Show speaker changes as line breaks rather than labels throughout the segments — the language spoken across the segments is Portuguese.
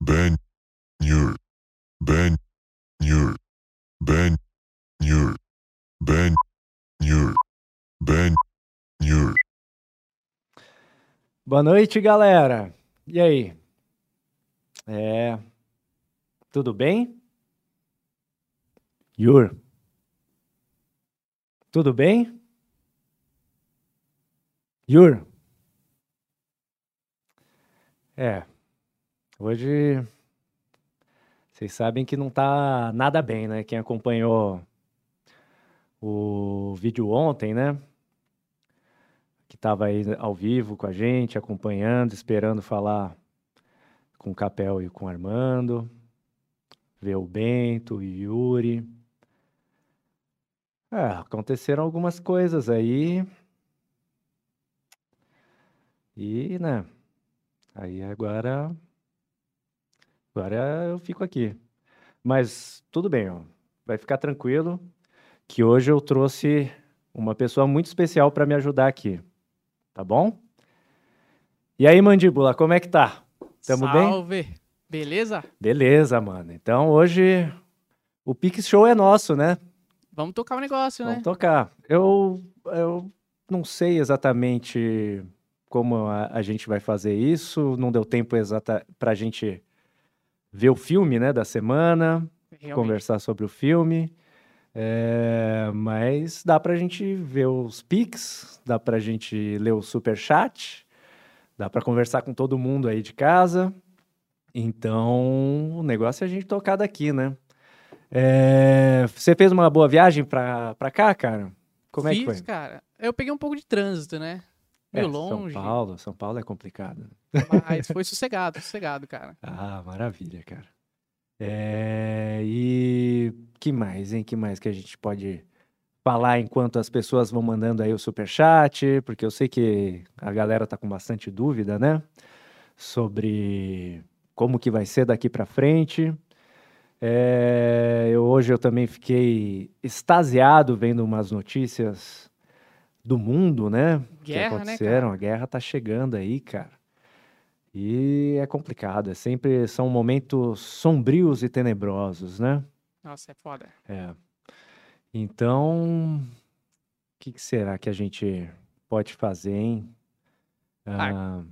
Ben Yur. Ben Yur. Ben Yur. Ben Yur. Ben Yur.
Boa noite, galera. E aí? É. Tudo bem? Yur. Tudo bem? Yur. É. Hoje vocês sabem que não tá nada bem, né? Quem acompanhou o vídeo ontem, né? Que tava aí ao vivo com a gente, acompanhando, esperando falar com o Capel e com o Armando, ver o Bento, o Yuri. É, aconteceram algumas coisas aí. E, né? Aí agora. Agora eu fico aqui. Mas tudo bem, ó. vai ficar tranquilo que hoje eu trouxe uma pessoa muito especial para me ajudar aqui. Tá bom? E aí, mandíbula, como é que tá? Tamo bem?
Salve! Beleza?
Beleza, mano. Então hoje o Pix Show é nosso, né?
Vamos tocar o negócio,
Vamos
né?
tocar. Eu, eu não sei exatamente como a, a gente vai fazer isso. Não deu tempo exata pra gente ver o filme, né, da semana,
Realmente.
conversar sobre o filme. É, mas dá pra gente ver os Pix, dá pra gente ler o superchat, dá pra conversar com todo mundo aí de casa. Então, o negócio é a gente tocar daqui, né? É, você fez uma boa viagem pra, pra cá, cara? Como é que
Fiz,
foi?
cara. Eu peguei um pouco de trânsito, né?
É,
Meio longe,
São Paulo, São Paulo é complicado.
mas foi sossegado, sossegado, cara.
Ah, maravilha, cara. É, e que mais, hein? Que mais que a gente pode falar enquanto as pessoas vão mandando aí o superchat? Porque eu sei que a galera tá com bastante dúvida, né? Sobre como que vai ser daqui para frente. É, eu, hoje eu também fiquei extasiado vendo umas notícias do mundo, né? que
Guerra, né, cara?
aconteceram. A guerra tá chegando aí, cara. E é complicado, é sempre são momentos sombrios e tenebrosos, né?
Nossa, é foda.
É. Então, o que, que será que a gente pode fazer, hein?
Ah.
Ah,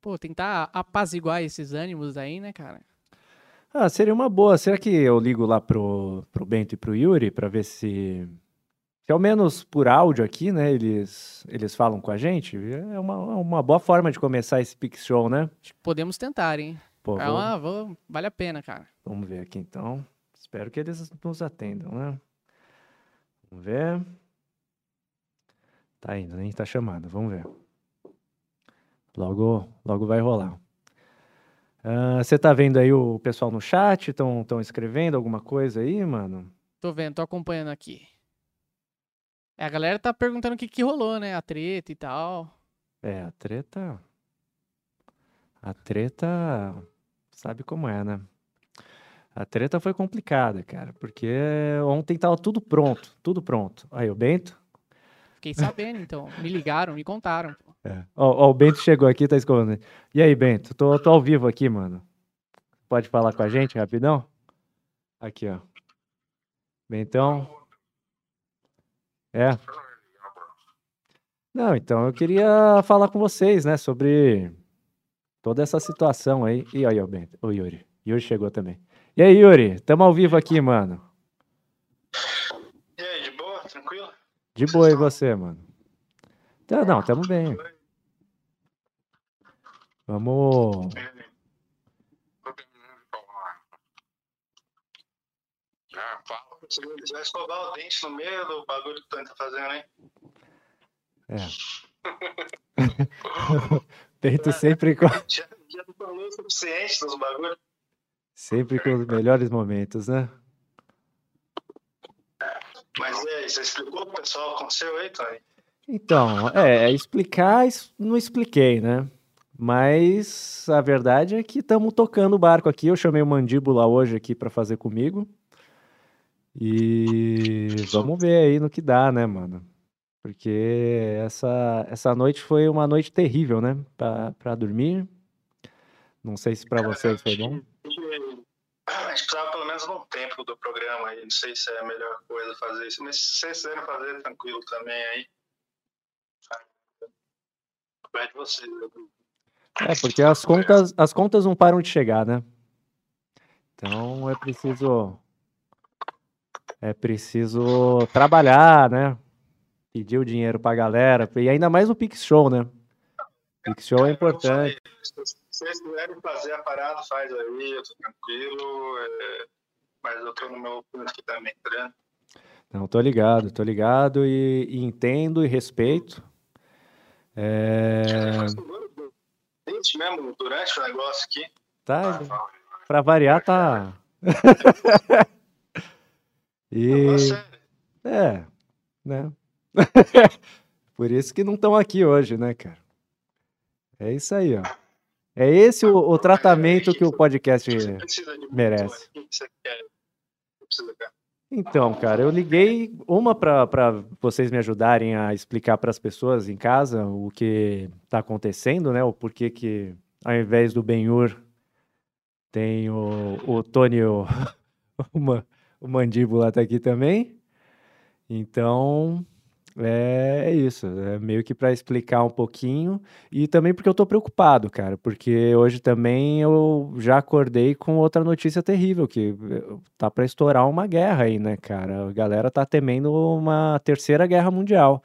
Pô, tentar apaziguar esses ânimos aí, né, cara?
ah, seria uma boa. Será que eu ligo lá pro, pro Bento e pro Yuri pra ver se, se ao menos por áudio aqui, né, eles, eles falam com a gente? É uma, é uma boa forma de começar esse Pix Show, né?
Acho que Podemos tentar, hein?
Pô,
É
vou-
uma- vou- vale a pena, cara.
Vamos ver aqui então. Espero que eles nos atendam, né? Vamos ver. Tá indo, nem tá chamando. Vamos ver. Logo, logo vai rolar. Você tá vendo aí o pessoal no chat? Estão tão escrevendo alguma coisa aí, mano?
Tô vendo, tô acompanhando aqui. É, A galera tá perguntando o que, que rolou, né? A treta e tal.
É, a treta. A treta. Sabe como é, né? A treta foi complicada, cara, porque ontem tava tudo pronto, tudo pronto. Aí o Bento.
Fiquei sabendo, então. Me ligaram, me contaram. pô.
É. Ó, ó, o Bento chegou aqui, tá escovando. né? E aí, Bento? Tô, tô ao vivo aqui, mano. Pode falar com a gente rapidão? Aqui, ó. Bentão. É. Não, então eu queria falar com vocês, né, sobre Toda essa situação aí. E aí, ó, Ben- o Yuri. Yuri chegou também. E aí, Yuri? Tamo ao vivo aqui, mano.
E aí, de boa? Tranquilo?
De boa e você, mano? Tá, não, tamo bem. Vamos.
Ah, fala. Você vai escovar o dente no meio do bagulho que tu tá fazendo, hein?
Tento sempre com,
Já, já não falou o suficiente dos bagulhos.
sempre com os melhores momentos, né?
Mas e aí, você explicou pro pessoal o que aconteceu aí, tá? Tony?
Então, é, explicar es- não expliquei, né? Mas a verdade é que estamos tocando o barco aqui. Eu chamei o Mandíbula hoje aqui para fazer comigo. E vamos ver aí no que dá, né, mano? Porque essa, essa noite foi uma noite terrível, né? Pra, pra dormir. Não sei se pra vocês foi bom.
A gente precisava pelo menos de um tempo do programa aí. Não sei se é a melhor coisa fazer isso, mas se vocês quiserem fazer, tranquilo também aí. Vai de vocês. né? eu-
É, porque as contas, as contas não param de chegar, né? Então é preciso. É preciso trabalhar, né? Pedir o dinheiro pra galera. E ainda mais o Pix Show, né? Pix Show é importante.
Se vocês quiserem fazer a parada, faz aí, eu tô tranquilo. é, Mas eu tô no meu ponto aqui também, tá ligado?
Não, tô ligado, tô ligado e, e entendo e respeito. É,
Gente mesmo, durante o negócio aqui.
tá, pra variar, tá. E.
Você,
É, né? Por isso que não estão aqui hoje, né, cara? É isso aí, ó. É esse o, o tratamento que o podcast.
você precisa de é muito,
merece.
né? O que você quer? Você precisa, cara.
Então, cara, eu liguei uma para vocês me ajudarem a explicar para as pessoas em casa o que tá acontecendo, né? O porquê que, ao invés do Benhur, tem o, o Tony, o, o, Ma- o Mandíbula tá aqui também. Então, é isso. É meio que para explicar um pouquinho. E também porque eu tô preocupado, cara. Porque hoje também eu já acordei com outra notícia terrível, que eh, tá para estourar uma guerra aí, né, cara? A galera tá temendo uma terceira guerra mundial.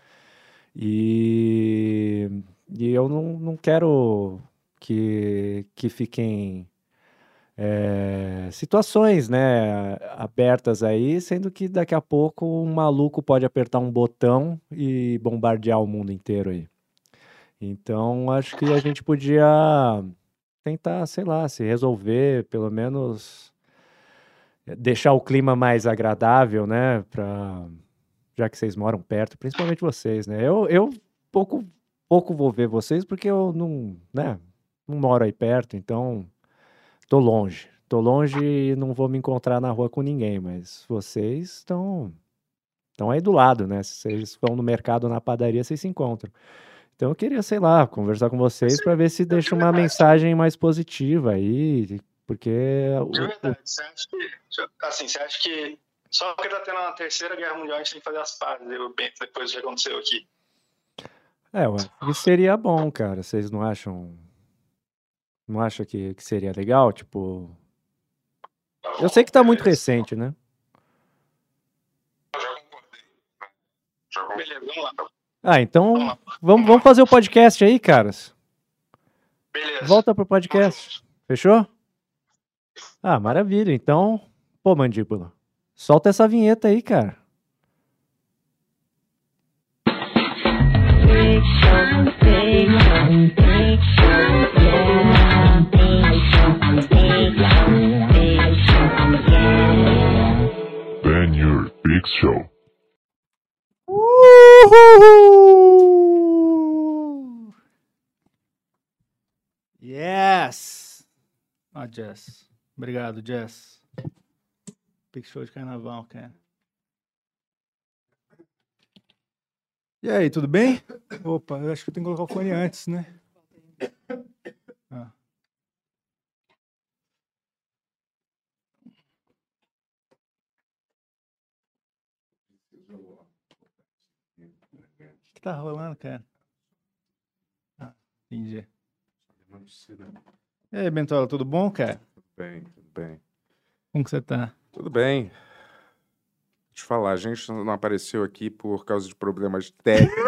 E, e eu não, não quero que, que fiquem eh, situações, né, abertas aí, sendo que daqui a pouco um maluco pode apertar um botão e bombardear o mundo inteiro aí. Então, acho que a gente podia tentar, sei lá, se resolver, pelo menos eh, deixar o clima mais agradável, né? Pra... Já que vocês moram perto, principalmente vocês, né? Eu, eu pouco, pouco vou ver vocês porque eu não, né? Não moro aí perto, então tô longe. Tô longe e não vou me encontrar na rua com ninguém, mas vocês estão estão aí do lado, né? Se vocês vão no mercado, na padaria, vocês se encontram. Então eu queria, sei lá, conversar com vocês para ver se
é
deixa uma mensagem mais positiva aí, porque
De
o- o
É verdade, você acha que. Assim, você acha que. Só porque tá tendo uma terceira guerra mundial, a gente tem que fazer as pazes, eu penso, depois do que aconteceu aqui.
É, eu acho que seria bom, cara. Vocês não acham? Não acham que, que seria legal? Tipo. Eu sei que tá
É,
muito recente, né?
Beleza, vamos lá.
Ah, então. Vamos, vamos fazer o podcast aí, caras.
Beleza.
Volta pro podcast. Fechou? Ah, maravilha. Então. Pô, mandíbula. Solta essa vinheta aí, cara.
Ben Your Big Show.
Uhul!
Yes! Ah, Jess. Obrigado, Jess. Big show de carnaval, cara. E aí, tudo bem? Opa, eu acho que eu tenho que colocar o fone antes, né? Ah. O que que tá rolando, cara? Ah, entendi. Cida.
E aí, Bentola, tudo bom, cara?
Bem, tudo bem.
Como que você tá?
Tudo bem. Deixa eu te falar, a gente não apareceu aqui por causa de problemas técnicos.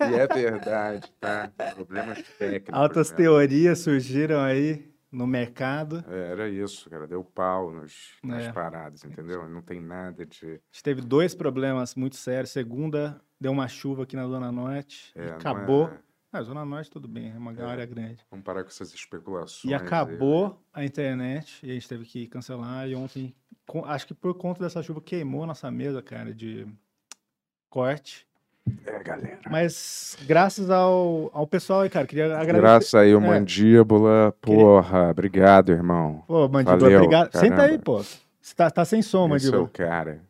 e é verdade, tá? Problemas técnicos.
Altas
né?
teorias surgiram aí no mercado.
É, Era isso, cara. Deu pau nos, nas
É.
paradas, entendeu? Não tem nada de.
A gente teve dois problemas muito sérios. Segunda, deu uma chuva aqui na Zona Norte. e
É, não
acabou.
é-
Ah, Zona Norte, tudo bem, é uma
É.
área grande.
Vamos parar com essas especulações. é.
E
aí.
acabou
é.
a internet, e a gente teve que cancelar. E ontem, co- acho que por conta dessa chuva, queimou a nossa mesa, cara, de corte.
É, galera.
Mas graças ao, ao pessoal aí, cara, queria agradecer.
Graças aí, o
É.
Mandíbula.
Queria-
Porra, obrigado, irmão.
Pô, Mandíbula,
Valeu,
obrigado. Senta aí,
caramba.
pô. Você tá, tá sem som,
Esse é o
Mandíbula.
cara.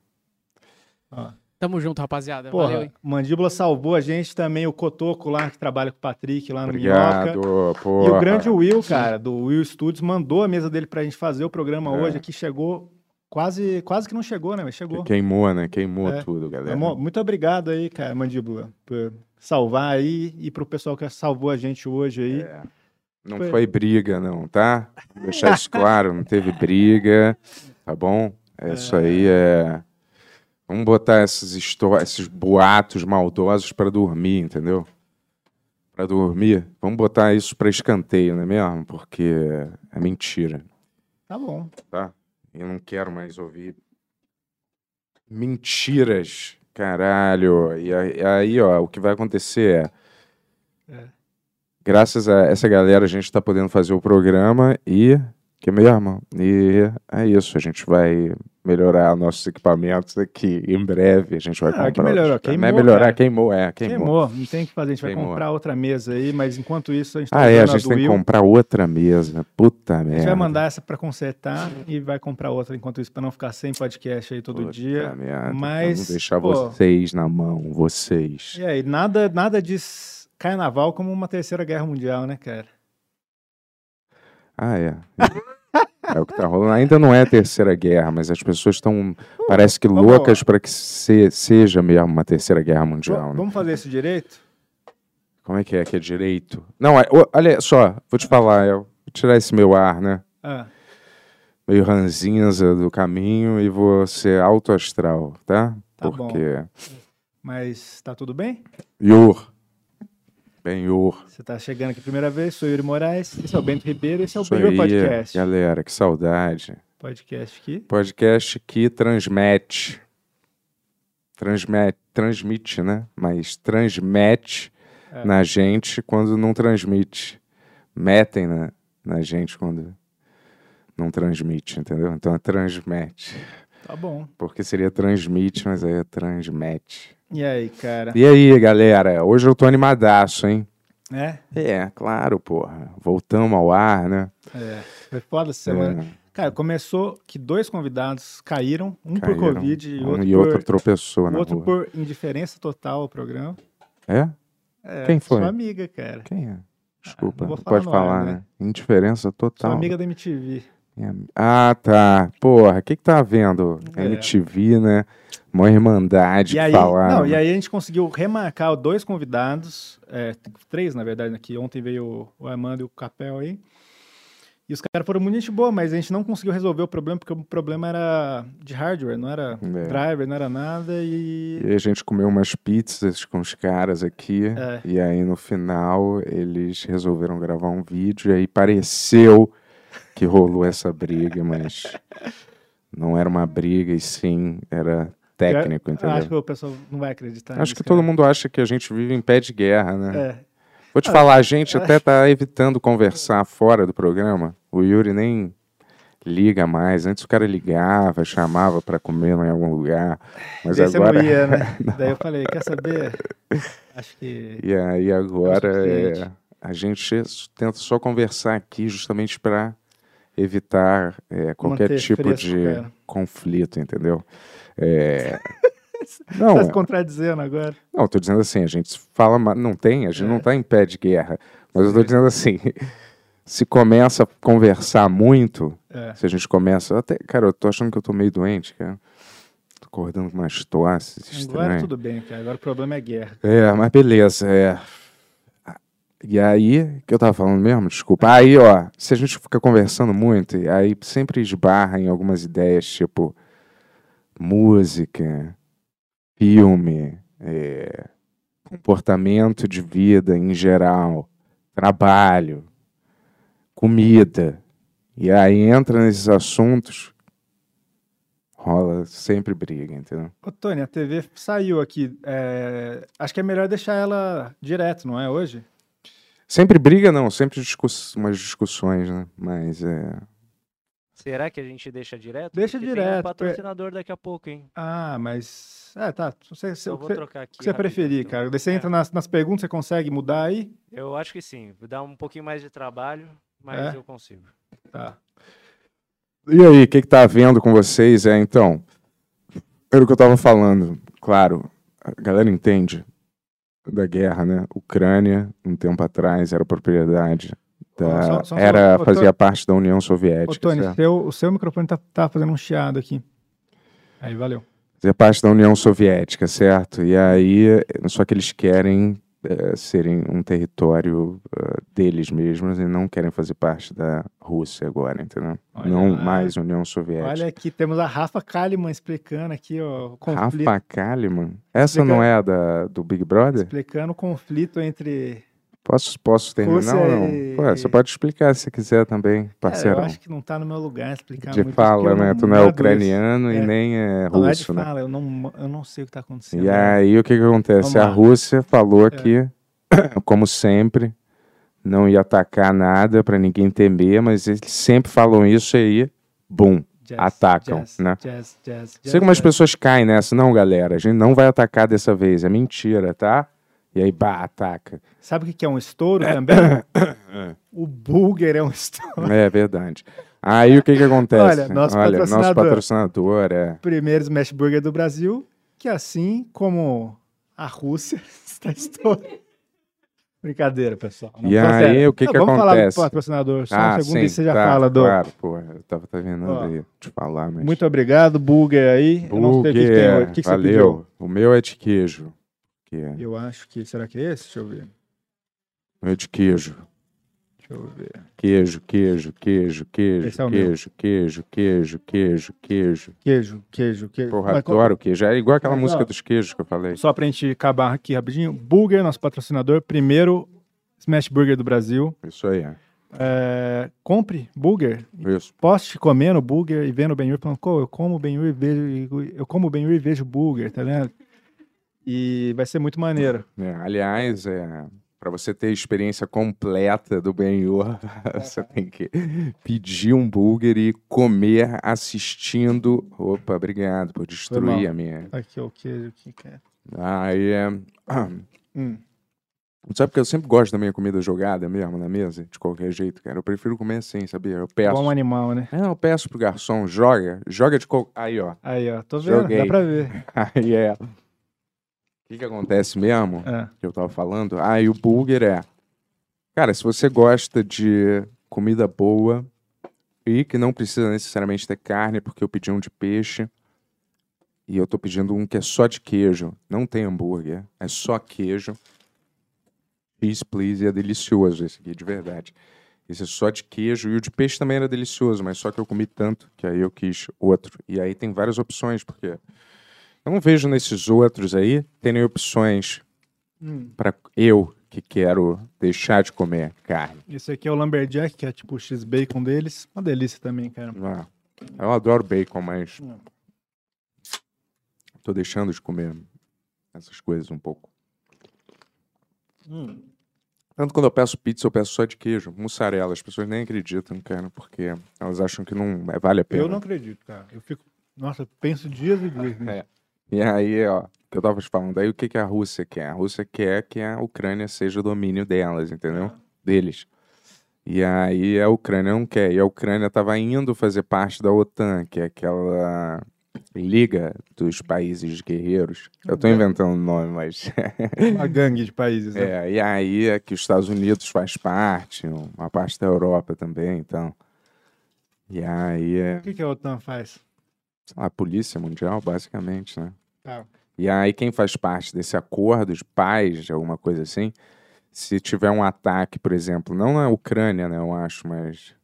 Tamo junto, rapaziada.
Porra,
Valeu, hein?
Mandíbula salvou a gente também, o Cotoco lá, que trabalha com o Patrick lá no Minhoca.
Obrigado, porra.
E o grande Will, cara, do Will Studios, mandou a mesa dele pra gente fazer o programa
É.
hoje aqui. Chegou quase, quase que não chegou, né? Mas chegou.
Que Queimou, né? Queimou
É.
tudo, galera.
Amor, muito obrigado aí, cara, Mandíbula, por salvar aí e pro pessoal que salvou a gente hoje aí.
É. Não
Foi-
foi... briga, não, tá? Vou deixar isso claro, não teve briga, tá bom? É Isso aí é. Vamos botar essas histó- esses boatos maldosos pra dormir, entendeu? Pra dormir, vamos botar isso pra escanteio, não é mesmo? Porque é mentira,
Tá bom.
tá? Eu não quero mais ouvir mentiras, caralho. E a- e aí, ó, o que vai acontecer é
É.
graças a essa galera, a gente está podendo fazer o programa e. Que mesmo? E é isso, a gente vai melhorar nossos equipamentos aqui em breve. A gente vai
Ah,
comprar.
que melhorou,
outros. Não é
queimou,
melhorar,
cara.
queimou, é, queimou.
Queimou. não tem o que fazer, a gente vai
Queimou.
comprar outra mesa aí, mas enquanto isso a gente tá
Ah, é, a
usando
gente
do
tem que
Will. é
comprar outra mesa. Puta merda.
A gente vai mandar essa pra consertar e vai comprar outra enquanto isso, pra não ficar sem podcast aí todo
Puta
dia.
merda, Então,
mas,
Vamos deixar
pô.
vocês na mão, vocês.
E aí, nada, nada diz carnaval como uma terceira guerra mundial, né, cara?
Ah, é. É o que tá rolando. Ainda não é a terceira guerra, mas as pessoas estão, parece que
vamos-
loucas para que se- seja mesmo uma terceira guerra
Va-
mundial. né?
Vamos fazer isso direito?
Como é que é que é direito? Não, é- ô, olha só, vou te falar, eu vou tirar esse meu ar, né?
Ah,
Meio ranzinza do caminho e vou ser alto astral, tá?
Tá bom.
Porque
mas tá tudo bem?
Yur, bem Yur.
Você tá chegando aqui a primeira vez, sou Yuri Moraes, esse é o Bento Ribeiro, esse é o
Isso
Bento
aí,
Podcast.
galera, que saudade.
Podcast aqui.
Podcast que transmite. Transmete, transmite, né? Mas transmete
É.
na gente quando não transmite. Metem na, na gente quando não transmite, entendeu? Então é transmete.
Tá bom.
Porque seria transmite, mas aí é transmete.
E aí, cara?
E aí, galera? Hoje eu tô animadaço, hein?
É?
É, claro, porra. Voltamos ao ar, né?
É. Foi foda essa semana.
É,
Cara, começou que dois convidados caíram, um por
caíram.
Covid e
Um
outro,
e outro
por,
tropeçou na
outro
rua.
por indiferença total ao programa.
É?
É,
Quem foi?
Sua amiga, cara.
Quem é? Desculpa,
não vou
não
falar
pode
no
falar,
ar,
né?
né?
Indiferença
Sua
total.
amiga da MTV.
Minha ami- Ah, tá. Porra, o que que tá havendo?
É.
MTV, né? Uma irmandade
E
que
aí,
falaram.
não, e aí a gente conseguiu remarcar dois convidados, é, t- três, na verdade, né, que ontem veio o o Armando e o Capel aí. E os caras foram muito gente boa, mas a gente não conseguiu resolver o problema, porque o problema era de hardware, não era
É.
driver, não era nada,
E
e.
aí a gente comeu umas pizzas com os caras aqui.
É.
E aí no final eles resolveram gravar um vídeo. E aí pareceu que rolou essa briga, mas não era uma briga e sim era técnico,
Eu
entendeu?
Acho
Acho
que o pessoal não vai acreditar.
que, todo mundo acha que a gente vive em pé de guerra, né?
mundo. É.
Vou te falar, a gente até tá evitando conversar fora do programa. O Yuri nem liga mais. Antes o cara ligava, chamava pra comer em algum lugar. Mas
Daí você não
agora.
ia, né? Daí eu falei, quer saber? Acho que.
E aí agora
suficiente.
é, a gente tenta só conversar aqui justamente pra evitar é, qualquer
Manter
tipo
fresco,
de
cara.
conflito, entendeu? É, Não,
tá
é-
se contradizendo agora.
Não, eu tô dizendo assim, a gente fala, ma- não tem, a gente
É.
não tá em pé de guerra. Mas eu tô dizendo assim, se começa a conversar muito,
É.
se a gente começa, até, cara, eu tô achando que eu tô meio doente, cara. Tô acordando com umas tosses
Agora
estranhas.
tudo bem, cara. Agora o problema é guerra.
É, mas beleza, é. E aí, que eu tava falando mesmo? Desculpa. Aí, ó, se a gente fica conversando muito, e aí sempre esbarra em algumas ideias, tipo música, filme, é, comportamento de vida em geral, trabalho, comida. E aí entra nesses assuntos, rola sempre briga, entendeu?
Ô, Tony, a TV saiu aqui. é, Acho que é melhor deixar ela direto, não é? Hoje?
Sempre briga, não, sempre discuss... umas discussões, né? Mas é.
Será que a gente deixa direto?
Deixa
Porque Tem
direto,
um
porque-
patrocinador daqui a pouco, hein?
Ah, mas. É, tá. Você, você,
Eu
o
vou
que
trocar aqui.
o que você
rapidão,
preferir,
então.
cara. Daí Você
É,
entra nas, nas perguntas, você consegue mudar aí?
Eu acho que sim. Dá um pouquinho mais de trabalho, mas
É?
eu consigo.
Tá.
E aí, o que, que tá havendo com vocês? É, então. Era o que eu tava falando. Claro, a galera entende da guerra, né? Ucrânia, um tempo atrás, era propriedade da.
Só- só- só-
era,
ô, Tony-
fazia parte da União
Ô,
Soviética.
Tony,
certo?
seu- o seu microfone tá, tá fazendo um chiado aqui. Aí, valeu.
Fazia parte da União Soviética, certo? E aí, só que eles querem eh, serem um território eh, deles mesmos e não querem fazer parte da Rússia agora, entendeu?
Olha
não
lá.
mais União Soviética.
Olha aqui, temos a Rafa Kalimann explicando aqui, ó, o conflito,
Rafa Kalimann? Essa
Explica-
não é a da, do Big Brother?
explicando o conflito entre...
Posso, posso terminar
Rússia
ou não?
e-
Ué, você pode explicar se quiser também,
Cara, É, eu
parceirão.
acho que não tá no meu lugar explicar
de
muito. porque
fala,
eu
né? Tu não é
mando isso.
ucraniano
É.
e nem é
Não, não é de
russo, né?
fala, eu não, eu não sei o que tá acontecendo.
E aí o que, que
Vamos
acontece? A
lá. É.
Rússia falou que, como sempre, não ia atacar nada para ninguém temer, mas eles sempre falam isso aí, bum.
Jazz,
atacam,
jazz,
né?
Jazz, jazz,
Sei como as
jazz.
pessoas caem nessa, não, galera, a gente não vai atacar dessa vez, é mentira, tá? E aí, bah, ataca.
Sabe o que que é um estouro também? o Bulger é um estouro.
É verdade. Aí o que que acontece?
Olha, nosso
nosso
patrocinador.
patrocinador é.
Primeiro Smash Burger do Brasil, que assim como a Rússia está estourando. Brincadeira, pessoal. Não,
E
só
aí,
sério.
o que
Não,
que
vamos
acontece?
falar do patrocinador só
Ah,
um segundo e
sim,
você já
tá,
fala do...
Claro, pô, eu tava terminando
Ó,
aí de falar, mas.
Muito obrigado, Bulger aí. Eu não sei o que, que tem hoje. O que, que você pediu?
é. valeu. O meu é de queijo. Que é.
Eu acho que. Será que é esse? Deixa eu ver.
O meu é de queijo.
Deixa eu ver.
Queijo, queijo, queijo, queijo,
Esse é o meu.
queijo, queijo, queijo, queijo, queijo.
Queijo, queijo, queijo.
Porra,
Mas qual-
adoro queijo. É igual aquela
Mas,
música
ó,
dos queijos que eu falei.
Só pra gente acabar aqui rapidinho. Bulger, nosso patrocinador, primeiro Smash Burger do Brasil.
Isso aí, é.
É, compre Bulger.
Isso.
Poste comendo Bulger e vendo Ben-Hur, falando, "Pô, eu como Ben-Hur e vejo, eu como Ben-Hur e vejo Bulger, tá vendo? E vai ser muito maneiro.
É, aliás, é, para você ter a experiência completa do Ben-Hur, você tem que pedir um burger e comer assistindo. Opa, obrigado por destruir
mal.
a minha.
Aqui, ó, o queijo aqui, cara.
Aí é.
Hum.
Sabe que eu sempre gosto da minha comida jogada mesmo na mesa, de qualquer jeito, cara. Eu prefiro comer assim, sabia? Eu peço.
Bom animal, né?
É, eu peço pro garçom, joga, joga de qualquer. Aí, ó.
Aí, ó, tô vendo,
Joguei.
dá pra ver.
Aí é. O que, que acontece mesmo?
É.
que eu tava falando. Ah, e o burger é. Cara, se você gosta de comida boa e que não precisa necessariamente ter carne, porque eu pedi um de peixe e eu tô pedindo um que é só de queijo. Não tem hambúrguer, é só queijo. Cheese, please, e é delicioso esse aqui, de verdade. Esse é só de queijo e o de peixe também era delicioso, mas só que eu comi tanto que aí eu quis outro. E aí tem várias opções, porque eu não vejo nesses outros aí terem opções para eu que quero deixar de comer carne.
Esse aqui é o Lumberjack, que é tipo o X-Bacon deles. Uma delícia também, cara.
Ah, eu adoro bacon, mas tô deixando de comer essas coisas um pouco.
Hum,
Tanto quando eu peço pizza, eu peço só de queijo, mussarela. As pessoas nem acreditam, cara, porque elas acham que não é, vale a pena.
Eu não acredito, cara. Eu fico. Nossa, eu penso dias e dias. nisso.
É. E aí, ó, que eu tava te falando, aí o que, que a Rússia quer? A Rússia quer que a Ucrânia seja o domínio delas, entendeu?
Ah.
Deles. E aí a Ucrânia não quer. E a Ucrânia tava indo fazer parte da OTAN, que é aquela liga dos países guerreiros. Eu
É.
tô inventando o nome, mas...
Uma gangue de países, né?
É, e aí é que os Estados Unidos faz parte, uma parte da Europa também, então... E aí é
O que, que a OTAN faz?
sei lá, a polícia mundial, basicamente, né?
Tá.
E aí, quem faz parte desse acordo de paz, de alguma coisa assim, se tiver um ataque, por exemplo, não na Ucrânia, né, eu acho, mas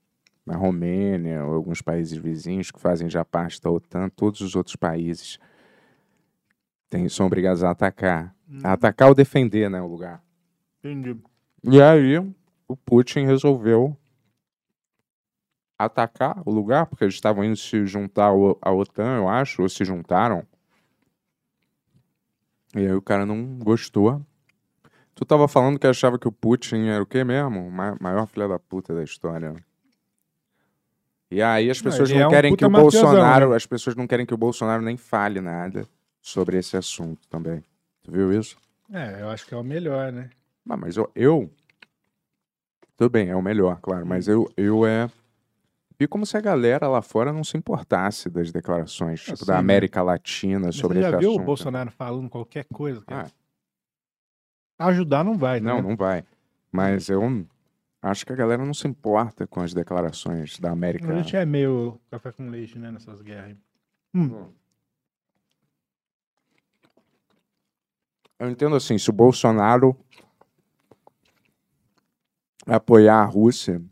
na Romênia ou alguns países vizinhos que fazem já parte da OTAN, todos os outros países têm- são obrigados a atacar. A atacar ou defender, né, o lugar.
Entendi.
E aí o Putin resolveu atacar o lugar, porque eles estavam indo se juntar ao- à OTAN, eu acho, ou se juntaram. E aí o cara não gostou. Tu tava falando que achava que o Putin era o quê mesmo? O ma- maior filha da puta da história. E aí as
Não,
pessoas
ele
não
é um
querem que
puta né?
o
mafiosão,
Bolsonaro, as pessoas não querem que o Bolsonaro nem fale nada sobre esse assunto também. Tu viu isso?
É, eu acho que é o melhor, né?
Ah, mas eu, eu. Tudo bem, é o melhor, claro. Mas
Uhum.
eu, eu é. E como se a galera lá fora não se importasse das declarações, tipo,
sim,
da
né?
América Latina sobre
Você já
esse
viu
assunto.
o Bolsonaro falando qualquer coisa? cara?
Ah.
Ajudar não vai, né?
Não, não vai. Mas eu acho que a galera não se importa com as declarações da América.
A gente é meio café com leite, né, nessas guerras. aí. Hum,
Eu entendo assim, se o Bolsonaro apoiar a Rússia,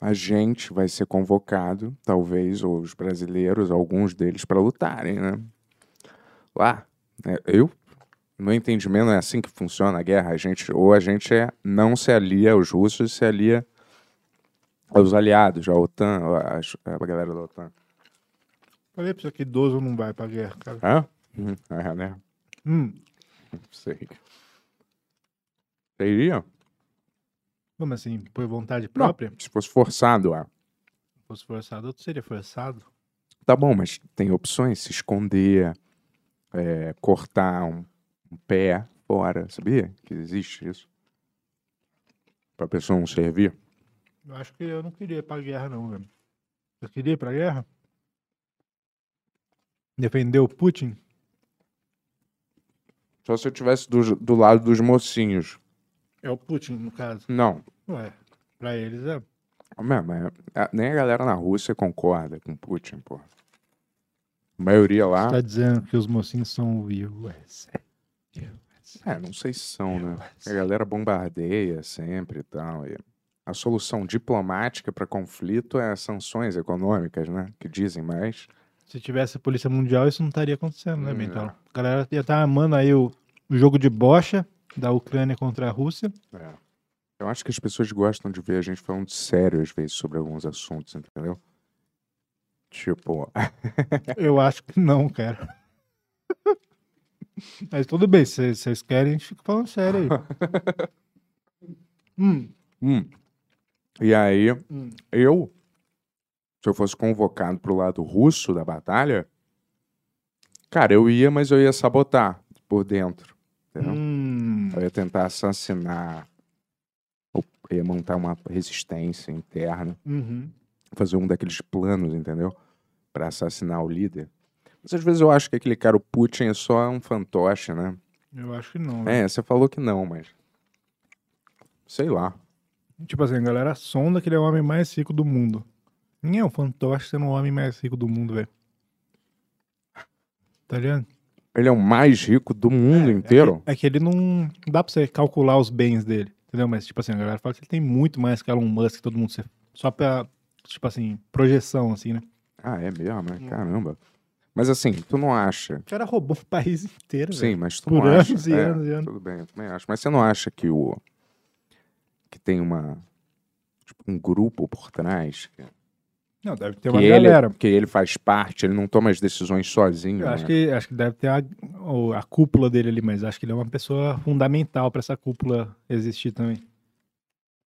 a gente vai ser convocado, talvez, ou os brasileiros, alguns deles, para lutarem, né? Lá, né, eu, no meu entendimento, é assim que funciona a guerra. A gente, ou a gente é, não se alia aos russos, se alia aos aliados, à OTAN, a, a galera da OTAN.
falei pra você que idoso não vai pra guerra, cara.
Hã? Hum, É, né?
Hum,
Sei. Seria?
como assim? Por vontade
Não,
própria?
se fosse Tipo, forçado a.
Se fosse forçado, outro seria forçado.
Tá bom, mas tem opções, se esconder, é, cortar um, um pé fora, sabia? Que existe isso. Pra pessoa não servir.
Eu acho que eu não queria ir pra guerra, não, velho. Eu queria ir pra guerra? Defender o Putin?
Só se eu tivesse do, do lado dos mocinhos.
É o Putin, no caso.
Não, Ah.
Ué, pra eles é.
Mas- mas a- é, nem a galera na Rússia concorda com Putin, pô. A maioria lá.
Tá dizendo que os mocinhos são o US.
É, não sei se são, né? A galera bombardeia sempre e tal. e a solução diplomática para conflito é sanções econômicas, né? Que dizem mais.
Se tivesse Polícia Mundial, isso não estaria acontecendo, né,
Hum,
Bentão?
é.
A galera ia estar amando aí o, o jogo de bocha da Ucrânia contra a Rússia.
É. Eu acho que as pessoas gostam de ver a gente falando sério às vezes sobre alguns assuntos, entendeu? Tipo,
Eu acho que não, cara. Mas tudo bem, se vocês querem, a gente fica falando sério aí. Hum,
hum. E aí,
Hum.
eu, se eu fosse convocado pro lado russo da batalha, cara, eu ia, mas eu ia sabotar por dentro, entendeu?
hum.
Eu ia tentar assassinar, ou ia montar uma resistência interna,
Uhum.
fazer um daqueles planos, entendeu? Pra assassinar o líder. Mas às vezes eu acho que aquele cara, o Putin, é só um fantoche, né?
Eu acho que não. né?
É, você falou que não, mas. Sei lá.
Tipo assim, a galera sonda que ele é o homem mais rico do mundo. Ninguém é um fantoche sendo o homem mais rico do mundo, velho. Tá ligado?
Ele é o mais rico do mundo inteiro.
É que ele não. não dá pra você calcular os bens dele, entendeu? Mas, tipo assim, a galera fala que ele tem muito mais que Elon Musk, todo mundo. se- Só pra, tipo assim, projeção, assim, né?
Ah, é mesmo? né? Caramba. Mas assim, tu não acha.
O cara roubou o país inteiro,
Sim, mas tu
Por
não acha.
anos e
é,
anos e anos.
Tudo bem, eu também acho. Mas você não acha que o. que tem uma. tipo, um grupo por trás? Que,
Não, deve ter
que
uma
ele,
galera.
que ele faz parte, ele não toma as decisões sozinho.
Eu acho
né?
que, acho que deve ter a, o- a cúpula dele ali, mas acho que ele é uma pessoa fundamental pra essa cúpula existir também.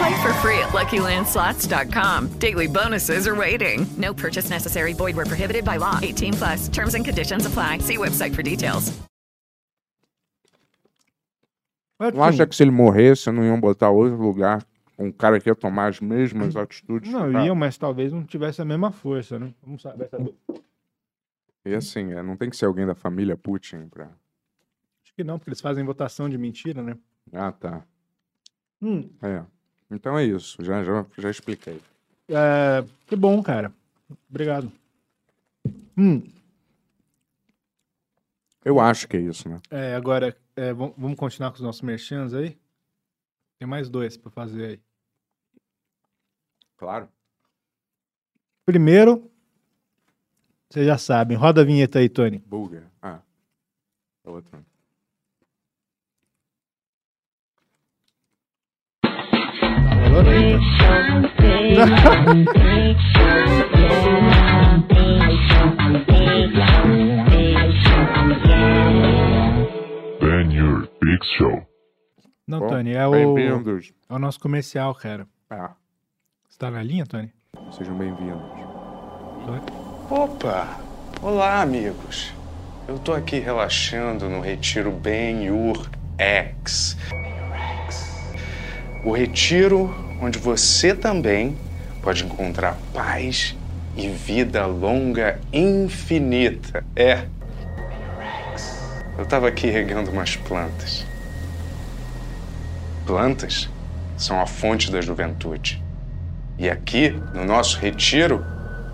Play for free at LuckyLandSlots.com. Daily bonuses are waiting. No purchase necessary. Void where prohibited by law. 18 plus. Terms and conditions apply. See website for details.
Não acha que se ele morresse, não iam botar outro lugar um cara que ia tomar as mesmas atitudes?
Não,
que tá?
iam, mas talvez não tivesse a mesma força, né? Vamos saber. saber.
E assim, é, não tem que ser alguém da família Putin pra...
Acho que não, porque eles fazem votação de mentira, né?
Ah, tá.
Hum.
É. Então é isso, já, já, já expliquei.
É, que bom, cara. Obrigado. Hum,
Eu acho que é isso, né?
é, agora, é, vam- vamos continuar com os nossos merchans aí? Tem mais dois pra fazer aí.
Claro.
Primeiro, vocês já sabem. Roda a vinheta aí, Tony.
Bulga. Ah. É outro.
Ben Yur Big Show.
Não,
Bom,
Tony, é o,
bem-vindos.
é o nosso comercial, cara.
Ah.
Você tá na linha, Tony?
Sejam bem-vindos.
Opa! Olá, amigos! Eu tô aqui relaxando no retiro Ben Yur X. O retiro onde você também pode encontrar paz e vida longa infinita. É. Eu tava aqui regando umas plantas. Plantas são a fonte da juventude. E aqui, no nosso retiro,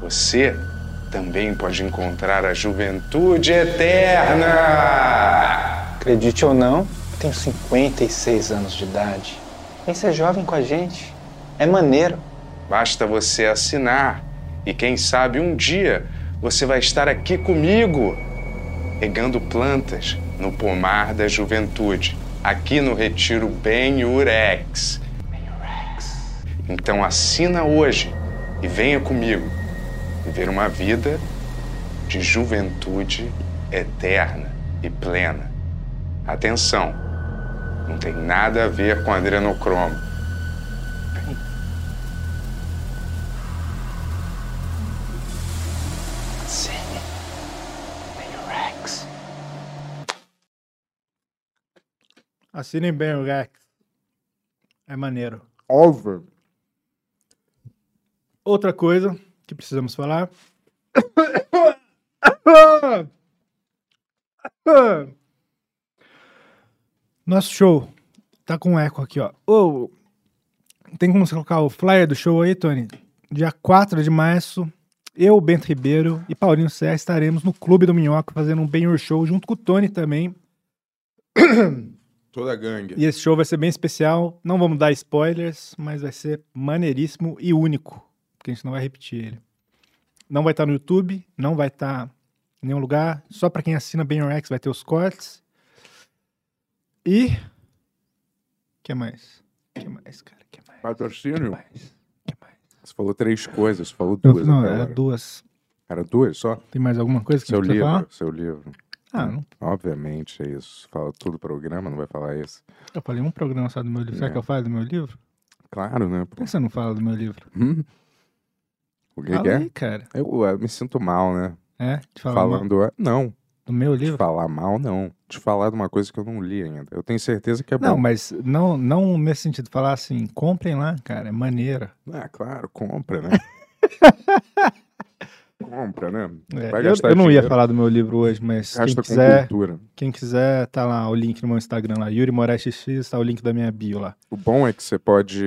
você também pode encontrar a juventude eterna.
Acredite ou não, eu tenho 56 anos de idade. Vem ser jovem com a gente. É maneiro.
Basta você assinar e quem sabe um dia você vai estar aqui comigo, regando plantas no pomar da juventude, aqui no Retiro Ben Urex. Então assina hoje e venha comigo viver uma vida de juventude eterna e plena. Atenção, não tem nada a ver com adrenocromo.
Sim. Rex.
Assinem bem o Rex. É maneiro.
Over.
Outra coisa que precisamos falar. Nosso show tá com eco aqui, ó. Ô, tem como você colocar o flyer do show aí, Tony? Dia 4 de março, eu, Bento Ribeiro e Paulinho Serra estaremos no Clube do Minhoca fazendo um Benhur Show junto com o Tony também.
Toda a gangue.
E esse show vai ser bem especial. Não vamos dar spoilers, mas vai ser maneiríssimo e único. Porque a gente não vai repetir ele. Não vai estar no YouTube, não vai estar em nenhum lugar. Só para quem assina Benhor X vai ter os cortes. E. O que mais? O que mais, cara?
Patrocínio? Você falou três coisas, você falou
Não,
duas.
não,
até
era
agora.
duas.
Era duas só?
Tem mais alguma coisa que
seu
a gente
livro,
precisa
Seu livro.
Ah,
Hum,
não.
Obviamente é isso. Fala tudo do programa, não vai falar isso.
Eu falei um programa só do meu livro. Será
É.
que eu falo do meu livro?
Claro, né? pô?
Por que você não fala do meu livro?
Hum? O que,
Fala
que é?
aí, cara.
Eu, eu me sinto mal, né?
É? De falar mal?
Falando. Não.
Do meu livro?
De falar mal, não. De falar de uma coisa que eu não li ainda. Eu tenho certeza que é bom.
Não, mas não, não nesse sentido. Falar assim, comprem lá, cara, é maneira.
Ah, claro, compra, né? compra, né?
É,
Vai
eu,
gastar
eu não ia
dinheiro.
falar do meu livro hoje, mas quem
Gasta com
quiser,
cultura.
quem quiser, tá lá o link no meu Instagram lá, Yuri Moraes XX, tá o link da minha bio lá.
O bom é que você pode.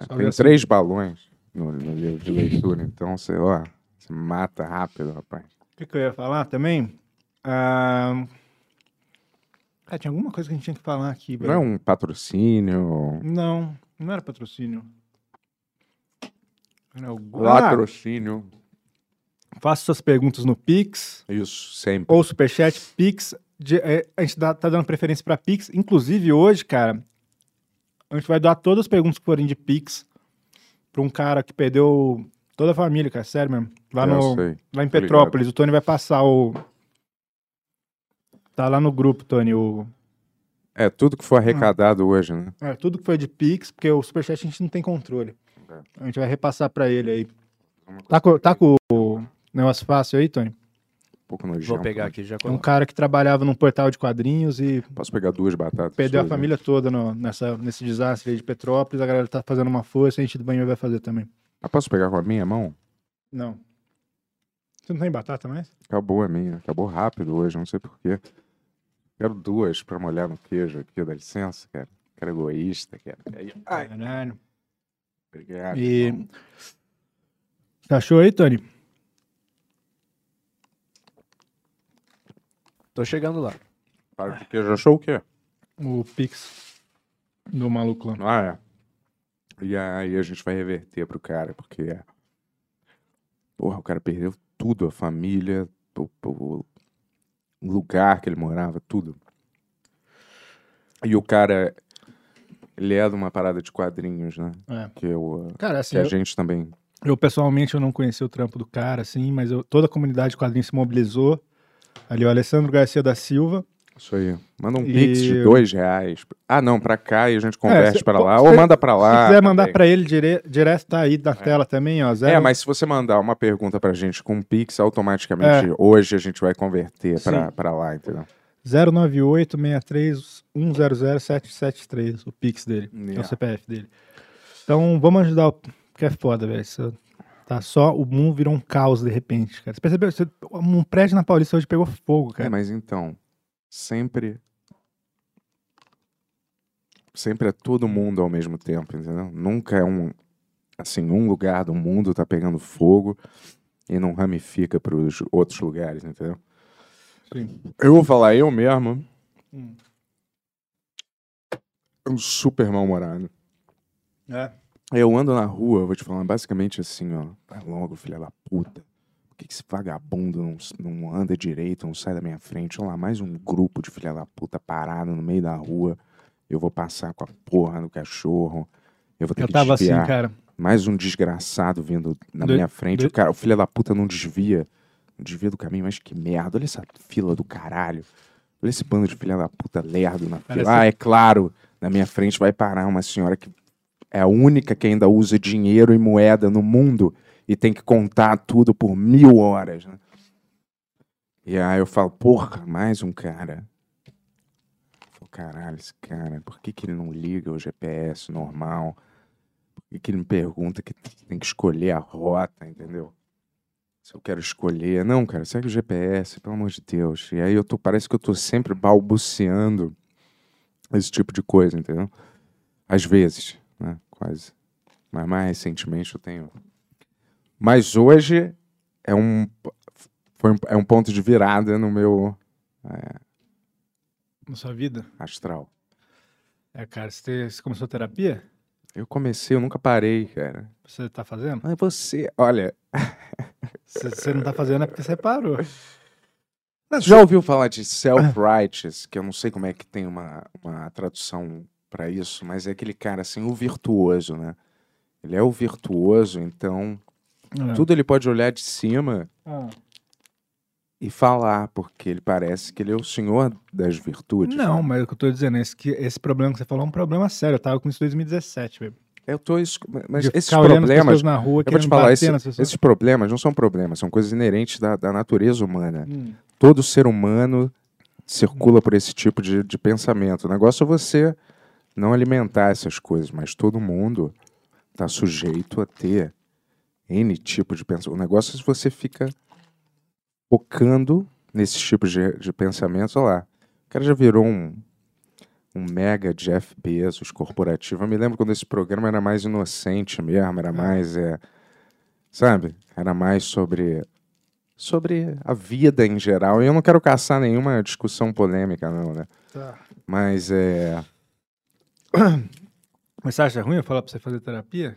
Só assim.
tem
ver
três balões no, no livro de leitura, então você, ó, você mata rápido, rapaz.
O que, que eu ia falar também? Ah, cara, tinha alguma coisa que a gente tinha que falar aqui,
Não é
velho.
um patrocínio.
Não, não era patrocínio. Era algum...
um Latrocínio.
Ah, faça suas perguntas no Pix.
Isso, sempre.
Ou Superchat, Pix. de- é, a gente dá- tá dando preferência pra Pix. Inclusive, hoje, cara, a gente vai doar todas as perguntas que forem de Pix pra um cara que perdeu toda a família, cara, sério mesmo. Lá,
Eu
no,
sei,
lá em
tô
Petrópolis, o Tony vai passar o. Tá lá no grupo, Tony, o.
É, tudo que
Ah.
for arrecadado hoje, né?
É, tudo que foi de Pix, porque o Superchat a gente não tem controle.
É.
A gente vai repassar pra ele aí. Tá com, tá com o negócio fácil aí, Tony?
Um pouco nojento.
Vou pegar aqui, já
É um
coloco.
cara que trabalhava num portal de quadrinhos e
Posso pegar duas batatas?
perdeu a
suas, né?
família toda no- nessa, nesse desastre aí de Petrópolis. A galera tá fazendo uma força, a gente do banheiro vai fazer também.
Ah, posso pegar com a minha mão?
Não. Você não tem batata mais?
Acabou a minha. Acabou rápido hoje, não sei porquê. Quero duas pra molhar no queijo aqui, dá licença, cara. Cara egoísta, cara. Aí, ai,
Caralho.
Obrigado.
E. Você achou aí, Tony?
Tô chegando lá.
Para de queijo achou o quê?
O Pix do maluco lá.
Ah, é. E aí a gente vai reverter pro cara, porque. Porra, o cara perdeu tudo, a família, o, o- o lugar que ele morava, tudo. E o cara. Ele é de uma parada de quadrinhos, né?
É.
Que, eu,
Cara, assim,
que a
eu-
gente também.
Eu, pessoalmente, eu não conheci o trampo do cara, assim, mas eu- toda a comunidade de quadrinhos se mobilizou. Ali, o Alessandro Garcia da Silva.
Isso aí. Manda um
E-
pix de dois reais. Ah, não, pra cá e a gente
É,
converte
se-
pra
pô,
lá.
se
Ou
você-
manda pra lá.
Se quiser mandar
também.
pra ele dire- direto, tá aí na tela também, ó. Zero... um
É, mas se você mandar uma pergunta pra gente com Pix, automaticamente
É.
hoje a gente vai converter
Sim.
pra, pra lá, entendeu?
098-63-100-773, o Pix dele. É o CPF dele. Então, vamos ajudar o... Porque é foda, velho. isso- Tá só... O mundo virou um caos, de repente, cara. Você percebeu? Você- Um prédio na Paulista hoje pegou fogo, cara.
É, mas então, sempre. Sempre é todo mundo ao mesmo tempo, entendeu? Nunca é um. Assim, um lugar do mundo tá pegando fogo e não ramifica pros outros lugares, entendeu?
Sim. Hum.
Eu vou falar eu mesmo. Eu sou Um super mal-humorado.
É.
Eu ando na rua, eu vou te falar basicamente assim, ó. Vai logo, filha da puta. Por que, que esse vagabundo não, s- não anda direito, não sai da minha frente? Olha lá, mais um grupo de filha da puta parado no meio da rua. Eu vou passar com a porra no cachorro. Eu vou ter
Eu
que
tava assim,
desviar.
cara.
Mais um desgraçado vindo na
Do-
minha frente.
do-
O, cara, o filho da puta não desvia. Não desvia do caminho, mas que merda. Olha essa fila do caralho. Olha esse bando de filha da puta lerdo na
Parece-
fila. Ah, é claro. Na minha frente vai parar uma senhora que é a única que ainda usa dinheiro e moeda no mundo e tem que contar tudo por mil horas. Né? E aí eu falo, porra, mais um cara. Eu falo, caralho, esse cara, por que, que ele não liga o GPS normal? Por que, que ele me pergunta que tem que escolher a rota, entendeu? Se eu quero escolher. Não, cara, segue o GPS, pelo amor de Deus. E aí eu tô, parece que eu tô sempre balbuciando esse tipo de coisa, entendeu? Às vezes, né? Quase. Mas mais recentemente eu tenho. Mas hoje é um, foi um, é um ponto de virada no meu é,
Na sua vida?
astral.
É, cara, você, você começou terapia?
Eu comecei, eu nunca parei, cara.
Você tá fazendo?
Mas você, olha.
Se você não tá fazendo é porque você parou.
Você já ouviu falar de self-righteous, que eu não sei como é que tem uma, uma tradução pra isso, mas é aquele cara assim, o virtuoso, né? Ele é o virtuoso, então
É.
tudo ele pode olhar de cima
Ah.
e falar, porque ele parece que ele é o senhor das virtudes.
Não, mas o que eu tô dizendo é esse que esse problema que você falou é um problema sério. Eu tava com isso em 2017, velho.
Eu tô isso, Mas
De
esses
ficar olhando as
problemas.
pessoas na rua,
eu vou te
querendo
falar,
bater
esse-
nas pessoas.
esses problemas não são problemas, são coisas inerentes da, da natureza humana.
Hum.
Todo ser humano circula por esse tipo de, de pensamento. O negócio é você não alimentar essas coisas, mas todo mundo está sujeito a ter N tipo de pensamento. O negócio é se você fica focando nesses tipos de, de pensamentos. Olha lá, o cara já virou um, um mega Jeff Bezos corporativo. Eu me lembro quando esse programa era mais inocente mesmo, era mais, é, sabe? Era mais sobre sobre a vida em geral. E eu não quero caçar nenhuma discussão polêmica, não, né?
Tá.
Mas é.
Mas você acha ruim eu falar pra você fazer terapia?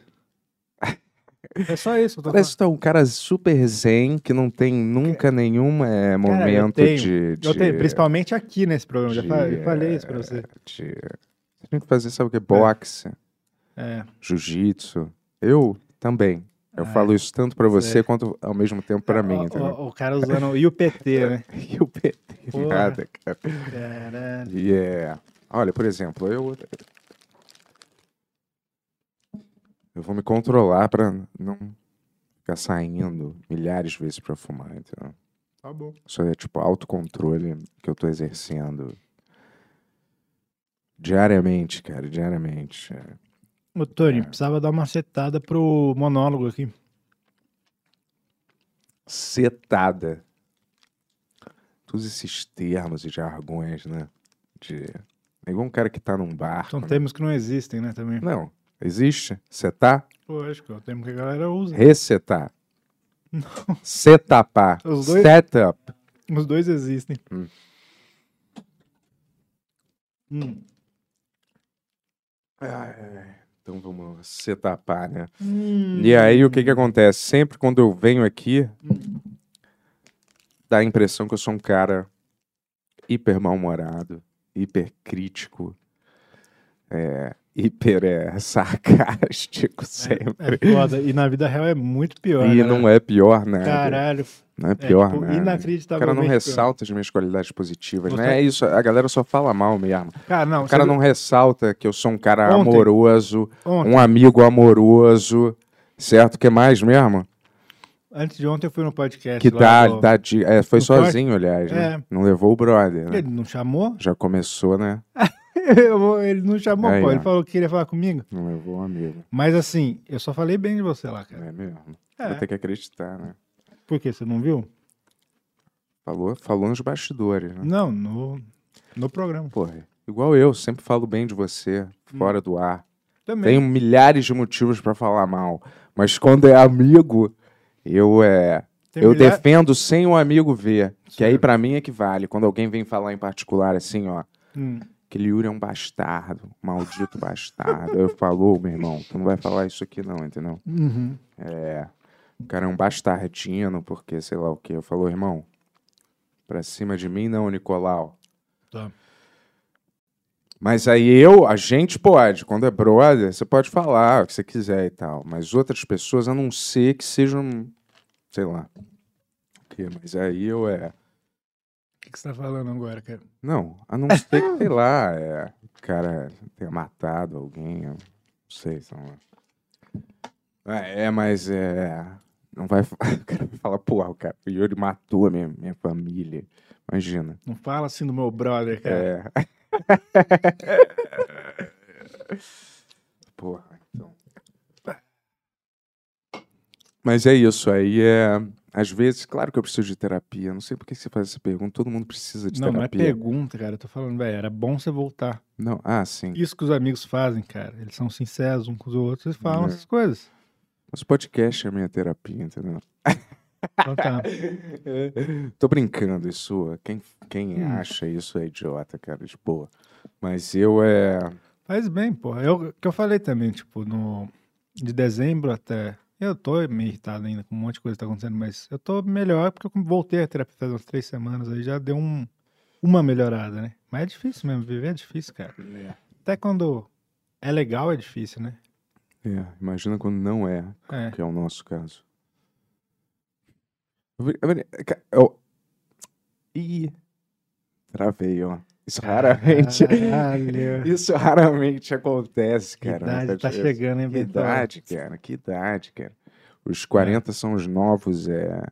É só isso. Eu tô
Parece que tá um cara super zen que não tem nunca nenhum
falando.
é,
Cara, eu
momento
tenho-
de. de...
eu tenho, principalmente aqui nesse programa. Já
de- eh,
falei, eu falei isso pra você.
de- Você tem que fazer, sabe o que? Boxe,
É.
jiu-jitsu. Eu Também. Eu falo isso tanto pra você
é.
quanto ao mesmo tempo pra mim, entendeu?
O, o cara usando. E o PT, né?
e o PT.
Porra.
Nada, cara.
Caralho.
Yeah. Olha, por exemplo, eu. Eu vou me controlar pra não ficar saindo milhares de vezes pra fumar, entendeu?
Tá bom.
Isso é tipo autocontrole que eu tô exercendo diariamente, cara, diariamente. é.
Ô, Tony, precisava dar uma setada pro monólogo aqui.
Setada. Todos esses termos e jargões, né? De... É igual um cara que tá num barco.
São
né?
termos que não existem, né, também.
Não, existe. Setar,
Lógico, é o termo que a galera usa.
recetar. Setapar.
Os dois-
Setup.
Os dois existem.
Hum.
Hum.
Então vamos setapar, né?
Hum.
E aí o que que acontece? Sempre quando eu venho aqui, dá a impressão que eu sou um cara hiper mal-humorado, hiper crítico, é, hiper é, sarcástico sempre.
É foda. E na vida real é muito pior.
E
né?
não é pior nada.
Caralho.
Não é pior
tipo,
nada. O cara não
inacreditavelmente pior.
ressalta as minhas qualidades positivas,
Você-
né? É isso, a galera só fala mal mesmo.
Cara, não,
o cara
sabe-
não ressalta que eu sou um cara
Ontem-
amoroso,
ontem-
um amigo amoroso, certo? O que mais mesmo?
Antes de ontem eu fui no podcast.
Que
lá
dá,
do-
dá dica. É, foi
do Thor.
sozinho, aliás, né?
É.
Não levou o brother, né?
Ele não chamou?
Já começou, né?
ele não chamou,
Aí,
pô. Ele
ó.
falou que queria falar comigo.
Não levou o amigo.
Mas assim, eu só falei bem de você lá, cara.
É mesmo.
É.
Vou ter que acreditar, né?
Por quê? Você não viu?
Falou, falou nos bastidores, né?
Não, no, no programa.
Porra. Igual eu, sempre falo bem de você, fora do ar.
Hum. Também.
Tenho milhares de motivos pra falar mal. Mas quando é amigo, eu é.
Tem
eu
milha-
defendo sem o amigo ver. Que aí pra mim é que vale. Quando alguém vem falar em particular assim, ó.
Hum.
Aquele Yuri é um bastardo, maldito bastardo. eu falo, "Ô, meu irmão, tu não vai falar isso aqui não, entendeu?
Uhum.
É. O cara é um bastardino, porque sei lá o quê. Eu falo, irmão, pra cima de mim não, Nicolau.
Tá.
Mas aí eu, a gente pode, quando é brother, você pode falar o que você quiser e tal. Mas outras pessoas, a não ser que sejam, sei lá. o quê, Mas aí eu é.
O que, que você tá falando agora, cara?
Não, a não ser que, sei lá, é, o cara tenha matado alguém, eu não sei, sei lá. É, é, mas é. Não vai. fa- O cara vai falar, porra, o cara, o Yuri matou a minha, minha família. Imagina.
Não fala assim do meu brother, cara.
É. Porra, então. Mas é isso, aí é. Às vezes, claro que eu preciso de terapia. Não sei por que você faz essa pergunta. Todo mundo precisa de
Não, não é
terapia.
pergunta, cara. Eu tô falando, velho, era bom você voltar.
Não, ah, sim.
Isso que os amigos fazem, cara. Eles são sinceros uns com os outros e falam
É.
essas coisas.
Os podcasts é a minha terapia, entendeu?
Então tá.
Tô brincando, isso. Quem, quem
Hum.
acha isso é idiota, cara, de boa. Mas eu é.
Faz bem, porra. Eu, que eu falei também, tipo, no, de dezembro até. Eu tô meio irritado ainda com um monte de coisa que tá acontecendo, mas eu tô melhor porque eu voltei à terapia faz umas três semanas aí, já deu um, uma melhorada, né? Mas é difícil mesmo, viver é difícil, cara. Até quando é legal é difícil, né?
É, imagina quando não é,
É.
que é o nosso caso. Eu vi- eu vi- ca- eu- Ih, travei, ó. Isso raramente.
Caralho.
Isso raramente acontece,
Que
cara. no
idade tá
podcast.
chegando, hein, É.
Que
Vitor?
idade, cara, que idade, cara. Os 40 são os novos, é.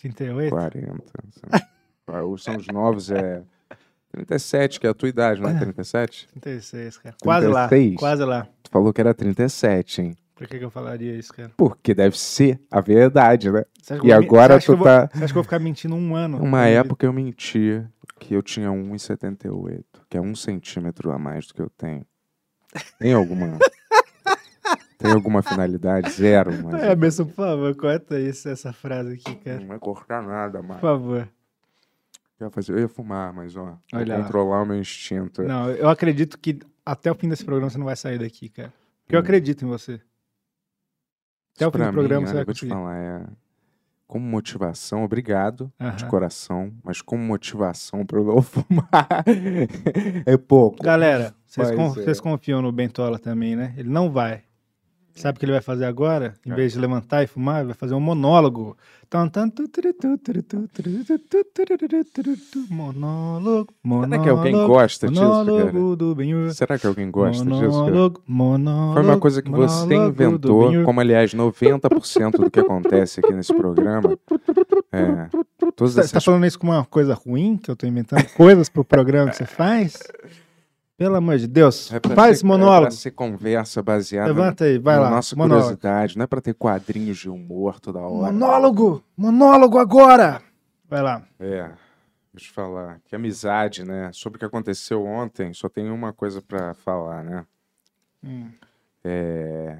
38?
40. são- São os novos, é. 37, que é a tua idade, não é 37?
36, cara. Quase lá.
36?
Quase lá.
Tu falou que era 37, hein?
Por que, que eu falaria isso, cara?
Porque deve ser a verdade, né?
Você acha que
E
eu vou me- você
agora
acha que
tu
eu vou-
tá.
Você acha que eu vou ficar mentindo um ano?
Uma
Ele-
época eu menti que eu tinha 1,78, que é um centímetro a mais do que eu tenho. Tem alguma. Tem alguma finalidade? Zero, mas.
É, Benção, por favor, corta isso, essa frase aqui, cara.
Não vai cortar nada,
Por
mais.
favor.
Eu ia, fazer- eu ia fumar, mas ó. Vou
Olha lá.
controlar o meu instinto. é
Não, eu acredito que até o fim desse programa você não vai sair daqui, cara. Porque eu acredito em você. Até o fim
Pra
do programa
mim,
você
olha,
vai
eu vou te
conseguir.
falar, é... Como motivação, obrigado de
Aham.
coração, mas como motivação pra eu não fumar é pouco.
Galera, vocês,
Mas
con-
é.
vocês confiam no Bentola também, né? Ele não vai. Sabe o que ele vai fazer agora? Em vez de levantar e fumar, ele vai fazer um monólogo. Tan, tan, tu, turu, tu, turu, tu, turu, tu, tu, turu, turu, turu, tu, Monólogo, monólogo.
Será que alguém gosta disso, cara?
Monólogo do Benhur.
Será que alguém gosta disso?
Monólogo, monólogo.
cara? Foi uma coisa que você
monólogo do
inventou,
Benhur.
como aliás 90% do que acontece aqui nesse programa. É, todas
Você tá-
essas
tá falando isso como uma coisa ruim, que eu tô inventando coisas pro programa que você faz? Pelo amor de Deus,
É pra
faz
ser-
esse
É pra
monólogo.
ser conversa baseada
Levanta aí, vai
na
lá,
nossa
monólogo. Hum.
curiosidade. Não é pra ter quadrinhos de humor toda hora.
Monólogo, monólogo agora! Vai lá.
É, deixa eu falar. Que amizade, né? Sobre o que aconteceu ontem, só tem uma coisa pra falar, né?
Hum.
É...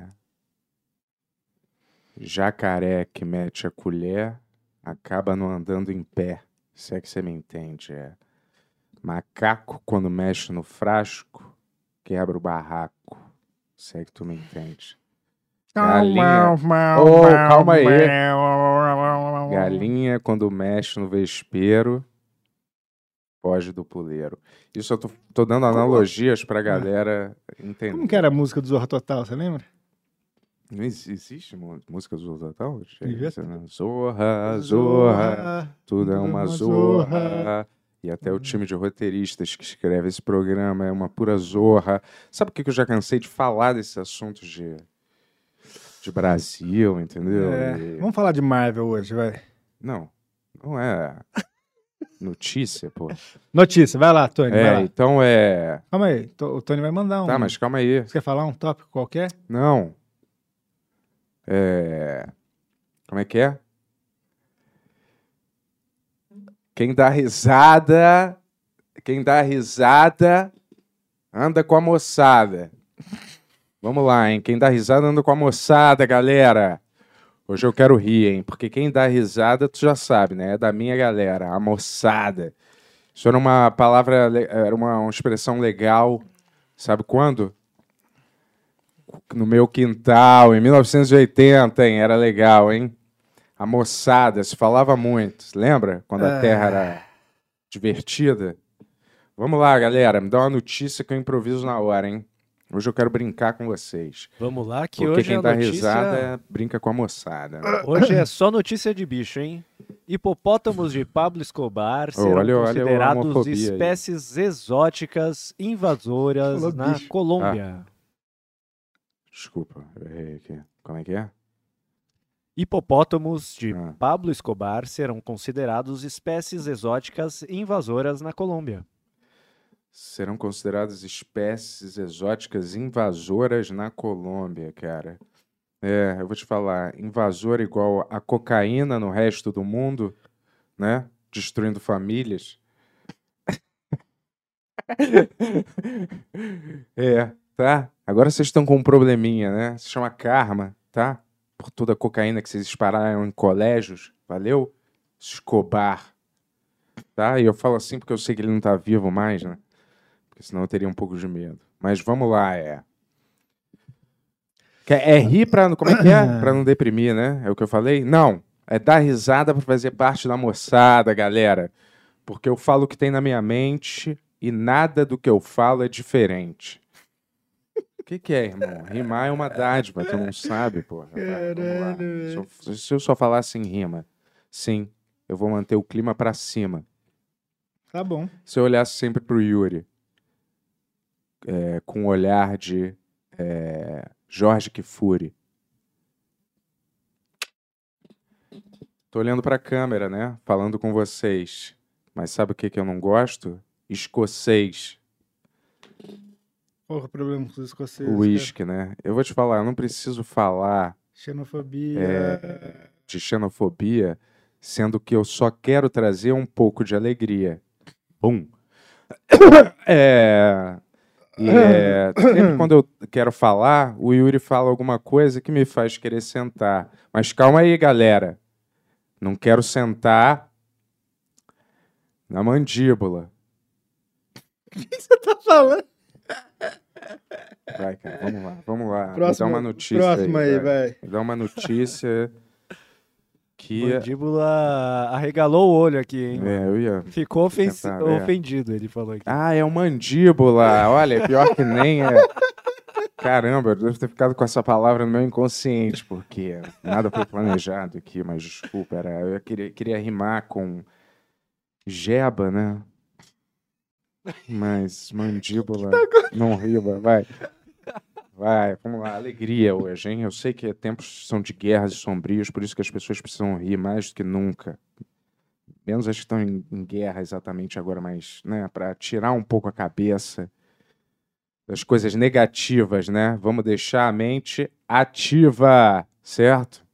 Jacaré que mete a colher acaba não andando em pé. Se é que você me entende, é. Macaco, quando mexe no frasco, quebra o barraco. Se é que tu me entende. Galinha... Oh, calma aí. Galinha, quando mexe no vespeiro, foge do puleiro. Isso eu tô, tô dando analogias pra galera entender.
Como que era a música do Zorra Total, você lembra?
Não exi- existe mu- música do Zorra Total?
Devia
Isso, né? Zorra, zorra, tudo é uma zorra. Uhum. E até o time de roteiristas que escreve esse programa é uma pura zorra. Sabe por que que eu já cansei de falar desses assuntos de, de Brasil, entendeu?
É,
E-
Vamos falar de Marvel hoje, vai.
Não, não é notícia, pô.
Notícia, vai lá, Tony, vai
É,
lá.
então é...
Calma aí, to- o Tony vai mandar um.
Tá, mas calma aí.
Você quer falar um tópico qualquer?
Não. É... Como é que é? Quem dá risada. Quem dá risada anda com a moçada. Vamos lá, hein? Quem dá risada anda com a moçada, galera. Hoje eu quero rir, hein? Porque quem dá risada, tu já sabe, né? É da minha galera, a moçada. Isso era uma palavra, le- era uma, uma expressão legal. Sabe quando? no meu quintal, em 1980, hein? Era legal, hein? A moçada, se falava muito. Lembra? Quando a
Ah.
terra era divertida. Vamos lá, galera. Me dá uma notícia que eu improviso na hora, hein? Hoje eu quero brincar com vocês.
Vamos lá, que
Porque
hoje
quem
a
dá
notícia-
risada é- brinca com a moçada. né?
Hoje é só notícia de bicho, hein? Hipopótamos de Pablo Escobar serão
olha- olha a
considerados
homofobia aí.
espécies exóticas invasoras
Falou
na
bicho.
Colômbia.
Ah. Desculpa, eu errei aqui. Como é que é? Ah.
Hipopótamos de Pablo Escobar serão considerados espécies exóticas invasoras na Colômbia.
Serão consideradas espécies exóticas invasoras na Colômbia, cara. É, eu vou te falar, invasor igual a cocaína no resto do mundo, né? Destruindo famílias. É, tá? Agora vocês estão com um probleminha, né? Se chama karma, tá? Por toda a cocaína que vocês espalharam em colégios, valeu? Escobar. Tá? E eu falo assim porque eu sei que ele não tá vivo mais, né? Porque senão eu teria um pouco de medo. Mas vamos lá, é. Que É é rir pra. Como é que é? Pra não deprimir, né? É o que eu falei? Não. É dar risada pra fazer parte da moçada, galera. Porque eu falo o que tem na minha mente e nada do que eu falo é diferente. O que, que é, irmão? Rimar é uma dádiva, tu não sabe, porra. Vai, Então tá, vamos lá. Se eu- Se eu só falasse em rima, sim, eu vou manter o clima pra cima
Tá bom.
se eu olhasse sempre pro Yuri é, com o olhar de é, Jorge Kifuri. Tô olhando pra câmera, né? Falando com vocês. Mas sabe o que, que eu não gosto? Escocês.
Porra, é problema com os escoceses.
Whisky, né? Eu vou te falar, eu não preciso falar
Xenofobia.
é, de xenofobia, sendo que eu só quero trazer um pouco de alegria. Bum. É, e, é, sempre quando eu quero falar, o Yuri fala alguma coisa que me faz querer sentar. Mas calma aí, galera. Não quero sentar na mandíbula.
Você tá falando?
Vai, cara, vamos lá, vamos lá.
Próximo-
me dá uma notícia.
próxima aí, vai.
Me dá uma notícia que.
Mandíbula Ah, arregalou o olho aqui, hein?
É, eu ia
Ficou ofensi-
tentar, é.
ofendido, ele falou aqui.
Ah, é o mandíbula. Olha, pior que nem é. Caramba, eu devo ter ficado com essa palavra no meu inconsciente, porque nada foi planejado aqui, mas desculpa, era, eu queria, queria rimar com jeba, né? Mas mandíbula não rima, vai. Vai, vamos lá, alegria hoje, hein? Eu sei que tempos são de guerras e sombrios, por isso que as pessoas precisam rir mais do que nunca. Menos as que estão em, em guerra exatamente agora, mas, né, para tirar um pouco a cabeça das coisas negativas, né? Vamos deixar a mente ativa, certo?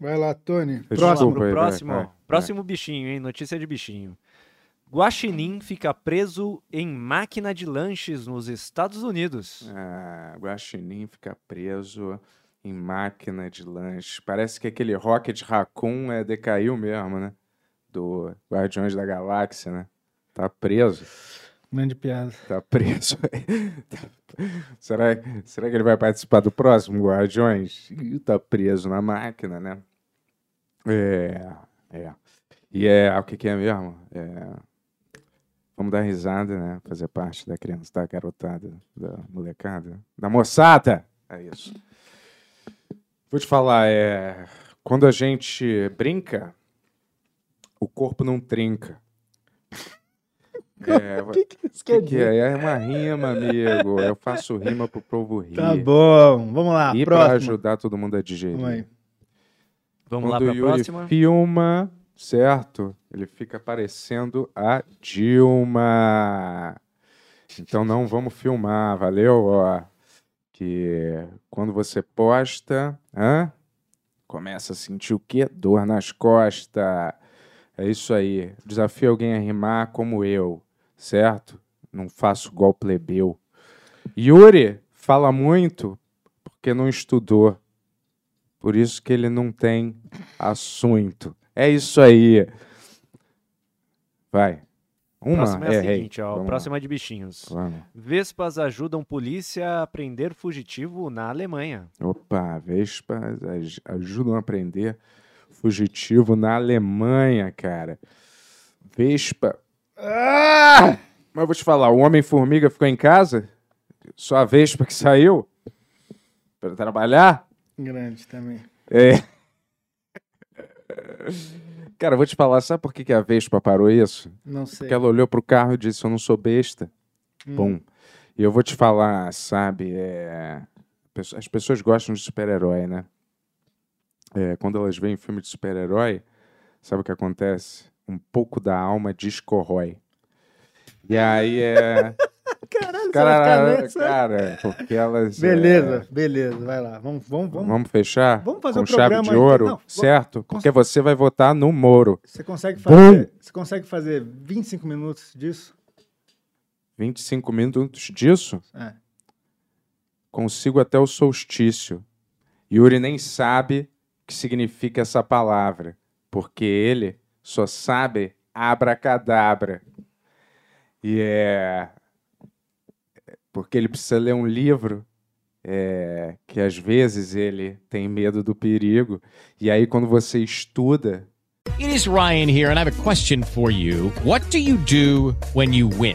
Vai lá, Tony.
Próximo,
Desculpa aí, vai,
próximo.
vai.
Próximo bichinho, hein? Notícia de bichinho. Guaxinim fica preso em máquina de lanches nos Estados Unidos.
Ah, Guaxinim fica preso em máquina de lanche. Parece que aquele Rocket Raccoon é, decaiu mesmo, né? Do Guardiões da Galáxia, né? Tá preso.
Grande piada.
Tá preso. será, será que ele vai participar do próximo Guardiões? Ih, tá preso na máquina, né? É, é. E é, o que que é mesmo? É, vamos dar risada, né? Fazer parte da criança, da garotada, da molecada, da moçada! É isso. Vou te falar, é... Quando a gente brinca, o corpo não trinca. É, o que,
isso quer
que é? É uma rima, amigo. Eu faço rima pro povo rir.
Tá bom, vamos lá,
E pra
próximo.
ajudar todo mundo a digerir.
Vamos aí.
Vamos lá
Quando
pra
o Yuri
próxima?
filma, certo? Ele fica parecendo a Dilma. Então não vamos filmar, valeu? Ó, que quando você posta, hã? começa a sentir o quê? Dor nas costas. É isso aí. Desafio alguém a rimar como eu, certo? Não faço igual plebeu. Yuri fala muito porque não estudou. Por isso que ele não tem assunto. É isso aí. Vai. Uma,
Próxima é a
Ah, errei.
seguinte, ó.
Vamos lá.
Próxima é de bichinhos.
Vamos.
Vespas ajudam polícia a prender fugitivo na Alemanha.
Opa, Vespas aj- ajudam a prender fugitivo na Alemanha, cara. Vespa. Ah! Mas eu vou te falar, o Homem-Formiga ficou em casa? Só a Vespa que saiu? Pra trabalhar?
Grande também.
É. Cara, eu vou te falar, sabe por que que a Vespa parou isso?
Não sei.
Porque ela olhou pro carro e disse: Eu não sou besta.
Hum.
Bom, e eu vou te falar, sabe? é, pesso- As pessoas gostam de super-herói, né? É, quando elas veem filme de super-herói, sabe o que acontece? Um pouco da alma descorrói. E aí é.
Caralho,
cara,
essa-
cara, porque elas. é,
Beleza, beleza, vai lá. Vamos, vamos, vamos.
Vamos fechar?
Vamos fazer
com
o
chave
programa
de
então.
ouro,
Não,
certo? Porque você vai votar no Moro.
Você consegue
Bum!
fazer, você consegue fazer 25 minutos disso?
25 minutos disso?
É.
Consigo até o solstício. Yuri nem sabe o que significa essa palavra, porque ele só sabe abracadabra. E é. Porque ele precisa ler um livro é, que às vezes ele tem medo do perigo. E aí, quando você estuda,
It is Ryan here, and I have a question for you. What do you do when you win?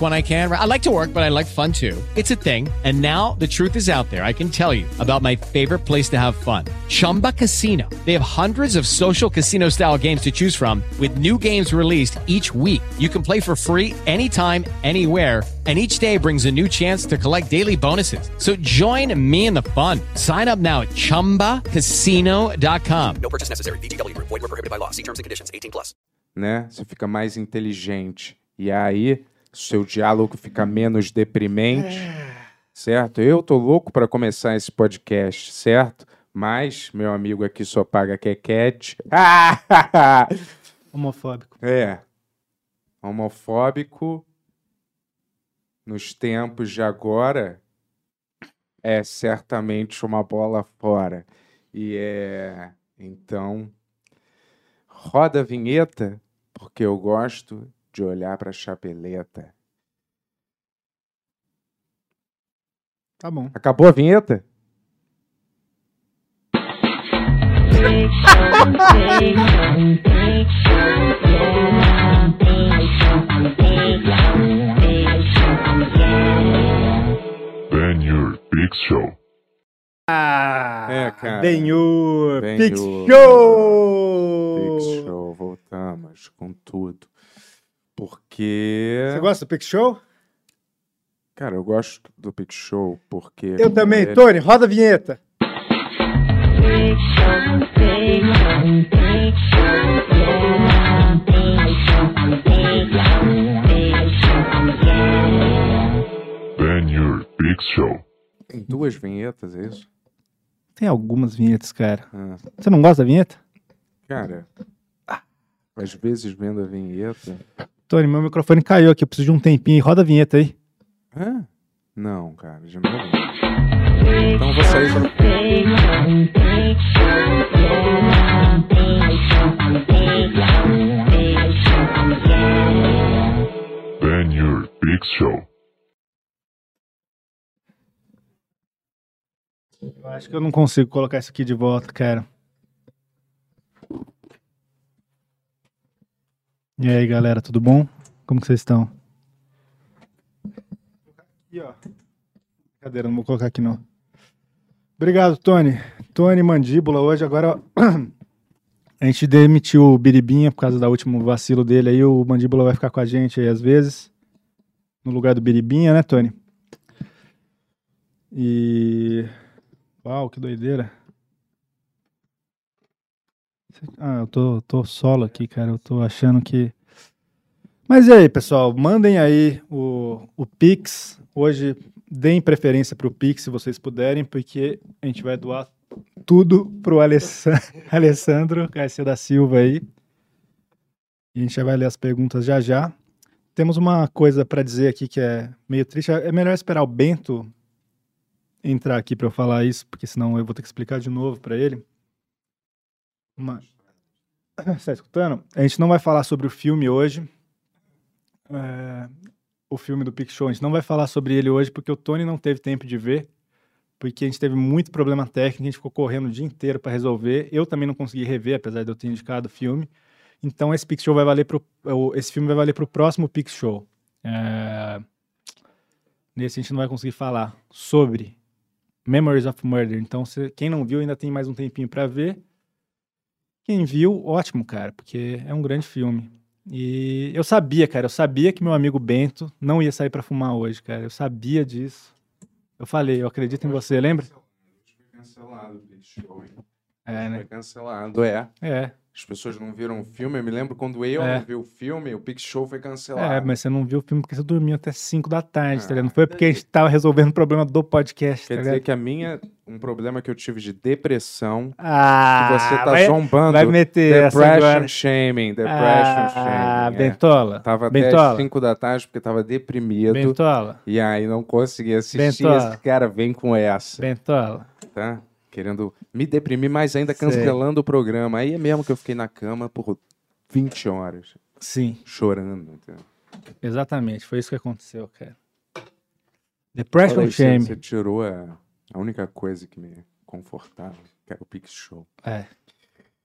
when I can. I like to work, but I like fun too. It's a thing. And now the truth is out there. I can tell you about my favorite place to have fun Chumba Casino. They have hundreds of social casino style games to choose from, with new games released each week. You can play for free anytime, anywhere and each day brings a new chance to collect daily bonuses. So join me in the fun. Sign up now at ChumbaCasino.com.
No purchase necessary. VGW Group. Void were prohibited by law. See terms and conditions. 18 plus.
né? Você fica mais inteligente. E aí, seu diálogo fica menos deprimente, certo? Eu tô louco para começar esse podcast, certo? Mas meu amigo aqui só paga quequete. Ah,
Homofóbico.
É. Homofóbico nos tempos de agora é certamente uma bola fora. E é. Então. Roda a vinheta, porque eu gosto de olhar para a chapeleta.
Tá bom.
Acabou a vinheta?
Then your big show.
Ah,
É, cara.
Benhur,
Ben
Pix
Hur.
Show!
Pix Show, voltamos com tudo. Porque.
Você gosta do Pix Show?
Cara, eu gosto do Pix Show porque.
Eu também,
ele-
Tony, roda a vinheta.
Then your big show.
Tem duas vinhetas, é isso?
Tem algumas vinhetas, cara.
Ah.
Você não gosta da vinheta?
Cara, às vezes vendo a vinheta.
Tony, meu microfone caiu aqui, eu preciso de um tempinho. Roda a vinheta aí.
Hã? Não, cara, de novo. Então vou sair
Then your big show.
Eu acho que eu não consigo colocar isso aqui de volta, cara. E aí, galera, tudo bom? Como que vocês estão? Aqui, ó. Brincadeira, não vou colocar aqui não. Obrigado, Tony. Tony Mandíbula, hoje agora a gente demitiu o Biribinha por causa do último vacilo dele aí, o Mandíbula vai ficar com a gente aí às vezes, no lugar do Biribinha, né, Tony? E... Uau, que doideira. Ah, eu tô, tô solo aqui, cara, eu tô achando que... Mas e aí, pessoal? Mandem aí o, o Pix. Hoje deem preferência pro Pix se vocês puderem, porque a gente vai doar tudo pro Alessan- Alessandro Garcia da Silva aí. E a gente já vai ler as perguntas já já. Temos uma coisa para dizer aqui que é meio triste. É melhor esperar o Bento entrar aqui para eu falar isso, porque senão eu vou ter que explicar de novo para ele. Mas... Está Tá escutando? A gente não vai falar sobre o filme hoje. É, o filme do Picture Show. A gente não vai falar sobre ele hoje porque o Tony não teve tempo de ver, porque a gente teve muito problema técnico, a gente ficou correndo o dia inteiro para resolver. Eu também não consegui rever, apesar de eu ter indicado o filme. Então esse Picture Show vai valer pro, o- esse filme vai valer para o próximo Picture Show. É, Nesse a gente não vai conseguir falar sobre Memories of Murder. Então se- quem não viu ainda tem mais um tempinho para ver. Quem viu, ótimo, cara, porque é um grande filme. E eu sabia, cara, eu sabia que meu amigo Bento não ia sair pra fumar hoje, cara. Eu sabia disso. Eu falei, eu acredito em você, lembra?
Cancelado o Pix Show, hein?
É, né?
Foi cancelado, é.
É.
As pessoas não viram o filme. Eu me lembro quando eu
É.
não vi o filme, o Pix Show foi cancelado.
É, mas você não viu o filme porque você dormiu até 5 da tarde, tá ligado? Não foi porque a gente tava resolvendo o problema do podcast,
Quer
tá
dizer
ligado?
que a minha, um problema que eu tive de depressão,
Ah,
que você tá
vai-
zombando.
vai meter essa
Depression
agora.
shaming, depression
Ah,
shaming. é.
Bentola,
Tava
Bentola.
até 5 da tarde porque tava deprimido.
Bentola.
E aí não consegui assistir.
Bentola.
Esse cara vem com essa.
Bentola.
Tá? Querendo me deprimir, mas ainda cancelando o programa. Aí é mesmo que eu fiquei na cama por 20 horas.
Sim.
Chorando. entendeu?
Exatamente, foi isso que aconteceu, cara.
Fala
Depression
aí,
Shame.
Você tirou a, a única coisa que me confortava, que era o Pix Show.
É.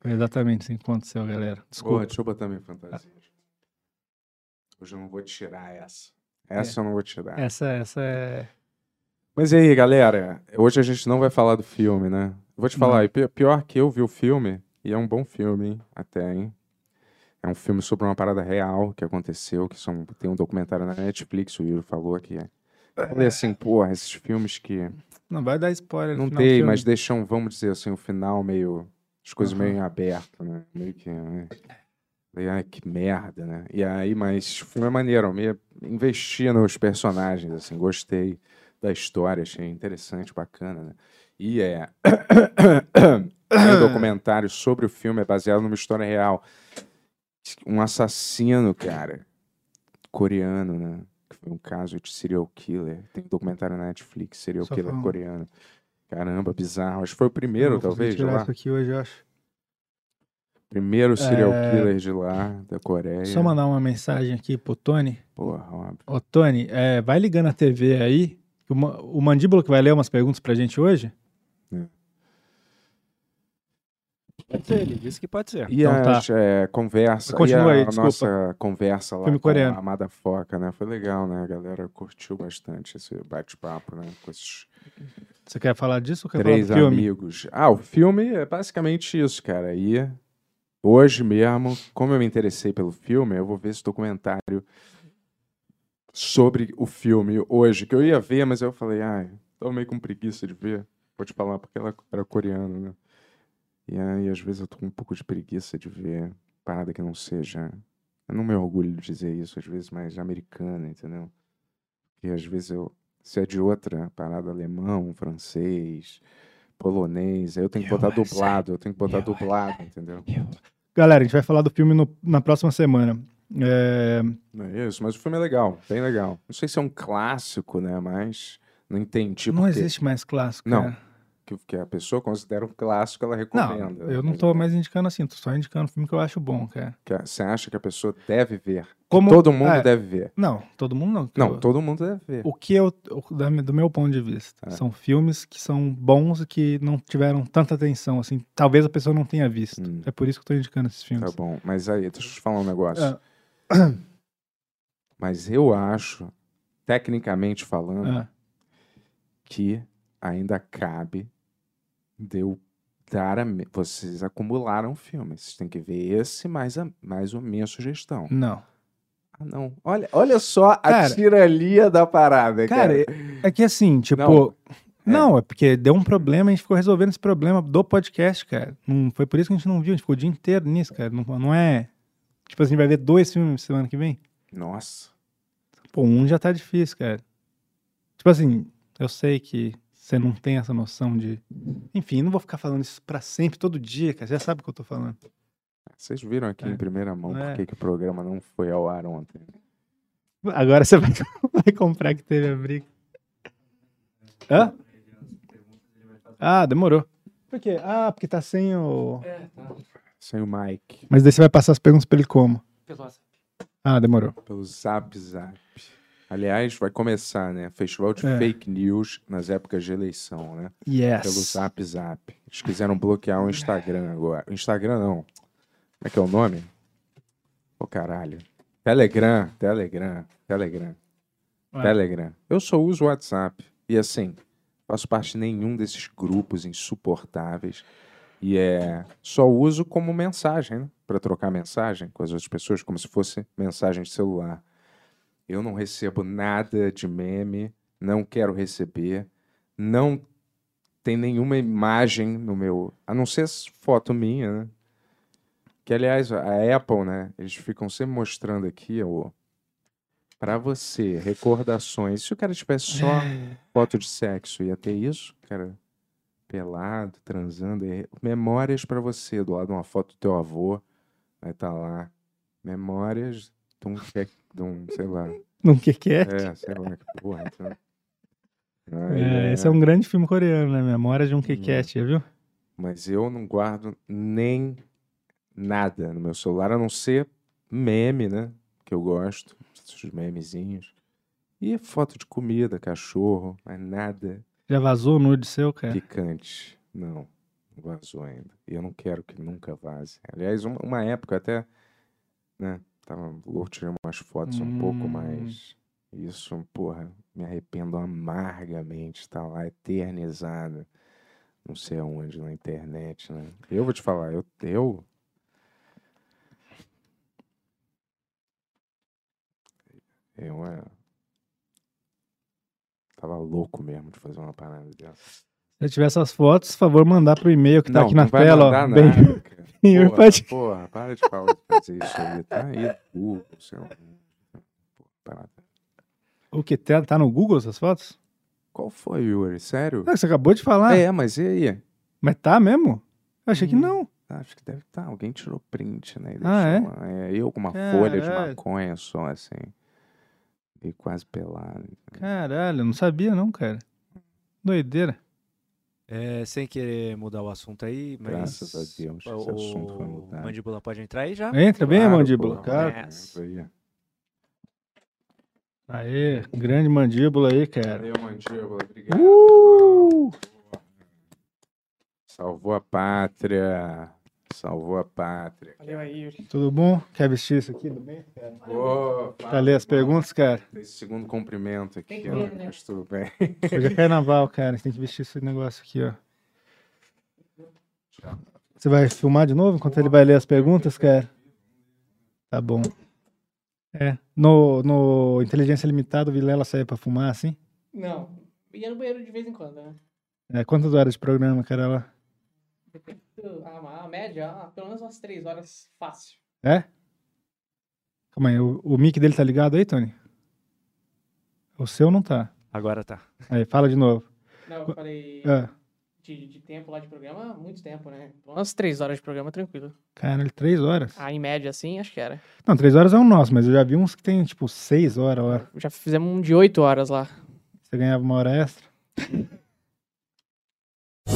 Foi exatamente isso que aconteceu, galera. Desculpa.
Porra, deixa eu botar minha fantasia. Hoje eu não vou tirar essa. Essa eu não vou tirar.
É. Essa, essa é.
Mas e aí, galera? Hoje a gente não vai falar do filme, né? Vou te falar,
Não.
e pi- pior que eu vi o filme, e é um bom filme, hein? Até, hein? É um filme sobre uma parada real que aconteceu, que são, tem um documentário na Netflix, o Yuri falou que é. Eu falei assim, porra, esses filmes que.
Não vai dar spoiler no
Não
final do
dei,
filme.
mas deixam, vamos dizer assim, o final meio. As coisas meio em aberto, né? Meio que. né? Falei, ai, que merda, né? E aí, mas o filme é maneiro, eu me investi nos personagens, assim, gostei da história, achei interessante, bacana, né? E é. é um documentário sobre o filme, é baseado numa história real. Um assassino, cara, coreano, né? que foi um caso de serial killer. Tem um documentário na Netflix, serial
Só
killer
falando.
coreano. Caramba, bizarro. Acho que foi o primeiro,
Não vou conseguir
talvez, de
tirar
lá.
isso aqui hoje, eu acho.
Primeiro serial
É.
killer de lá, da Coreia.
Só mandar uma mensagem aqui pro Tony.
Porra, óbvio.
Ô, Tony, é, vai ligando a TV aí. que O, Ma- o Mandíbula que vai ler umas perguntas pra gente hoje.
Pode ser, ele disse que pode ser. Então
E
tá.
a é, conversa,
Mas continua
e a
aí, desculpa.
nossa conversa lá
Filme
com
coreano.
a Amada Foca, né? Foi legal, né? A galera curtiu bastante esse bate-papo, né? Com esses
Você quer falar disso ou quer
três
falar do filme?
amigos. Ah, o filme é basicamente isso, cara. E hoje mesmo, como eu me interessei pelo filme, eu vou ver esse documentário sobre o filme hoje, que eu ia ver, mas eu falei, ai, tô meio com preguiça de ver. Vou te falar, porque ela era coreana, né? E aí, às vezes, eu tô com um pouco de preguiça de ver parada que não seja. Eu não me orgulho de dizer isso, às vezes, mas americana, entendeu? Porque às vezes eu. Se é de outra parada alemão, francês, polonês, aí eu tenho que botar dublado, eu tenho que botar dublado, entendeu?
Galera, a gente vai falar do filme no- na próxima semana. É,
Não é isso, mas o filme é legal, bem legal. Não sei se é um clássico, né? Mas não entendi.
não
porque-
existe mais clássico.
Não.
cara.
Que, que a pessoa considera um clássico, ela recomenda. né?
Não, eu não tô mais indicando assim, tô só indicando filme que eu acho bom, cara.
Que a- Você acha que a pessoa deve ver? Que
Como-
todo mundo
é,
deve ver.
Não, todo mundo não.
Não,
Eu-
todo mundo deve ver.
O que eu, o- da mi- do meu ponto de vista,
É.
são filmes que são bons e que não tiveram tanta atenção, assim, talvez a pessoa não tenha visto.
Hum.
É por isso que eu tô indicando esses filmes.
Tá bom, mas aí, deixa eu te falar um negócio.
Ah.
Mas eu acho, tecnicamente falando,
Ah.
que ainda cabe de eu dar a mi- Vocês acumularam filmes. Vocês têm que ver esse mais a, mais a minha sugestão.
Não.
Ah, não. Olha, olha só a
Cara.
tiralia da parada,
Cara,
cara.
é que assim, tipo. Não.
Não.
É. porque deu um problema, a gente ficou resolvendo esse problema do podcast, cara. Não, foi por isso que a gente não viu, a gente ficou o dia inteiro nisso, cara. Não, não é. Tipo assim, vai ver dois filmes semana que vem?
Nossa.
Pô, um já tá difícil, cara. Tipo assim, eu sei que você não tem essa noção de. Enfim, não vou ficar falando isso pra sempre, todo dia, cara. Você já sabe o que eu tô falando.
Vocês viram aqui em primeira mão
É.
por que que o programa não foi ao ar ontem.
Agora você vai, vai comprar que teve a briga. Hã? Ah, demorou. Por quê? Ah, porque tá sem o.
Sem o Mike.
Mas daí você vai passar as perguntas pra ele como?
Pelo WhatsApp.
Ah, demorou.
Pelo Zap Zap. Aliás, vai começar, né? Festival de
É.
fake news nas épocas de eleição, né?
Yes.
Pelo Zap Zap. Eles quiseram bloquear o Instagram agora. O Instagram não. Como é que é o nome? Ô caralho. Telegram, Telegram, Telegram.
Ué.
Telegram. Eu só uso o WhatsApp. E assim, faço parte de nenhum desses grupos insuportáveis. E é. Só uso como mensagem, né? Pra trocar mensagem com as outras pessoas, como se fosse mensagem de celular. Eu não recebo nada de meme, não quero receber, não tem nenhuma imagem no meu. A não ser s- foto minha, né? Que, aliás, a Apple, né? Eles ficam sempre mostrando aqui, o para você, recordações. Se o cara tivesse só
É.
foto de sexo, ia ter isso? Cara, pelado, transando. e- Memórias para você, do lado de uma foto do teu avô, vai estar lá. Memórias de um, que- de um, sei lá.
De um quequete?
É, sei lá, que porra. então. Ai,
É, Esse é um grande filme coreano, né? Memória de um Kequete, viu?
mas eu não guardo nem nada no meu celular, a não ser meme, né? Que eu gosto, esses memezinhos. E foto de comida, cachorro, mas nada
Já vazou o nude seu, cara?
picante. Não, não vazou ainda. E eu não quero que nunca vaze. Aliás, uma, uma época eu até, né? Tava louco, tirei umas fotos um pouco
Hum.
mais. Isso, porra, me arrependo amargamente. Está lá eternizado. Não sei aonde, na internet, né? Eu vou te falar, eu. eu... Eu é, tava louco mesmo de fazer uma parada dessa.
Se eu tiver essas fotos, por favor, mandar pro e-mail que tá
Não,
aqui na
não vai
tela, ó.
mandar nada, cara.
bem,
Porra,
pode...
porra, para de falar de fazer isso aí. Tá aí, burro, sei lá. Porra, parada.
O que? Tá, tá no Google essas fotos?
Qual foi, Yuri? É Sério?
Ah, você acabou de falar.
É, mas e aí? Uhum.
Mas tá mesmo? Eu achei que não.
Acho que deve estar. Alguém tirou print, né? e
Ah,
deixou lá. é? eu com uma folha de
Caralho.
maconha só, assim. E quase pelado.
Caralho, eu não sabia não, cara. Doideira.
É, sem querer mudar o assunto aí, mas.
Graças a Deus, esse
o-
assunto vai mudar.
Mandíbula pode entrar aí já?
Entra bem, mandíbula.
pô.
Cara.
Yes.
Aê, grande mandíbula aí, cara. Uh!
Valeu, mandíbula. Obrigado. Salvou a pátria. Salvou a pátria.
Valeu aí, Yuri.
Tudo bom? Quer vestir isso aqui? Tudo bem, cara?
Ô,
Quer ler as perguntas, cara?
Esse segundo cumprimento
Tem
aqui,
que
ó,
ver, né?
mas tudo bem.
Hoje é carnaval, cara. Você tem que vestir esse negócio aqui, ó. Você vai filmar de novo enquanto ele vai ler as perguntas, cara? Tá bom. É. No, no Inteligência Limitada, o Vilela saía pra fumar, assim?
Não. Ia no banheiro de vez em quando, né?
É, quantas horas de programa, cara, lá?
A, a média, ah, pelo menos umas três horas fácil.
É? Calma aí, o, o mic dele tá ligado aí, Tony? O seu não tá.
Agora tá.
Aí, fala de novo.
Não, eu falei
Ah,
de, de tempo lá de programa, muito tempo, né? Umas três horas de programa, tranquilo.
caralho, três horas?
Ah, em média, assim, acho que era.
Não, três horas é um nosso, mas eu já vi uns que tem, tipo, seis horas lá.
Já fizemos um de oito horas lá.
Você ganhava uma hora extra?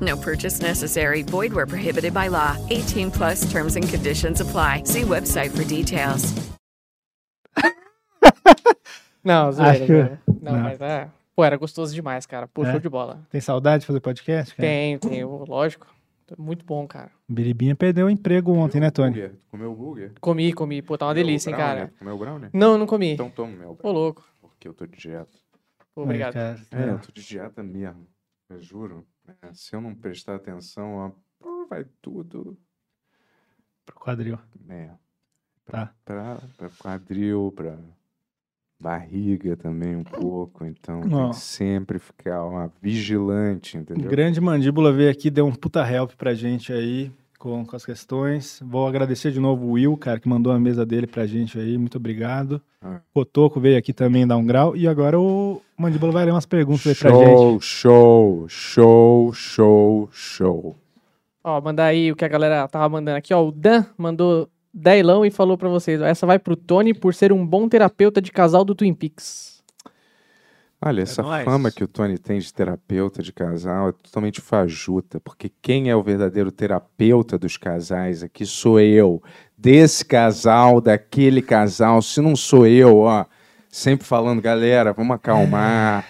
No purchase necessary. Void where prohibited by law. 18 plus terms and conditions apply. See website for details.
Não,
Acho que-
zoeira, zoeira. Não,
Ah, não.
mas é. Pô, era gostoso demais, cara. Pô,
É?
show de bola.
Tem saudade de fazer podcast? Cara?
Tem, tem, ô, lógico. Muito bom, cara.
Biribinha perdeu o emprego ontem, né, Tony?
Burger. Comeu o burger?
Comi, comi. Pô, tá uma
Comeu o
delícia, hein,
brownie?
cara.
Comeu o brownie?
Não, não comi.
Então toma meu
Ô,
brownie,
louco.
porque eu tô de dieta.
Pô, obrigado.
cara,
É,
é.
eu tô de dieta mesmo. Eu juro. É, se eu não prestar atenção, ó, pô, vai tudo.
Pro quadril.
É.
Tá.
Pra, pra quadril, pra barriga também um pouco. Então tem
Ó.
que sempre ficar uma vigilante, entendeu?
Grande Mandíbula veio aqui, deu um puta help pra gente aí com, com as questões. Vou agradecer de novo o Will, cara, que mandou a mesa dele pra gente aí. Muito obrigado.
Ah.
Cotoco veio aqui também dar um grau. E agora o Mandíbula vai ler umas perguntas aí pra gente.
Show, show, show, show, show.
Ó, mandar aí o que a galera tava mandando aqui, ó. O Dan mandou Dailão e falou pra vocês, ó, essa vai pro Tony por ser um bom terapeuta de casal do Twin Peaks.
Olha, essa
nóis.
fama que o Tony tem de terapeuta de casal é totalmente fajuta, porque quem é o verdadeiro terapeuta dos casais aqui sou eu. Desse casal, daquele casal, se não sou eu, ó, sempre falando, galera, vamos acalmar,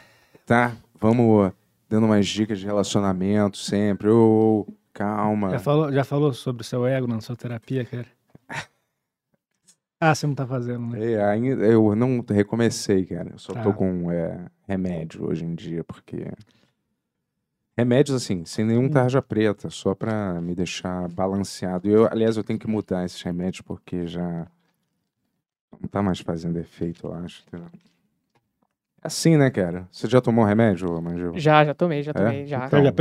tá? Vamos dando umas dicas de relacionamento sempre. Ô, ô, calma.
Já falou, já falou sobre o seu ego na sua terapia, cara? Ah, você não tá fazendo, né?
É, ainda, eu não recomecei, cara. Eu só
Tá.
tô com é, remédio hoje em dia, porque. Remédios, assim, sem
Hum.
nenhum tarja preta, só pra me deixar balanceado. Eu, aliás, eu tenho que mudar esses remédios porque já. Não tá mais fazendo efeito, eu acho. entendeu? É assim, né, cara? Você já tomou remédio, Mandigo?
Já, já tomei, já
É?
tomei, já.
Então,
Tarja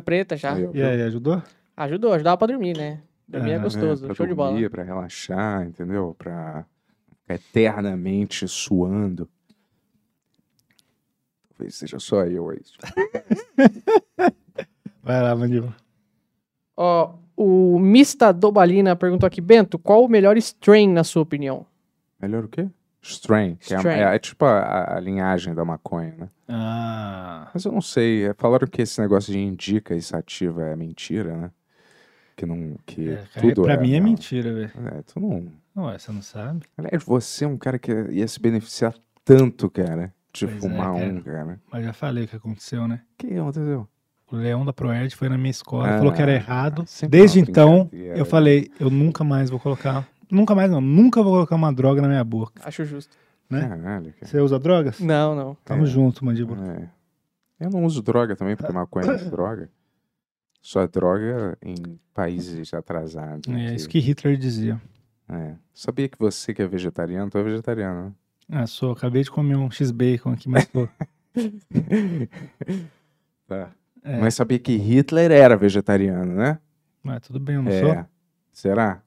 preta, já.
Aí, ó. E aí,
ajudou?
Ajudou, ajudava pra dormir, né? Dormir é,
né,
gostoso,
pra
show de bola.
dormir, Pra relaxar, entendeu? Pra ficar eternamente suando. Talvez seja só eu, é isso.
Vai lá, Mandíbula.
Ó, o Mista Dobalina perguntou aqui, Bento, qual o melhor strain na sua opinião?
Melhor o quê? Strain. que é a-
Strain.
É, é tipo a- a, a linhagem da maconha, né?
Ah.
Mas eu não sei. é, Falaram que esse negócio de indica e sativa é mentira, né? Que não. Que
É, cara,
tudo
pra mim é
não.
mentira, velho.
É, tu não.
Ué, você não sabe?
Aliás, você é um cara que ia se beneficiar tanto, cara, de
Pois é,
fumar
cara.
um, cara.
Mas já falei o que aconteceu, né?
O que aconteceu?
O Leão da Proerd foi na minha escola,
Ah,
falou que era errado.
sempre
Desde
uma
então,
brincadeira, né?
eu falei, eu nunca mais vou colocar. Nunca mais não, nunca vou colocar uma droga na minha boca.
Acho justo.
Né?
Caralho, cara.
Você usa drogas?
Não, não.
Tamo junto, mandíbula.
É. Eu não uso droga também, porque maconha é droga. Só é droga em países atrasados. né,
É isso que Hitler dizia.
É. Sabia que você que é vegetariano, tu é vegetariano, né?
Ah, sou, acabei de comer um X-Bacon aqui, mas tô.
Tá.
É.
Mas sabia que Hitler era vegetariano, né?
Mas tudo bem, eu não
é.
sou.
Será?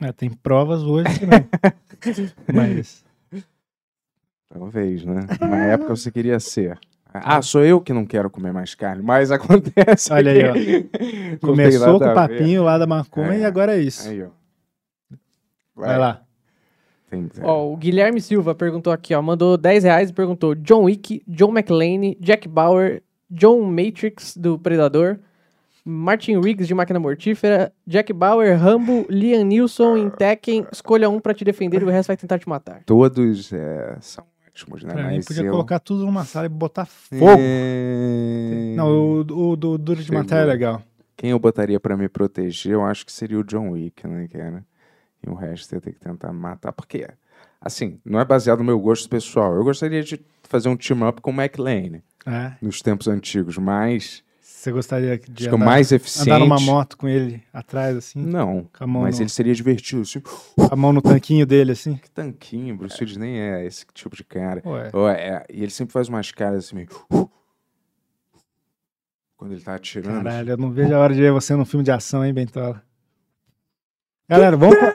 É, tem provas hoje que não. Mas.
Talvez, né? Na época você queria ser. Ah, sou eu que não quero comer mais carne, mas acontece.
Olha aí, ó.
que- Não tem
Começou
nada
com
a
o
ver.
papinho lá da maconha
É.
e agora é isso.
Aí, ó.
Vai, lá.
Tem-
Ó, o Guilherme Silva perguntou aqui, ó. Mandou 10 reais e perguntou John Wick, John McClane, Jack Bauer, John Matrix do Predador, Martin Riggs de Máquina Mortífera, Jack Bauer, Rambo, Liam Neeson em Tekken. Escolha um pra te defender e o resto vai tentar te matar.
Todos é, são ótimos, né?
Pra mim,
mas
podia
eu-
colocar tudo numa sala e botar fogo.
É...
Não, o, o do Duro de Matar é
Chegou.
legal.
Quem eu botaria pra me proteger, eu acho que seria o John Wick, né, cara? E o resto eu ia ter que tentar matar. Porque, assim, não é baseado no meu gosto pessoal. Eu gostaria de fazer um team-up com o McLean
É.
nos tempos antigos, mas
Você gostaria de
Acho que o mais
andar numa
eficiente-
moto com ele atrás, assim?
Não,
Com a mão,
mas
no,
ele seria divertido. assim.
a mão no tanquinho dele, assim?
Que tanquinho, Bruce Willis nem é esse tipo de cara.
Ué.
Ó, é, e ele sempre faz umas caras assim, meio... uh." Quando ele tá atirando.
Caralho, eu não vejo a hora de ver você num filme de ação, hein, Bentola? Galera, vamos. fa-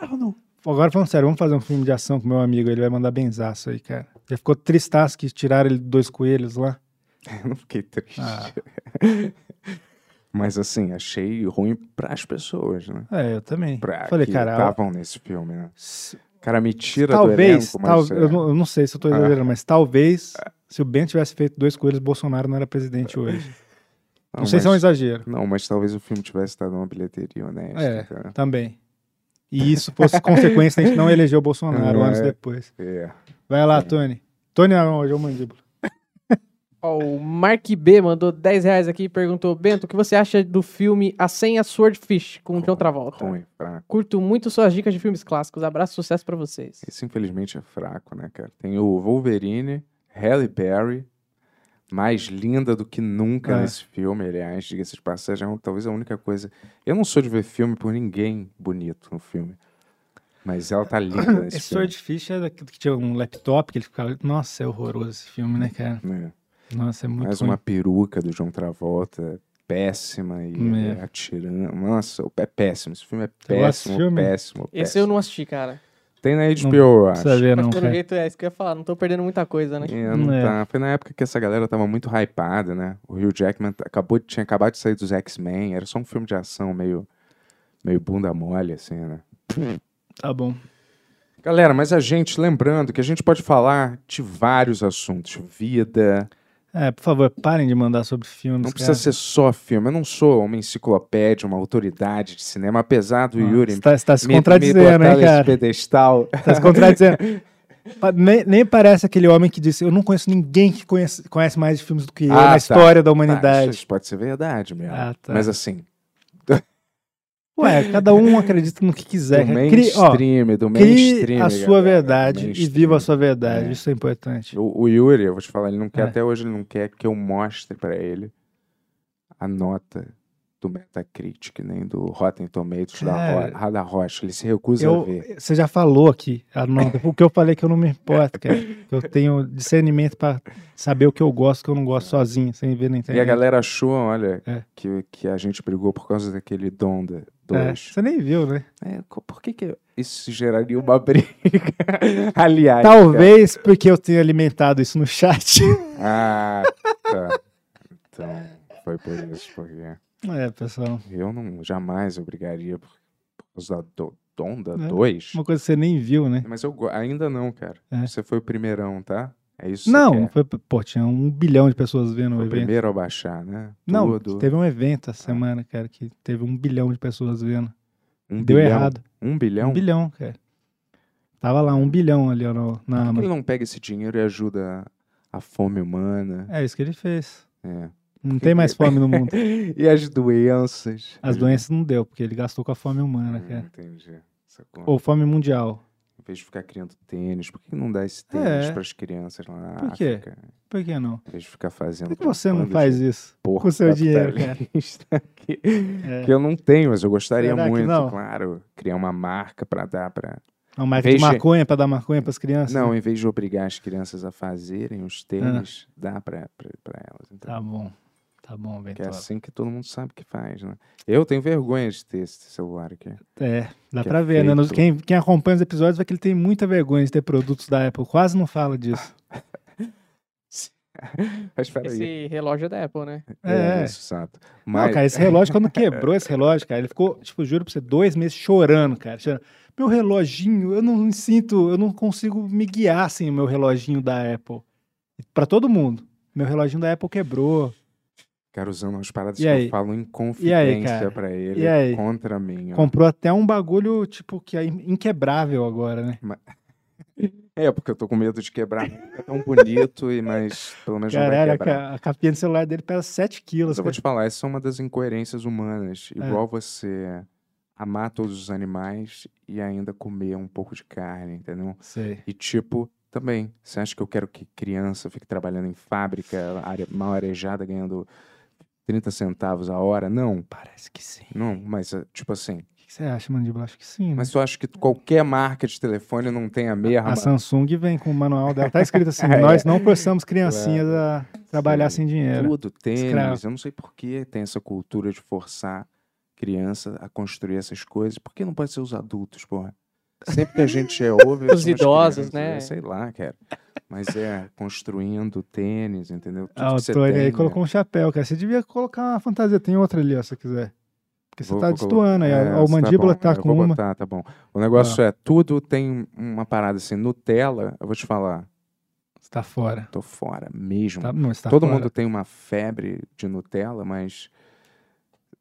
Agora falando sério, vamos fazer um filme de ação com meu amigo. Ele vai mandar benzaço aí, cara. Já ficou tristaço que tiraram ele de dois coelhos lá.
Eu não fiquei triste.
Ah.
Mas assim, achei ruim pras pessoas, né?
É, eu também.
Pra
Falei,
que
cara, ó-
estavam nesse filme, né? Cara, me tira
talvez,
do elenco,
tal-
mas... né? é,
eu, não, eu não sei se eu tô
Ah.
exagerando, mas talvez se o Ben tivesse feito dois coelhos, Bolsonaro não era presidente hoje. Não, sei se é um
mas-
exagero.
Não, mas talvez o filme tivesse dado uma bilheteria honesta.
É,
cara.
também. E isso fosse consequência da gente não eleger o Bolsonaro
É,
anos depois.
É.
Vai lá, Tony. Tony não, hoje é o mandíbula.
Ó, o Mark B mandou 10 reais aqui e perguntou: Bento, o que você acha do filme A Senha Swordfish com o John Travolta?
Ruim, fraco.
Curto muito suas dicas de filmes clássicos. Abraço, sucesso pra vocês.
Esse, infelizmente, é fraco, né, cara? Tem o Wolverine, Halle Berry, mais linda do que nunca
É.
nesse filme, aliás, diga-se de passagem, é um- talvez a única coisa... Eu não sou de ver filme por ninguém bonito no filme, mas ela tá linda nesse
Esse
filme.
Swordfish é daquilo que tinha um laptop que ele ficava. Nossa, é horroroso esse filme, né, cara? Nossa, é muito
Mais
ruim.
uma peruca do John Travolta, péssima, e
É.
é, atirando... Nossa, é péssimo, esse filme é
Você gosta desse
péssimo,
filme?
péssimo, péssimo.
Esse eu não assisti, cara.
Tem na HBO, eu acho.
Mas pelo jeito é isso que eu ia falar, não tô perdendo muita coisa, né?
Hum,
É, não tá. Foi na época que essa galera tava muito hypada, né? O Hugh Jackman t- acabou de- tinha acabado de sair dos X-Men, era só um filme de ação meio, meio bunda mole, assim, né?
Tá bom.
Galera, mas a gente, lembrando que a gente pode falar de vários assuntos. Vida,
É, por favor, parem de mandar sobre filmes.
não precisa ser só filme. Eu não sou uma enciclopédia, uma autoridade de cinema, apesar do Yuri...
Você tá, você tá se
me- me
contradizendo,
botar
hein,
nesse
cara?
pedestal.
Tá se contradizendo. Pa- nem, nem parece aquele homem que disse: Eu não conheço ninguém que conhece, conhece mais de filmes do que eu é na
Ah, tá.
história da
Tá,
humanidade.
isso pode ser verdade mesmo.
Ah, tá.
Mas assim,
Ué, cada um acredita no que quiser.
Do
cara. Crie- ó,
mainstream, do
Crie
mainstream,
a sua
galera,
verdade e viva a sua verdade. Isso é importante.
O, o Yuri, eu vou te falar, ele não quer
É.
até hoje, ele não quer que eu mostre pra ele a nota do Metacritic, nem do Rotten Tomatoes
Cara.
da, Ro, da Rocha. Ele se recusa a
Eu-
ver.
Você já falou aqui a nota. O que eu falei que eu não me importo, cara. Que Eu tenho discernimento pra saber o que eu gosto e o que eu não gosto sozinho, sem ver na
E
internet.
a galera achou, olha,
É.
que, que a gente brigou por causa daquele Donda
É,
2.
você nem viu, né?
É, por que,
É.
que isso geraria uma briga? Aliás. cara.
Talvez porque eu tenha alimentado isso no chat.
Ah, tá. Então, foi por isso, porque.
É, pessoal.
Eu não jamais eu brigaria por, por causa da do, Donda
É,
2.
Uma coisa que você nem viu, né?
Mas eu go- ainda não, cara.
É.
Você foi o primeirão, tá? É isso? que você
Não,
quer?
não foi. Pô, tinha um bilhão de pessoas vendo o
Foi o
evento.
primeiro Ah. a baixar, né?
Não,
Tudo.
teve um evento essa semana, cara, que teve um bilhão de pessoas vendo.
Um
Deu
bilhão?
errado.
Um bilhão?
Um bilhão, cara. Tava lá, um bilhão ali ó, no- na
Por que ele
Amazon.
não pega esse dinheiro e ajuda a, a fome humana?
É isso que ele fez.
É.
Não tem mais fome no mundo.
e as doenças?
As doenças não deu, porque ele gastou com a fome humana,
Hum,
cara.
Entendi. Sacou?
É. Ou fome mundial.
Em vez de ficar criando tênis, por que não dá esse tênis
É.
pras crianças lá na
Por quê?
África?
Por que não?
Em vez de ficar fazendo.
Por que você não
propaganda de
faz isso é
porco
com o seu dinheiro, cara?
capitalista Que,
É.
que eu não tenho, mas eu gostaria
Será que
muito,
não?
claro. Criar uma marca pra dar pra.
Uma marca de
Veja-
maconha pra dar maconha pras crianças?
Não,
né? Ah.
em vez de obrigar as crianças a fazerem os tênis, dá pra, pra, pra elas.
Tá bom.
Tá bom,
Que é
Ventura.
assim que todo mundo sabe que faz, né? Eu tenho vergonha de ter esse celular aqui.
É, dá
Que
pra
é
ver, né? Nos-
feito.
Quem, quem acompanha os episódios vê que ele tem muita vergonha de ter produtos da Apple. Quase não fala disso.
Mas peraí.
Esse relógio é da Apple, né?
É.
Ah, Isso, exato.
Não, cara, esse relógio, quando quebrou esse relógio, cara, ele ficou, tipo, juro pra você, dois meses chorando, cara. chorando. Meu reloginho, eu não me sinto, eu não consigo me guiar sem o meu reloginho da Apple. Pra todo mundo. Meu reloginho da Apple quebrou.
Cara, usando umas paradas
E
que
aí?
eu falo em
E aí,
confidência
cara?
pra ele
E aí?
contra mim. ó.
Comprou até um bagulho, tipo, que é in- inquebrável agora, né?
É, porque eu tô com medo de quebrar. É tão bonito, e mas pelo menos não vai
Caralho, a
quebrar.
ca- a capinha do celular dele pesa 7 quilos.
Mas eu vou
cara.
te falar, essa é uma das incoerências humanas.
É.
Igual você amar todos os animais e ainda comer um pouco de carne, entendeu?
Sei.
E tipo, também, você acha que eu quero que criança fique trabalhando em fábrica, área mal arejada, ganhando 30 centavos a hora? Não.
Parece que sim.
Não, mas é, tipo assim.
O que você acha, Mandíbula? Acho que sim. né?
Mas tu acha que qualquer marca de telefone não tem a mesma?
A Samsung vem com o manual dela. Tá escrito assim:
Ah, É.
nós não forçamos criancinhas a trabalhar sem dinheiro.
Tudo, tênis.
Escravo.
Eu não sei por que tem essa cultura de forçar criança a construir essas coisas. Por que não pode ser os adultos, porra? Sempre que a gente é ouve...
Os
são as
idosos,
crianças,
né?
Sei lá, cara. Mas é construindo tênis, entendeu? Tudo
Ah, o
que você
Tony
tem,
aí
né?
colocou um chapéu, cara. Você devia colocar uma fantasia. Tem outra ali, ó, se você quiser. Porque você
Vou-
tá
vou colocar.
destoando aí. ó.
É,
Ó, o
tá
mandíbula
bom,
tá
eu
com
vou
uma.
botar, tá bom. O negócio é, tudo tem uma parada assim. Nutella, eu vou te falar,
Você tá fora.
tô fora mesmo.
Tá- não, você tá
Todo
fora.
mundo tem uma febre de Nutella, mas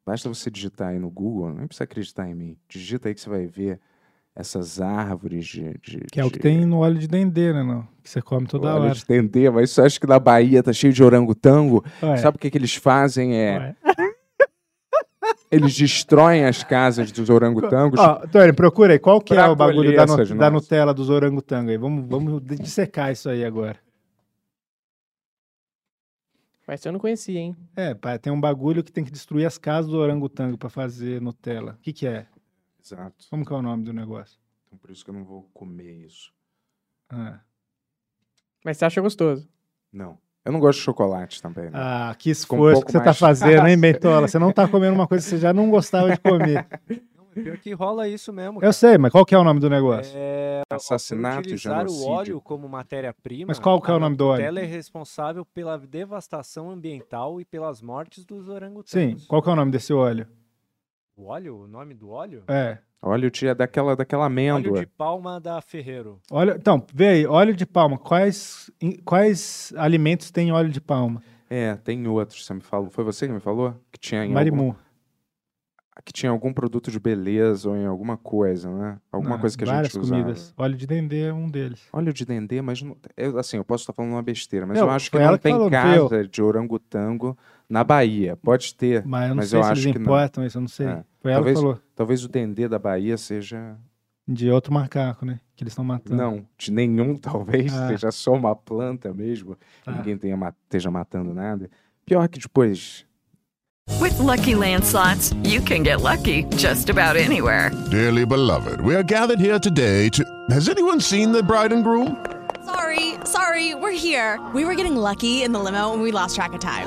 basta você digitar aí no Google, não precisa acreditar em mim. Digita aí que você vai ver essas árvores de. de
Que é o que
de-
tem no óleo de dendê, né? Não? Que você come toda
Olha,
hora.
de dendê, mas você acha que na Bahia tá cheio de orangotango?
Ué.
Sabe o que, que eles fazem? É. Eles destroem as casas dos orangotangos.
Ó, Tony, procura aí. Qual que é
Pra
o bagulho
colher
da, nu-
essas
da
nozes.
Nutella dos orangotangos aí? Vamos, vamos dissecar isso aí agora.
Mas eu não conhecia, hein?
É, pá, tem um bagulho que tem que destruir as casas do orangotango pra fazer Nutella. O que que é?
Exato.
Como que é o nome do negócio?
Então, por isso que eu não vou comer isso.
Ah,
Mas você acha gostoso?
Não. Eu não gosto de chocolate também. né?
Ah, que
Fica um
esforço
pouco
que você tá
mais
fazendo, hein,
fácil.
Bentola? Você não tá comendo uma coisa que você já não gostava de comer.
Pior que rola isso mesmo.
Eu sei, mas qual que é o nome do negócio?
É, ó,
Assassinato,
utilizar o
genocídio.
óleo como matéria-prima.
Mas qual que é o
a
nome do óleo?
Nutella é responsável pela devastação ambiental e pelas mortes dos
Sim,
orangotangos.
qual que é o nome desse óleo?
O óleo? O nome do óleo?
É.
Olha o dia daquela, daquela
Óleo
amêndoa.
de palma da Ferreiro.
Óleo, então, vê aí, óleo de palma. Quais, em- quais alimentos tem óleo de palma?
É, tem outros, você me falou. Foi você que me falou? Que tinha em algum, Ah,
Marimu.
que tinha algum produto de beleza ou em alguma coisa, né? Alguma
Ah,
coisa que a
várias
gente usava.
comidas. Óleo de dendê é um deles.
Óleo de dendê, mas não, eu, assim, eu posso estar falando uma besteira, mas
Não,
eu acho que
foi
não
ela que
tem
falou, não fui eu.
casa de orangotango na Bahia. Pode ter,
Mas eu não
mas
sei
eu
se
acho
eles
que
importam
não.
isso, eu não sei.
É.
Foi ela que
talvez,
falou.
Talvez o dendê da Bahia seja
De outro macaco, né? Que eles estão matando.
Não, de nenhum talvez,
Ah.
seja só uma planta mesmo,
Tá.
ninguém tenha ma- esteja matando nada. Pior que depois,
With Lucky Land slots, you can get lucky just about anywhere.
Dearly beloved, we are gathered here today to. Has anyone seen the bride and groom?
Sorry, sorry, we're here. We were getting lucky in the limo and we lost track of time.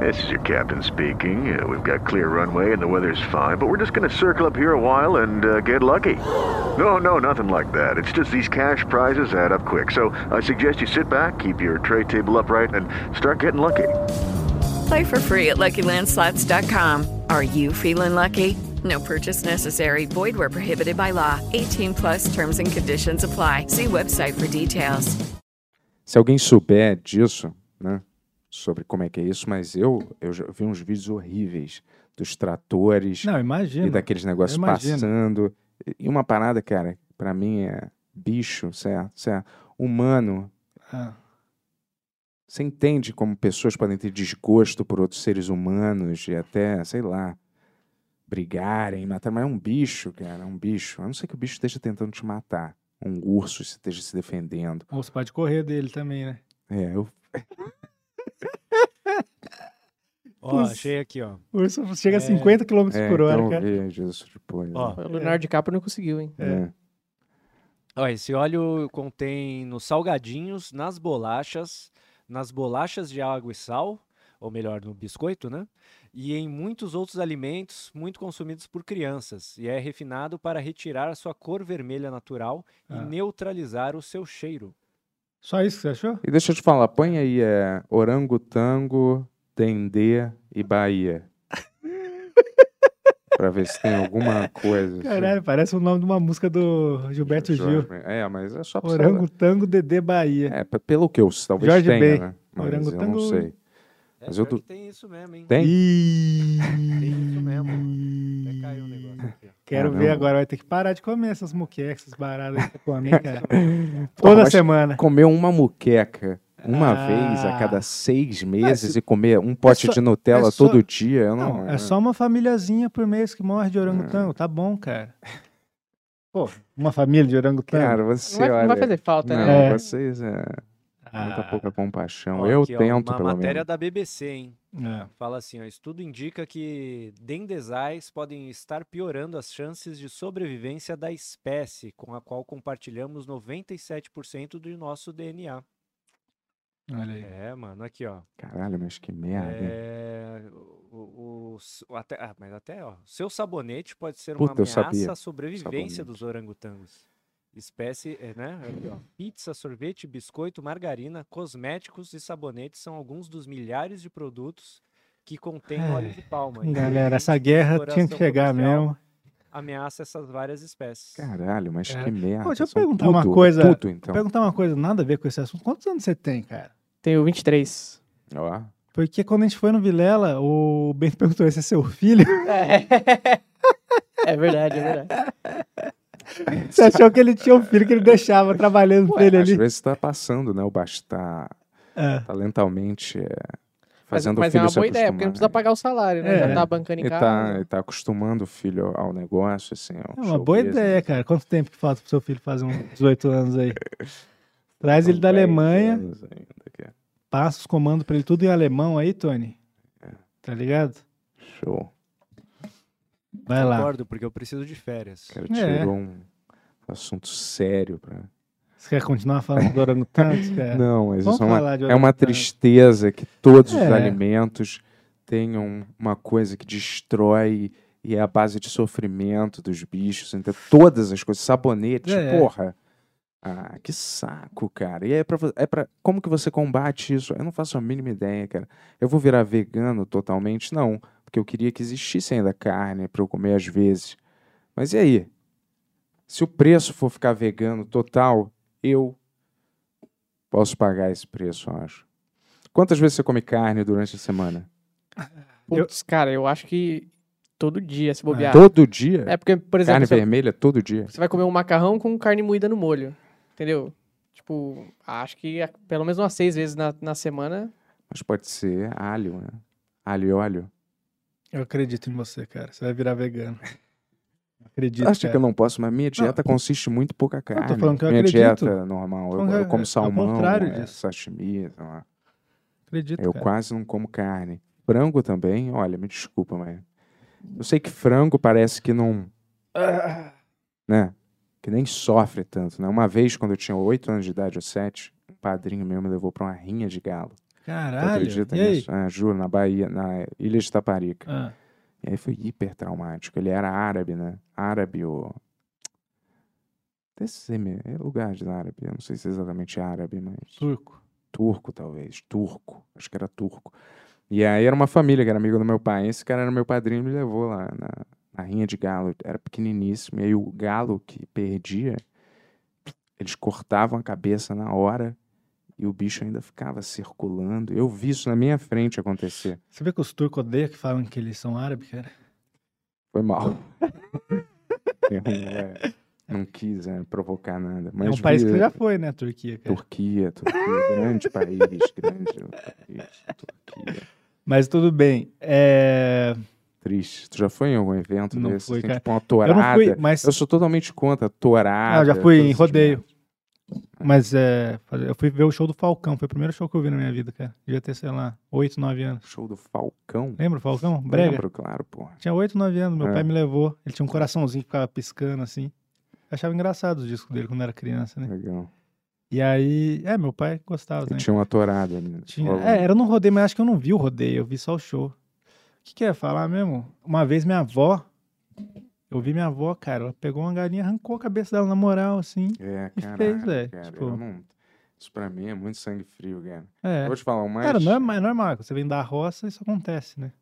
This is your captain speaking. Uh, we've got clear runway and the weather's fine, but we're just going to circle up here a while and uh, get lucky. No, no, nothing like that. It's just these cash prizes add up quick. So I suggest you sit back, keep your tray table upright, and start getting lucky.
Play for free at LuckyLandSlots.com. Are you feeling lucky? No purchase necessary. Void were prohibited by law. 18 plus. Terms and conditions apply. See website for details.
se alguém souber disso, né, sobre como é que é isso, mas eu, eu já vi uns vídeos horríveis dos tratores
Não, imagina.
e daqueles negócios
eu imagino.
passando. E- E uma parada, cara, pra mim é bicho, certo? certo? é Humano,
Ah,
Você entende como pessoas podem ter desgosto por outros seres humanos e até, sei lá, brigarem, matar. Mas é um bicho, cara, é um bicho. A não ser que o bicho esteja tentando te matar. um urso esteja se defendendo.
Ou você pode correr dele também, né?
É, eu
Ó, achei aqui, ó.
O urso chega a 50 km
É,
por hora,
então,
cara.
é, Jesus, tipo, é.
Ó,
O Leonardo DiCaprio não conseguiu, hein?
É.
Ó, esse óleo contém nos salgadinhos, nas bolachas, nas bolachas de água e sal, ou melhor, no biscoito, né? E em muitos outros alimentos muito consumidos por crianças. E é refinado para retirar a sua cor vermelha natural
Ah.
e neutralizar o seu cheiro.
Só isso que você achou?
E deixa eu te falar, põe aí é, orangotango, dendê e Bahia. pra ver se tem alguma coisa. assim.
Caralho, parece o nome de uma música do Gilberto Gil.
Jorge- É, mas é só pra saber.
Orangotango Dedê Bahia.
É, p- pelo que eu s- talvez
Jorge
tenha,
Ben.
né? Mas eu
Orangotango-
não sei.
É,
Mas eu
pior
du-
que tem isso mesmo, hein?
Tem?
Tem isso mesmo. Até caiu o negócio aqui. ó.
Quero ver
Caramba.
agora, vai ter que parar de comer essas muquecas, essas baradas aí que eu comi, cara.
Porra,
Toda
mas
semana.
Comeu uma muqueca uma
Ah.
vez a cada seis meses e comer um pote
só-
de Nutella
é só-
todo dia, eu não. É.
Não, é só uma famíliazinha por mês que morre de orangotango, tá bom, cara. Pô, uma família de orangotango.
Cara, você
Não vai- não
olha.
vai fazer falta,
não,
né? É. Ah.
Vocês é. Muita pouca compaixão.
Ó,
eu
aqui, ó,
tento,
uma
pelo
matéria
menos.
da BBC, hein?
É.
Fala assim, ó, estudo indica que dendezais podem estar piorando as chances de sobrevivência da espécie, com a qual compartilhamos 97% do nosso DNA.
Olha aí.
É, mano, aqui, ó.
Caralho, mas que merda. hein?
É, o, o- s- o- até, ah, mas até, ó, seu sabonete pode ser
Puta, eu
uma
sabia.
ameaça à sobrevivência dos orangotangos. Espécie, é, né? aqui, ó, Pizza, sorvete, biscoito, margarina, cosméticos e sabonetes são alguns dos milhares de produtos que contêm óleo de palma. e
Galera,
ingredientes
essa
de
guerra tinha que
exploração
chegar
comercial
mesmo.
Ameaça essas várias espécies.
Caralho, mas
Cara.
que
É.
merda.
Pô, deixa eu
são
perguntar
tudo-
uma coisa.
Tudo,
Vou
então.
perguntar uma coisa, nada a ver com esse assunto. Quantos anos você tem, cara?
Tenho 23.
Ó.
Porque quando a gente foi no Vilela, o Bento perguntou: esse é seu filho?
É verdade, é verdade.
Você achou que ele tinha um filho que ele deixava trabalhando pra
Ué,
ele
às
ali?
vezes tá passando, né? O baixo tá,
É.
tá lentamente é,
Mas,
fazendo o
mas é
filho
uma
se
boa ideia, porque não
acostumar.
precisa pagar o salário, né?
É.
É.
Já tá bancando em
Ele
casa.
tá, ele tá acostumando o filho ao negócio, assim. ao
É uma
show
boa
business.
ideia, cara. Quanto tempo que falta pro seu filho fazer uns 18 anos aí? Traz ele da Alemanha,
anos ainda, é, cara.
passa os comandos pra ele tudo em alemão aí, Tony. Tá ligado?
É. Show.
Vai lá.
Concordo, porque eu preciso de férias.
O cara
É.
tirou um assunto sério pra.
Você quer continuar falando do orangotangos, cara?
Não, mas
Vamos
isso é uma,
falar de
é uma
orangotangos.
tristeza que todos os
É.
alimentos tenham uma coisa que destrói e é a base de sofrimento dos bichos. Então, todas as coisas, sabonete,
É.
porra. Ah, que saco, cara. E é pra, vo- é pra. Como que você combate isso? Eu não faço a mínima ideia, cara. Eu vou virar vegano totalmente? Não. Porque eu queria que existisse ainda carne pra eu comer às vezes. Mas e aí? Se o preço for ficar vegano total, eu posso pagar esse preço, eu acho. Quantas vezes você come carne durante a semana?
Putz, cara, eu acho que todo dia, se bobear.
Todo dia?
É porque, por exemplo,
carne
você,
vermelha todo dia.
você vai comer um macarrão com carne moída no molho, entendeu? Tipo, acho que a- pelo menos umas seis vezes na, na semana.
Mas pode ser alho, né? Alho e óleo.
Eu acredito em você, cara. Você vai virar vegano.
Você
Acredito.
acha
cara.
que eu não posso? Mas minha dieta consiste muito em pouca
tô
carne.
falando que eu
minha
acredito.
dieta normal.
Tô
Eu,
falando
eu
que é- é
como
o
salmão,
contrário
é,
disso.
sashimi, sei lá.
Acredito, é.
Eu
cara.
quase não como carne. Frango também, olha, me desculpa, mas. Eu sei que frango parece que não. Né? Que nem sofre tanto, né? Uma vez, quando eu tinha 8 anos de idade ou 7, um padrinho meu me levou pra uma rinha de galo. Tu
Caralho.
acredita
e aí?
nisso? Ah, juro, na Bahia, na Ilha de Taparica.
Ah.
E aí foi hiper traumático. Ele era árabe, né? Árabe ou. Desse semi- é lugar de árabe. Eu não sei se é exatamente árabe, mas.
Turco.
Turco, talvez. Turco. Acho que era turco. E aí era uma família que era amiga do meu pai. Esse cara era meu padrinho, me levou lá na, na rinha de galo. Era pequeniníssimo. E aí o galo que perdia, eles cortavam a cabeça na hora e o bicho ainda ficava circulando. Eu vi isso na minha frente acontecer.
Você vê que os turcos odeiam que falam que eles são árabes, cara?
Foi mal. Eu é, não quis é, provocar nada. Mas
é um país
vi-
que você já foi, né? a Turquia, cara.
Turquia, Turquia, grande país, grande país. Turquia.
Mas tudo bem. É,
Triste. Tu já foi em algum evento
Não
desse?
fui,
assim,
cara.
Tipo uma
Eu não
tourada.
fui,
Eu,
mas-
sou totalmente contra tourada.
Ah, eu já fui em
todas essas tipo,
rodeio. Mas é, faz- eu fui ver o show do Falcão. Foi o primeiro show que eu vi na minha vida, cara. Devia ter, sei lá, 8, 9 anos.
Show do Falcão?
Lembra o Falcão? Brega?
Lembro, claro, porra.
Tinha 8, 9 anos. Meu
É.
pai me levou. Ele tinha um coraçãozinho que ficava piscando assim. Eu achava engraçado os discos dele quando era criança, né?
Legal.
E aí, é, meu pai gostava
E
também.
tinha uma tourada. Né?
Tinha-
Rolando.
é, era no rodeio, mas acho que eu não vi o rodeio, eu vi só o show. O que, que eu ia falar mesmo? Uma vez minha avó, eu vi minha avó, cara, ela pegou uma galinha, arrancou a cabeça dela na moral, assim.
É,
e
caralho,
fez, velho.
cara,
Tipo,
eu não- Isso pra mim é muito sangue frio, cara.
é.
Vou te falar o mais...
Cara, não é, ma- não é mago. Você vem da roça, isso acontece, né?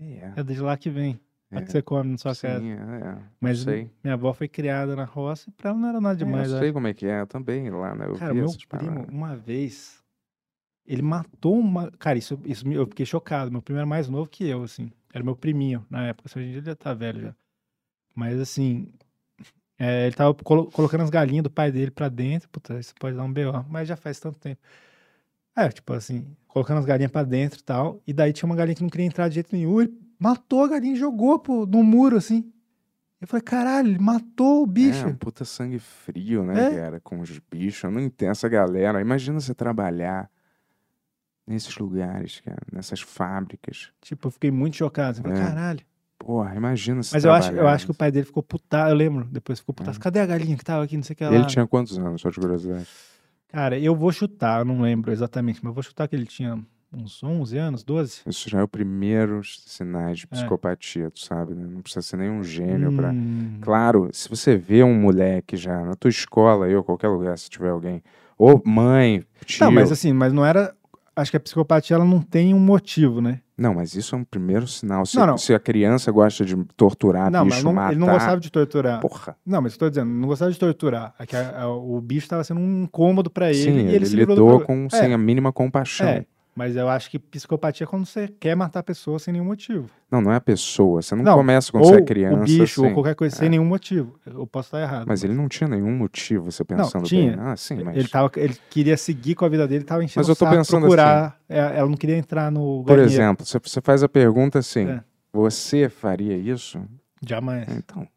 É.
É desde lá que vem. Lá
É.
que você come na sua
Sim,
casa.
é, é.
Mas
Sei.
minha avó foi criada na roça e pra ela não era nada
É,
demais.
eu
eu
sei
acho.
como é que é, eu também lá, né? Eu
Cara,
vi
meu
essas
primo,
paradas.
uma vez, ele matou uma. Cara, isso, isso me- eu fiquei chocado. Meu primo era mais novo que eu, assim. Era meu priminho na época. assim, Hoje em dia ele já tá velho já. Mas assim. é, ele tava colo- colocando as galinhas do pai dele pra dentro. Puta, isso pode dar um B.O. Mas já faz tanto tempo. É, tipo assim, colocando as galinhas pra dentro e tal. E daí tinha uma galinha que não queria entrar de jeito nenhum. Ele matou a galinha e jogou pô, no muro, assim. Eu falei, caralho, ele matou o bicho.
É, um puta sangue frio, né,
É.
cara? Com os bichos. Eu não entendo essa galera. Imagina você trabalhar nesses lugares, cara, nessas fábricas.
Tipo, eu fiquei muito chocado. assim, Eu falei,
É.
caralho.
Porra, imagina você
Mas eu acho, eu
trabalhar
acho que o pai dele ficou putado, eu lembro. Depois ficou putado. Cadê a galinha que tava aqui, não sei o que lá?
É. Ele tinha quantos anos, só de curiosidade?
Cara, eu vou chutar, eu não lembro exatamente, mas eu vou chutar que ele tinha uns 11 anos, 12.
Isso já é o primeiro sinais de
É.
psicopatia, tu sabe, né? Não precisa ser nenhum gênio pra...
Hum.
Claro, se você vê um moleque já na tua escola, eu, qualquer lugar, se tiver alguém, ou mãe, tio...
Tá, mas assim, mas não era... Acho que a psicopatia, ela não tem um motivo, né?
Não, mas isso é um primeiro sinal. Se,
Não, não.
se a criança gosta de torturar
não, mas
Ah, bicho,
não-
matar...
ele não gostava de torturar.
Porra.
Não, mas eu tô dizendo, não gostava de torturar. É que a- a- o bicho tava sendo um incômodo pra ele
Sim,
e
ele,
ele, se livrou do
lidou com,
problema.
sem
É,
a mínima compaixão.
É, mas eu acho que psicopatia é quando você quer matar a pessoa sem nenhum motivo.
Não, não é a pessoa. Você não,
Não,
começa quando
ou
você é criança.
O bicho ou
assim.
qualquer coisa sem nenhum motivo. Eu posso estar errado.
Mas ele não tinha nenhum motivo, você
não,
pensando
tinha.
bem. Ah, sim, mas.
ele, tava, ele queria seguir com a vida dele, tava enchendo
Mas eu tô
o saco,
pensando assim.
procurar. é, Ela não queria entrar no
Por
galinheiro.
exemplo, você- você faz a pergunta assim:
É.
você faria isso?
Jamais.
Então. Sem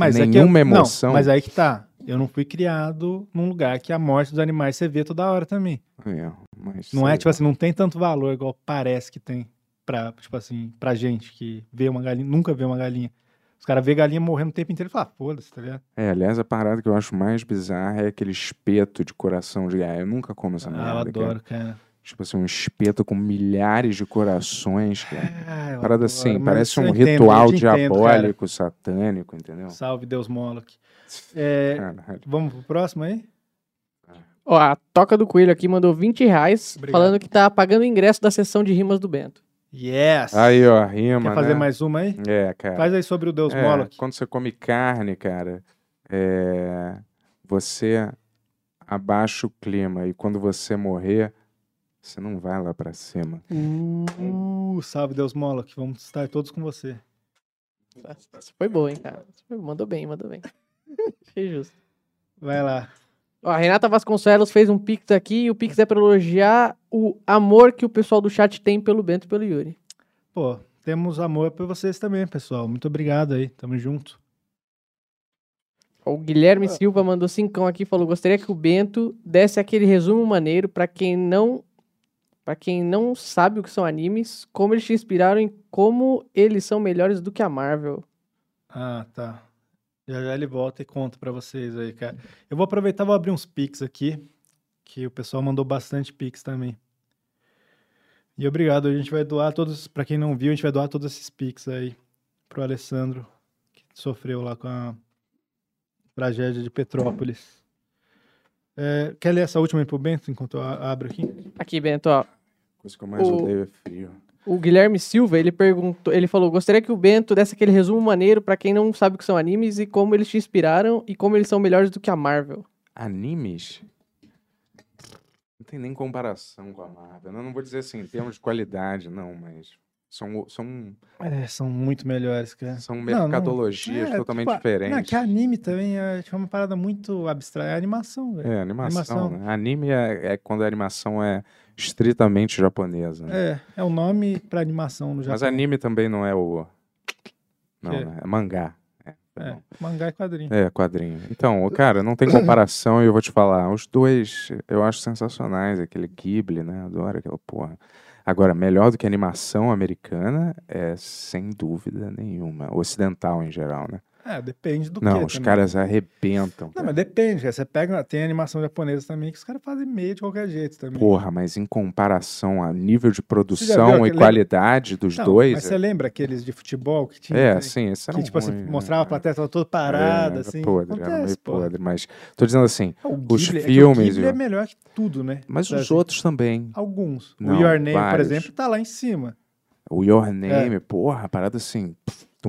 Mas é que
nenhuma
eu- não,
emoção.
mas aí que tá. Eu não fui criado num lugar que a morte dos animais você vê toda hora também.
É, mas
Não é,
sei
tipo assim, não tem tanto valor igual parece que tem pra, tipo assim, pra gente que vê uma galinha, nunca vê uma galinha. Os caras vê galinha morrendo o tempo inteiro e falam, ah, foda-se, tá ligado?
É, aliás, a parada que eu acho mais bizarra é aquele espeto de coração de galinha. Eu nunca como essa merda.
Ah, eu adoro,
cara.
cara.
Tipo assim, um espeto com milhares de corações,
Ah,
cara.
eu
parada
adoro,
assim,
mas
parece
eu
um
entendo, eu te
ritual
entendo, cara.
diabólico, satânico, entendeu?
Salve Deus Moloch. É,
Caralho.
vamos pro próximo aí?
Ó, a Toca do Coelho aqui mandou 20 reais,
Obrigado.
falando que tá pagando o ingresso da sessão de rimas do Bento.
Yes!
Aí, ó, rima.
Quer fazer
né?
mais uma aí?
É, cara.
Faz aí sobre o Deus
É,
Moloch.
Quando você come carne, cara, é, você abaixa o clima. E quando você morrer, você não vai lá pra cima.
Uh, salve Deus Moloch, vamos estar todos com você.
Isso foi boa, hein, cara? Isso foi- Mandou bem, mandou bem. Achei justo.
Vai lá.
Ó, a Renata Vasconcelos fez um pix aqui e o pix é pra elogiar o amor que o pessoal do chat tem pelo Bento e pelo Yuri.
Pô, temos amor por vocês também, pessoal. Muito obrigado aí, tamo junto.
Ó, O
Ah.
Guilherme Silva mandou cincão aqui e falou: gostaria que o Bento desse aquele resumo maneiro pra quem não para quem não sabe o que são animes, como eles te inspiraram e como eles são melhores do que a Marvel.
Ah, tá. Já já ele volta e conta pra vocês aí, cara. Eu vou aproveitar, vou abrir uns Pix aqui, que o pessoal mandou bastante Pix também. E obrigado, a gente vai doar todos, pra quem não viu, a gente vai doar todos esses Pix aí pro Alessandro, que sofreu lá com a tragédia de Petrópolis. É, quer ler essa última aí pro Bento, enquanto eu a- abro aqui?
Aqui, Bento, ó.
Coisa que eu mais
O-
odeio é frio.
O Guilherme Silva, ele perguntou, ele falou: "Gostaria que o Bento desse aquele resumo maneiro pra quem não sabe o que são animes e como eles te inspiraram e como eles são melhores do que a Marvel".
Animes? Não tem nem comparação com a Marvel. Eu não vou dizer assim, em termos de qualidade, não, mas São, são
É, são muito melhores, cara.
São
Não,
mercadologias
não, é,
totalmente
tipo, a- Não,
diferentes.
que anime também é tipo, uma parada muito abstrata. É animação, velho.
É, animação. né? Anime é, é quando a animação é estritamente japonesa. né?
É, é o nome pra animação no Japão.
Mas anime também não é o. Não,
Que é?
né? é mangá.
É, mangá e quadrinho.
É, quadrinho. Então, o cara, não tem comparação e eu vou te falar. Os dois eu acho sensacionais. Aquele Ghibli, né? Adoro aquela porra. Agora, melhor do que animação americana é sem dúvida nenhuma. Ocidental em geral, né?
É, depende do
não,
que
os
também.
caras arrebentam.
Não, mas depende, cara. Você pega, tem animação japonesa também que os caras fazem meio de qualquer jeito também.
Porra, mas em comparação a nível de
Você já viu
produção e
aquele-
qualidade dos
Não,
dois.
Mas é você lembra aqueles de futebol que tinha?
É,
que-
sim, esses
Que
eram
tipo assim,
ruins, né?
mostrava a plateia tava toda parada,
É,
assim.
Podre, era
Acontece,
meio
porra.
podre, mas tô dizendo assim,
Ah, o
os
Ghibli- é que
filmes,
o Ghibli é
viu?
melhor que tudo, né?
mas os
Assim,
outros também.
Alguns.
Não,
o Your Name, por
vários.
exemplo, É. tá lá em cima.
O Your Name, porra, parada assim, pff, de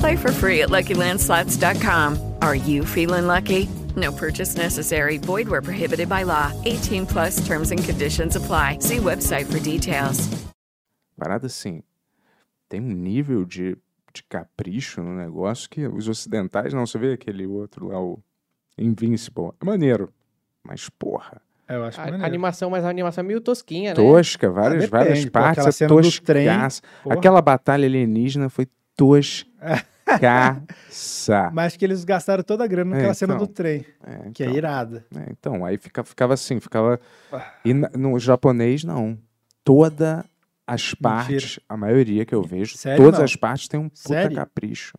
Play for free at LuckyLandSlots.com. Are you feeling lucky? No purchase necessary. Void where prohibited by law. 18 plus terms and conditions apply. See website for details.
Parada assim, tem um nível de, de capricho no negócio que os ocidentais não, você vê aquele outro lá, o Invincible, é maneiro, mas porra,
É, eu acho
A,
maneiro.
a animação, mas a animação é meio tosquinha, né?
tosca,
Ah,
várias,
depende,
várias
pô,
partes,
aquela
é
cena do trem,
toscaça.
porra.
Aquela batalha alienígena foi toscaça.
Mas acho que eles gastaram toda a grana
É,
naquela cena do
então.
trem, que é irada.
É, então, aí fica- ficava assim, ficava.
Ah.
E na- no japonês, não. Toda as partes, a maioria que eu vejo,
Sério,
todas
não?
as partes têm um puta
Sério?
capricho.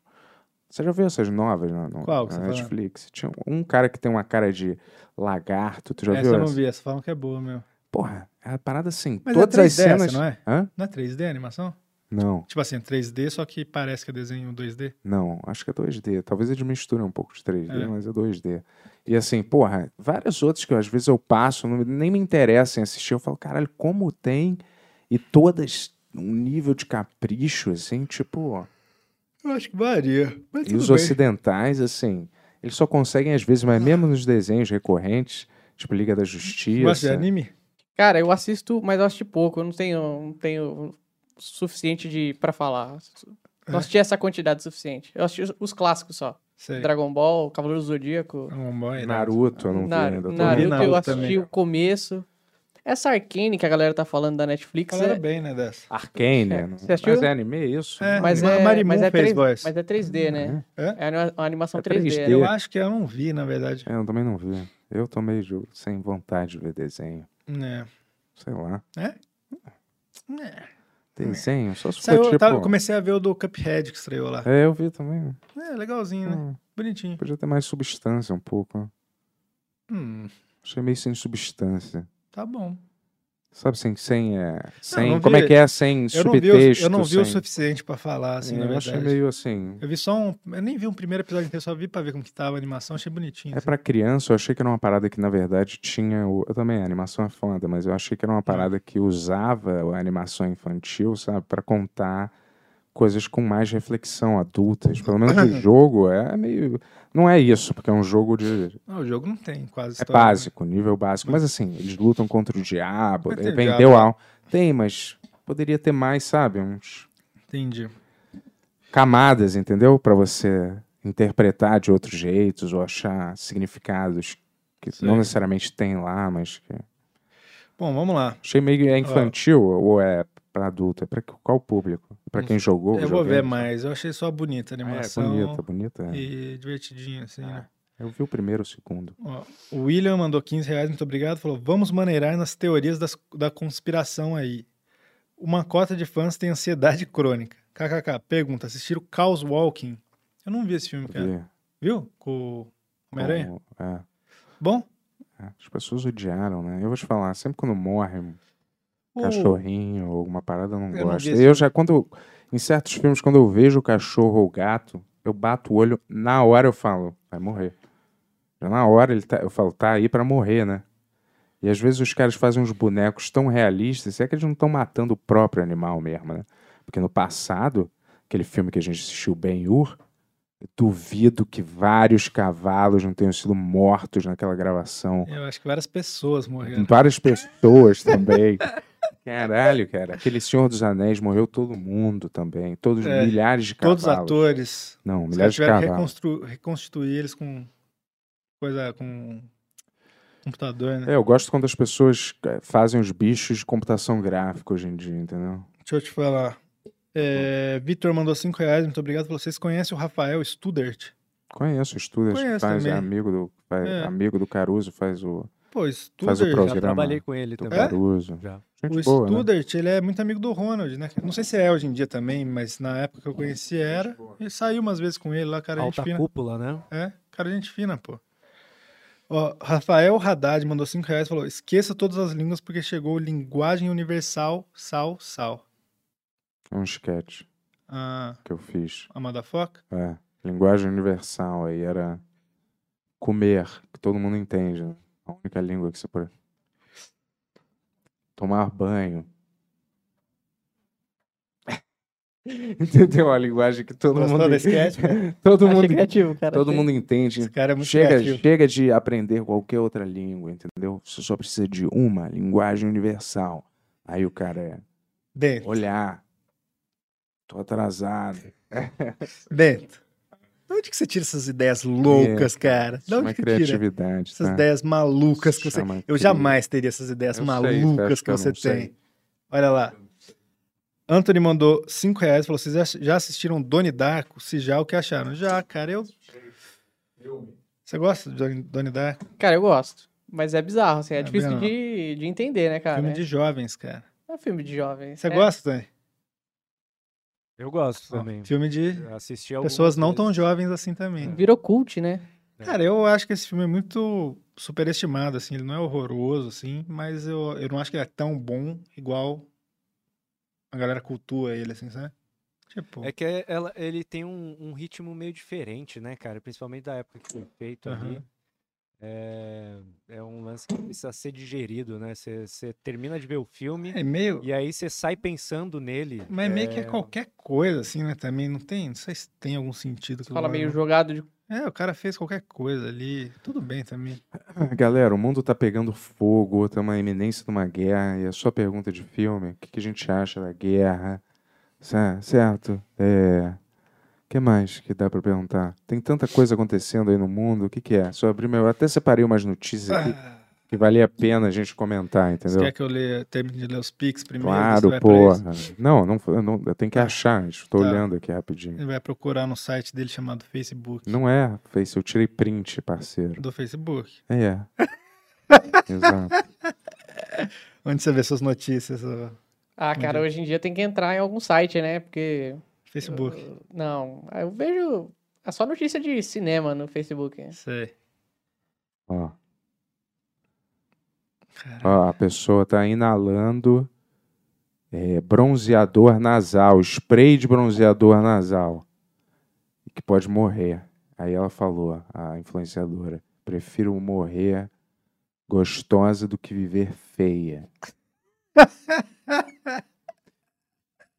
Você já viu essas novas na, no-
Qual que
na
você tá falando?
Netflix? Tinha um cara que tem uma cara de lagarto, tu já
essa
viu
eu não
essa?
vi, essa falam que é boa mesmo.
Porra, é uma parada assim,
Mas
todas
é 3D
as cenas.
essa, não é?
Hã?
Não é 3D a animação?
Não,
Tipo assim, 3D, só que parece que é desenho 2D.
não, acho que é 2D. Talvez eles misturem um pouco de 3D,
É.
mas é 2D. E assim, porra, várias outras que às vezes eu passo, não- nem me interessa em assistir, eu falo, caralho, como tem e todas um nível de capricho, assim, tipo.
Eu acho que varia. Mas
E os
tudo bem.
ocidentais, assim, eles só conseguem às vezes, mas mesmo nos desenhos recorrentes, tipo Liga
é,
da Justiça.
Gosta de anime?
Cara, eu assisto, mas eu assisto pouco. Eu não tenho, não tenho suficiente de para falar. Não assisti essa quantidade suficiente. Eu assisti os, os clássicos só.
Sei.
Dragon Ball, Cavaleiro do Zodíaco.
Dragon Ball é
Naruto, eu não vi
Nar-
ainda. tô
Naruto,
vendo.
eu assisti o começo. Essa Arcane que a galera tá falando da Netflix
Falaram
é...
bem, né, dessa?
Arkane, né?
Você assistiu?
Mas é anime isso? Uhum.
mas,
Ma-
é,
Marimun
mas, é
fez
3,
voz.
mas é 3D, né? É, anima- uma animação
É
3D.
3D.
né?
Eu acho que eu não vi, na verdade.
É, eu também não vi. Eu tô meio ju- sem vontade de ver desenho.
É.
Sei lá. É.
É?
Desenho, só se for
Saiu,
tipo...
tava- comecei a ver o do Cuphead que estreou lá.
É, Hum. eu vi também. né?
É, legalzinho, né? Bonitinho.
Podia ter mais substância um pouco. né?
Hum,
Achei meio sem substância.
tá bom.
Sabe, sem... sem, é,
Não,
sem
eu não
como
vi-
é que é? Sem
eu não vi o-
subtexto.
Eu não vi o
sem-
suficiente pra falar, assim,
É,
na
eu
verdade.
achei meio assim...
Eu vi só um... Eu nem vi um primeiro episódio inteiro, só vi pra ver como que tava a animação, achei bonitinho.
É
assim.
pra criança, eu achei que era uma parada que, na verdade, tinha. o- Eu também, a animação é foda, mas eu achei que era
Hum.
uma parada que usava a animação infantil, sabe, pra contar coisas com mais reflexão adultas. Pelo menos o jogo é meio. Não é isso, porque é um jogo de.
Não, Ah, o jogo não tem quase
É
história, né?
básico, nível básico. Mas assim, eles lutam contra o diabo,
Mas
de
tem
repente
diabo. né?
deu al. Tem, mas poderia ter mais, sabe? Uns
Entendi.
camadas, entendeu? Pra você interpretar de outros jeitos ou achar significados que não necessariamente tem lá, mas que...
Bom, vamos lá.
achei meio é infantil ou é pra adulto? É pra que- qual público? É Pra quem jogou? o
Hum. Eu vou ver
videogame?
mais. Eu achei só bonita a
Ah,
animação.
É bonita, bonita. é.
E divertidinho, assim, né?
Eu vi o primeiro, o segundo.
Ó, o William mandou 15 reais, muito obrigado. Falou: vamos maneirar nas teorias das- da conspiração aí. Uma cota de fãs tem ansiedade crônica. KKK, pergunta: assistiram Caos Walking? Eu não vi esse filme, cara.
Vi.
Viu? Com o Homem-Aranha?
Como- é.
Bom?
É, As pessoas odiaram, né? Eu vou te falar, sempre quando morre um
O-
cachorrinho ou alguma parada, eu não
Eu não
gosto.
vi esse
eu já, quando. Em certos filmes, quando eu vejo o cachorro ou o gato, eu bato o olho, na hora eu falo, vai morrer. Já na hora ele tá, eu falo, tá aí pra morrer, né? E às vezes os caras fazem uns bonecos tão realistas, é que eles não estão matando o próprio animal mesmo, né? Porque no passado, aquele filme que a gente assistiu, Ben-Hur, eu duvido que vários cavalos não tenham sido mortos naquela gravação.
Eu acho que várias pessoas morreram.
Várias pessoas também. Caralho, cara. Aquele Senhor dos Anéis morreu todo mundo também. Todos
É,
milhares de cavalos.
Todos os atores.
Não,
Os caras
milhares de
tiveram que
cavalos.
reconstru- reconstituir eles com coisa com computador, né?
É, eu gosto quando as pessoas eh, fazem os bichos de computação gráfica hoje em dia, entendeu?
Deixa eu te
Tá
falar. É, Vitor mandou 5 reais, muito obrigado. Falou, vocês conhecem o Rafael Studert?
Conheço o Student, que
Conheço
faz, é
também.
amigo do, faz-
É.
amigo do Caruso, faz o,
Pô,
faz o
Studert- Já
programa.
trabalhei com ele
do
também. É?
Caruso.
Já.
Gente
o
boa, né?
Studert, ele é muito amigo do Ronald, né? Não sei se é hoje em dia também, mas na época que eu conheci era. E saiu umas vezes com ele lá, cara, gente
Alta
fina.
cúpula, né?
É, cara, gente fina, pô. Ó, Rafael Haddad mandou 5 reais e falou: esqueça todas as línguas porque chegou linguagem universal, sal, sal.
É um sketch
Ah,
que eu fiz.
a Madafoca?
É, linguagem universal aí era comer, que todo mundo entende. né? A única língua que você pode. Tomar banho. Entendeu? A linguagem que todo
Gostou
mundo.
desse sketch, cara?
todo
Achei
mundo.
criativo, cara,
Todo
achei.
mundo entende.
Esse cara é muito
chega,
criativo.
chega de aprender qualquer outra língua, entendeu? Você só precisa de uma linguagem universal. Aí o cara é.
Dentro.
Olhar. Tô atrasado.
Bento, de onde que você tira essas ideias loucas,
É,
cara? De
chama
onde que tira?
criatividade,
Essas
tá?
ideias malucas que você.
Chama
Eu
cri-
jamais teria essas ideias
Eu sei, você
malucas
acha
que
que eu
você
não sei?
tem. Olha lá. Anthony mandou 5 reais e falou: vocês já- já assistiram Doni Darko? Se já, o que acharam? Já, cara, eu. Você gosta de Doni- Doni Darko?
Cara, eu gosto. Mas é bizarro, assim. É,
É
difícil
mesmo.
de, de entender, né, cara?
Filme
É-
de jovens, cara.
É um filme de jovens.
Você
É.
gosta, Dani?
Eu gosto
Ó,
também.
Filme de
Assisti algumas
pessoas não
vezes.
tão jovens É assim também.
Virou cult, né?
Cara, eu acho que esse filme é muito superestimado, assim, ele não é horroroso, assim, mas eu, eu não acho que ele é tão bom igual a galera cultua ele, assim, sabe? Tipo,
É que é- ela, ele tem um, um ritmo meio diferente, né, cara? Principalmente da época que foi feito ali.
Aham.
É, é um lance que precisa ser digerido, né? Você você termina de ver o filme
É meio-
e aí você sai pensando nele.
mas meio que é qualquer coisa, assim, né, também, não tem, não sei se tem algum sentido.
Fala meio jogado de...
É, o cara fez qualquer coisa ali, tudo bem também.
Galera, o mundo tá pegando fogo, tá uma iminência de uma guerra, e a sua pergunta de filme, o que, que a gente acha da guerra? Cer- Certo? É. O que mais que dá pra perguntar? Tem tanta coisa acontecendo aí no mundo, o que, que é? Só abrir meu. Eu até separei umas notícias aqui
Ah.
que valia a pena a gente comentar,
Você
entendeu?
quer que eu leia, termine de ler os Pix primeiro? Você
Claro,
vai pra isso?
porra. Não, não, eu não- eu tenho que achar, estou
Tá.
olhando aqui rapidinho.
Ele vai procurar no site dele chamado Facebook.
Não é, Face, eu tirei print, parceiro.
Do Facebook.
É. Exato.
Onde você vê suas notícias, ó.
Ah, cara, hoje em dia tem que entrar em algum site, né? Porque...
Facebook.
eu- não, eu vejo... É só notícia de cinema no Facebook.
Sei.
Ó. Ó, a pessoa tá inalando é, bronzeador nasal, spray de bronzeador nasal, e que pode morrer. Aí ela falou, a influenciadora, prefiro morrer gostosa do que viver feia.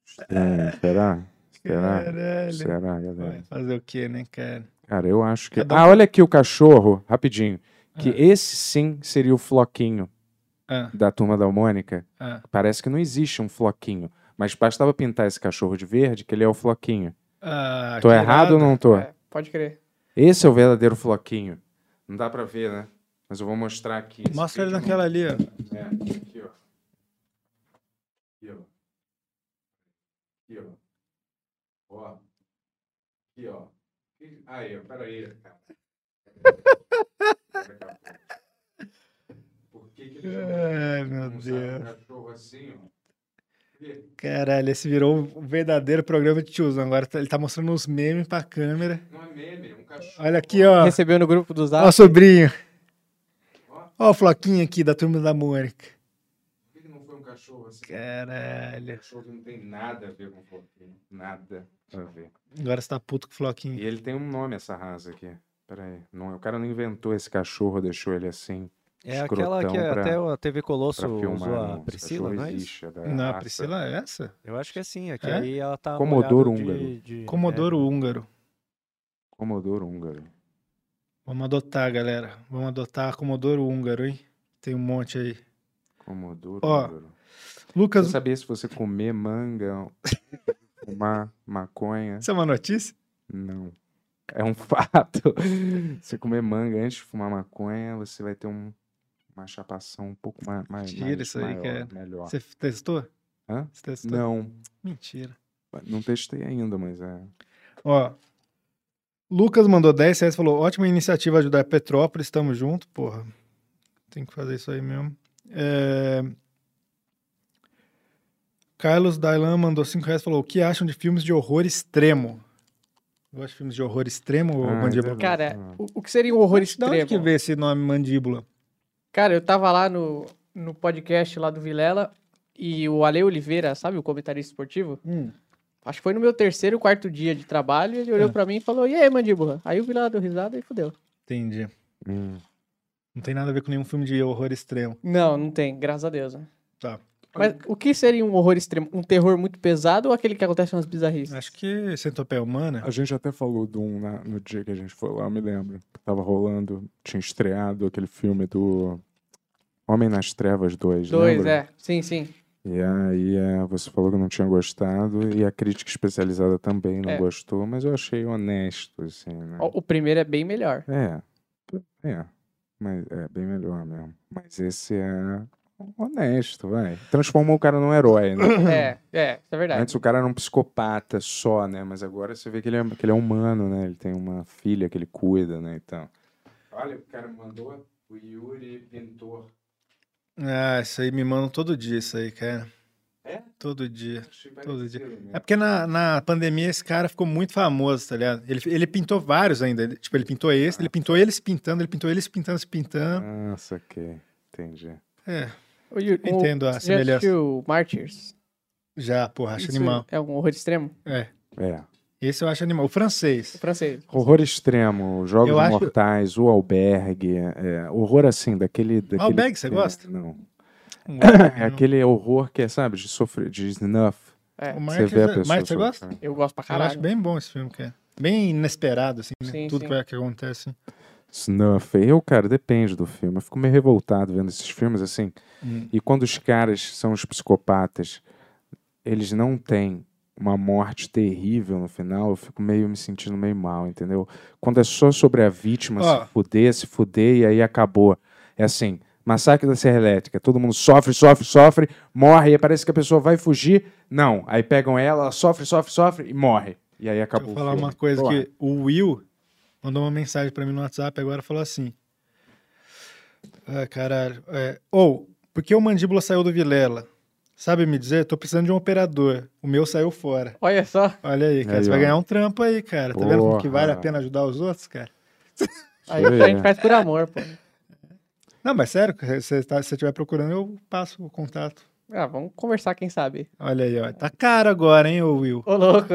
Estranho, será? Será?
Caralho.
Será, galera?
Vai fazer o quê, né, cara?
Cara, eu acho que.
Cada um É.
Ah,
tem-
olha aqui o cachorro, rapidinho. Que esse sim seria o floquinho
Ah.
da turma da Mônica.
Ah.
Parece que não existe um floquinho. Mas bastava pintar esse cachorro de verde que ele é o floquinho.
Ah,
tô
que
errado
irado.
ou não tô?
É, pode crer.
Esse é o verdadeiro floquinho. Não dá pra ver, né? Mas eu vou mostrar aqui. né?
Mostra ele naquela ali, ó.
É, aqui, ó. Aqui, ó. Aqui, ó. Ó. Aqui, ó. Aí, ó, peraí, cara. Por que que ele
Ai, meu
não sabe um
Deus.
cachorro assim, ó?
Caralho, esse virou um verdadeiro programa de tiozão. Agora tá- ele tá mostrando uns memes pra câmera.
Não é meme, é um cachorro.
Olha aqui, ó.
Recebeu no grupo do Zap.
Ó, o sobrinho. Ó, o Floquinho aqui da turma da Mônica.
Por que que não foi um cachorro assim?
Caralho.
Um cachorro que não tem nada a ver com o porquinho. Nada a ver.
Agora você tá puto com o Floquinho.
E ele tem um nome, essa raça aqui. Peraí. Não, o cara não inventou esse cachorro, deixou ele assim.
É aquela que
escrotão pra-
até a TV Colosso
pra filmar,
usou a
não. Esse
Priscila,
cachorro
não é isso?
existe, é da
Não, a
raça.
Priscila é essa?
Eu acho que é sim, é que
É?
aí ela tá
Comodoro
molhada
húngaro.
de, de-
É.
Comodoro húngaro.
Comodoro húngaro.
Vamos adotar, galera. Vamos adotar Comodoro húngaro, hein? Tem um monte aí.
Comodoro
Ó,
húngaro.
Lucas-
Você sabia se você comer manga, fumar maconha?
Isso é uma notícia?
Não. É um fato. Se comer manga antes de fumar maconha, você vai ter um- uma chapação um pouco mais, mais,
Tira
mais
isso aí,
maior,
cara.
melhor.
Você testou?
Hã?
Você testou?
Não.
Mentira.
Não testei ainda, mas é.
Ó. Lucas mandou 10 reais e falou: ótima iniciativa ajudar Petrópolis, tamo junto, porra. Tem que fazer isso aí mesmo. É... Carlos Dailan mandou 5 reais e falou: o que acham de filmes de horror extremo? Gosta de filmes de horror extremo ou
Ah,
mandíbula?
entendi.
Cara, o, o que seria um horror
Da onde
extremo?
que vê esse nome mandíbula?
Cara, eu tava lá no, no podcast lá do Vilela e o Ale Oliveira, sabe, o comentarista esportivo?
Hum.
Acho que foi no meu terceiro, quarto dia de trabalho, ele
É.
olhou pra mim e falou, e aí, mandíbula? Aí o Vilela deu risada e fudeu.
Entendi.
Hum.
Não tem nada a ver com nenhum filme de horror extremo.
Não, não tem, graças a Deus, né?
Tá.
Mas o que seria um horror extremo? Um terror muito pesado ou aquele que acontece nas bizarrices?
Acho que Centopeia Humana.
A gente até falou de um na- no dia que a gente foi lá, eu me lembro. Tava rolando, tinha estreado aquele filme do Homem nas Trevas 2,
Dois,
né?
lembra?
é. Sim, sim.
E aí é, você falou que não tinha gostado, e a crítica especializada também não
É.
gostou, mas eu achei honesto, assim, né?
O, o primeiro é bem melhor.
É, é, mas é bem melhor mesmo. Mas esse é honesto, vai. Transformou o cara num herói, né?
É, é, isso é verdade.
Antes o cara era um psicopata só, né? Mas agora você vê que ele é, que ele é humano, né? Ele tem uma filha que ele cuida, né? Então. Olha, o cara mandou o Yuri Pintor.
Ah, isso aí me mandam todo dia, isso aí, cara.
É?
Todo dia. Todo dia.
parecido mesmo. né?
É porque na, na pandemia esse cara ficou muito famoso, tá ligado? Ele, ele pintou vários ainda. Ele- tipo, ele pintou esse, ele pintou ele se pintando, ele pintou ele se pintando, se pintando.
Ah, saquei. Entendi.
É.
O Yuri- o-
Entendo a
você já
semelhança.
assistiu Martyrs?
Já, porra, acho
Isso
animal.
É um horror extremo?
É.
É.
Esse eu acho animal. O francês. O
francês.
Horror extremo, Jogos
Eu acho-
Mortais, o Albergue. é, horror assim, daquele. daquele
Albergue, você
é,
gosta?
Não.
Não gosto,
É
não.
aquele horror que é, sabe, de sofrer, de snuff.
É.
O
Você vê a pessoa.
Martyrs, Martyrs, você
sofrer.
gosta?
Eu gosto pra
Eu acho
caralho.
bem bom esse filme, cara. Bem inesperado, assim, né?
Sim,
Tudo
sim.
que acontece.
Snuff. Eu, cara, depende do filme. Eu fico meio revoltado vendo esses filmes assim.
Hum.
E quando os caras são os psicopatas, eles não têm uma morte terrível no final, eu fico meio me sentindo meio mal, entendeu? Quando é só sobre a vítima
Ó.
se fuder, se fuder e aí acabou. É assim, massacre da Serra Elétrica, todo mundo sofre, sofre, sofre, morre, e aí parece que a pessoa vai fugir. Não, aí pegam ela, ela sofre, sofre, sofre e morre. E aí acabou
Vou
o
falar
filme.
uma coisa
Porra.
que o Will mandou uma mensagem pra mim no WhatsApp agora falou assim. Ah, caralho. é, Ou, por que o mandíbula saiu do Vilela? Sabe me dizer? Tô precisando de um operador. O meu saiu fora.
Olha só.
Olha aí, cara.
Aí,
você vai
ó.
ganhar um trampo aí, cara. Tá vendo como que
Porra.
vale a pena ajudar os outros, cara?
Aí
Isso
a
aí,
gente
é.
faz por amor, pô.
Não, mas sério, se você tá- se você estiver procurando, eu passo o contato.
Ah, vamos conversar, quem sabe.
Olha aí, ó. Tá caro agora, hein, ô Will?
Ô, louco.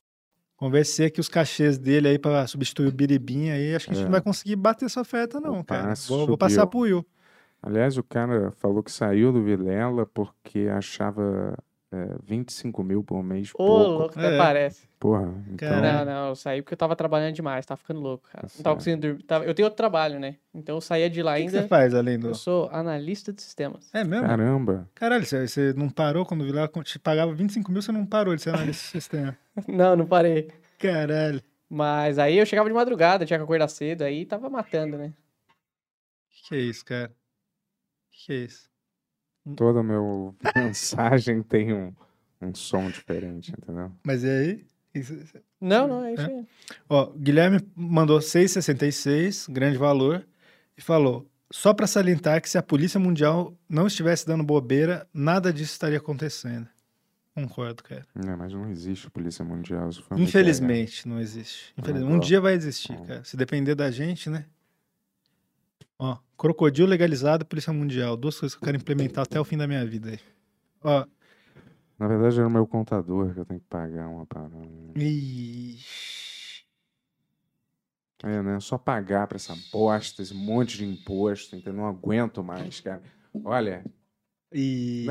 Conversei aqui os cachês dele aí pra substituir o Biribinha aí. Acho que a gente
É.
não vai conseguir bater essa oferta, não, cara.
passe
Vou,
subiu.
vou passar pro Will.
Aliás, o cara falou que saiu do Vilela porque achava é, 25 mil por mês
Ô,
pouco.
louco,
É.
até parece.
Porra, então...
Não, não, eu saí porque eu tava trabalhando demais, tava ficando louco, cara. Não tava
certo.
conseguindo dormir. tava- Eu tenho outro trabalho, né? Então eu saía de lá
Tá que
ainda.
você faz além do-
Eu sou analista de sistemas.
É mesmo?
Caramba.
Caralho, você, você não parou quando o Vilela te pagava 25 mil, você não parou de ser analista de sistema.
Não, não parei.
Caralho.
Mas aí eu chegava de madrugada, tinha que acordar cedo, aí tava matando, né?
Que que é isso, cara? Que que é isso? Hum.
Toda meu mensagem tem um, um som diferente, entendeu?
Mas e aí? Isso-
Não, não, é isso
É.
aí.
Ó, Guilherme mandou 6,66, grande valor, e falou: só pra salientar que se a Polícia Mundial não estivesse dando bobeira, nada disso estaria acontecendo. Concordo, cara.
Não, É, mas não existe Polícia Mundial. isso foi uma
Infelizmente, não existe. Infelizmente. Um
É bom.
dia vai existir, cara. Se depender da gente, né? Ó, crocodilo legalizado, Polícia Mundial. Duas coisas que eu quero implementar até o fim da minha vida aí. Ó,
ideia. Na verdade, era o meu contador que eu tenho que pagar uma parada.
e...
É, né? Só pagar pra essa bosta, esse monte de imposto, entendeu? Não aguento mais, cara. Olha.
E.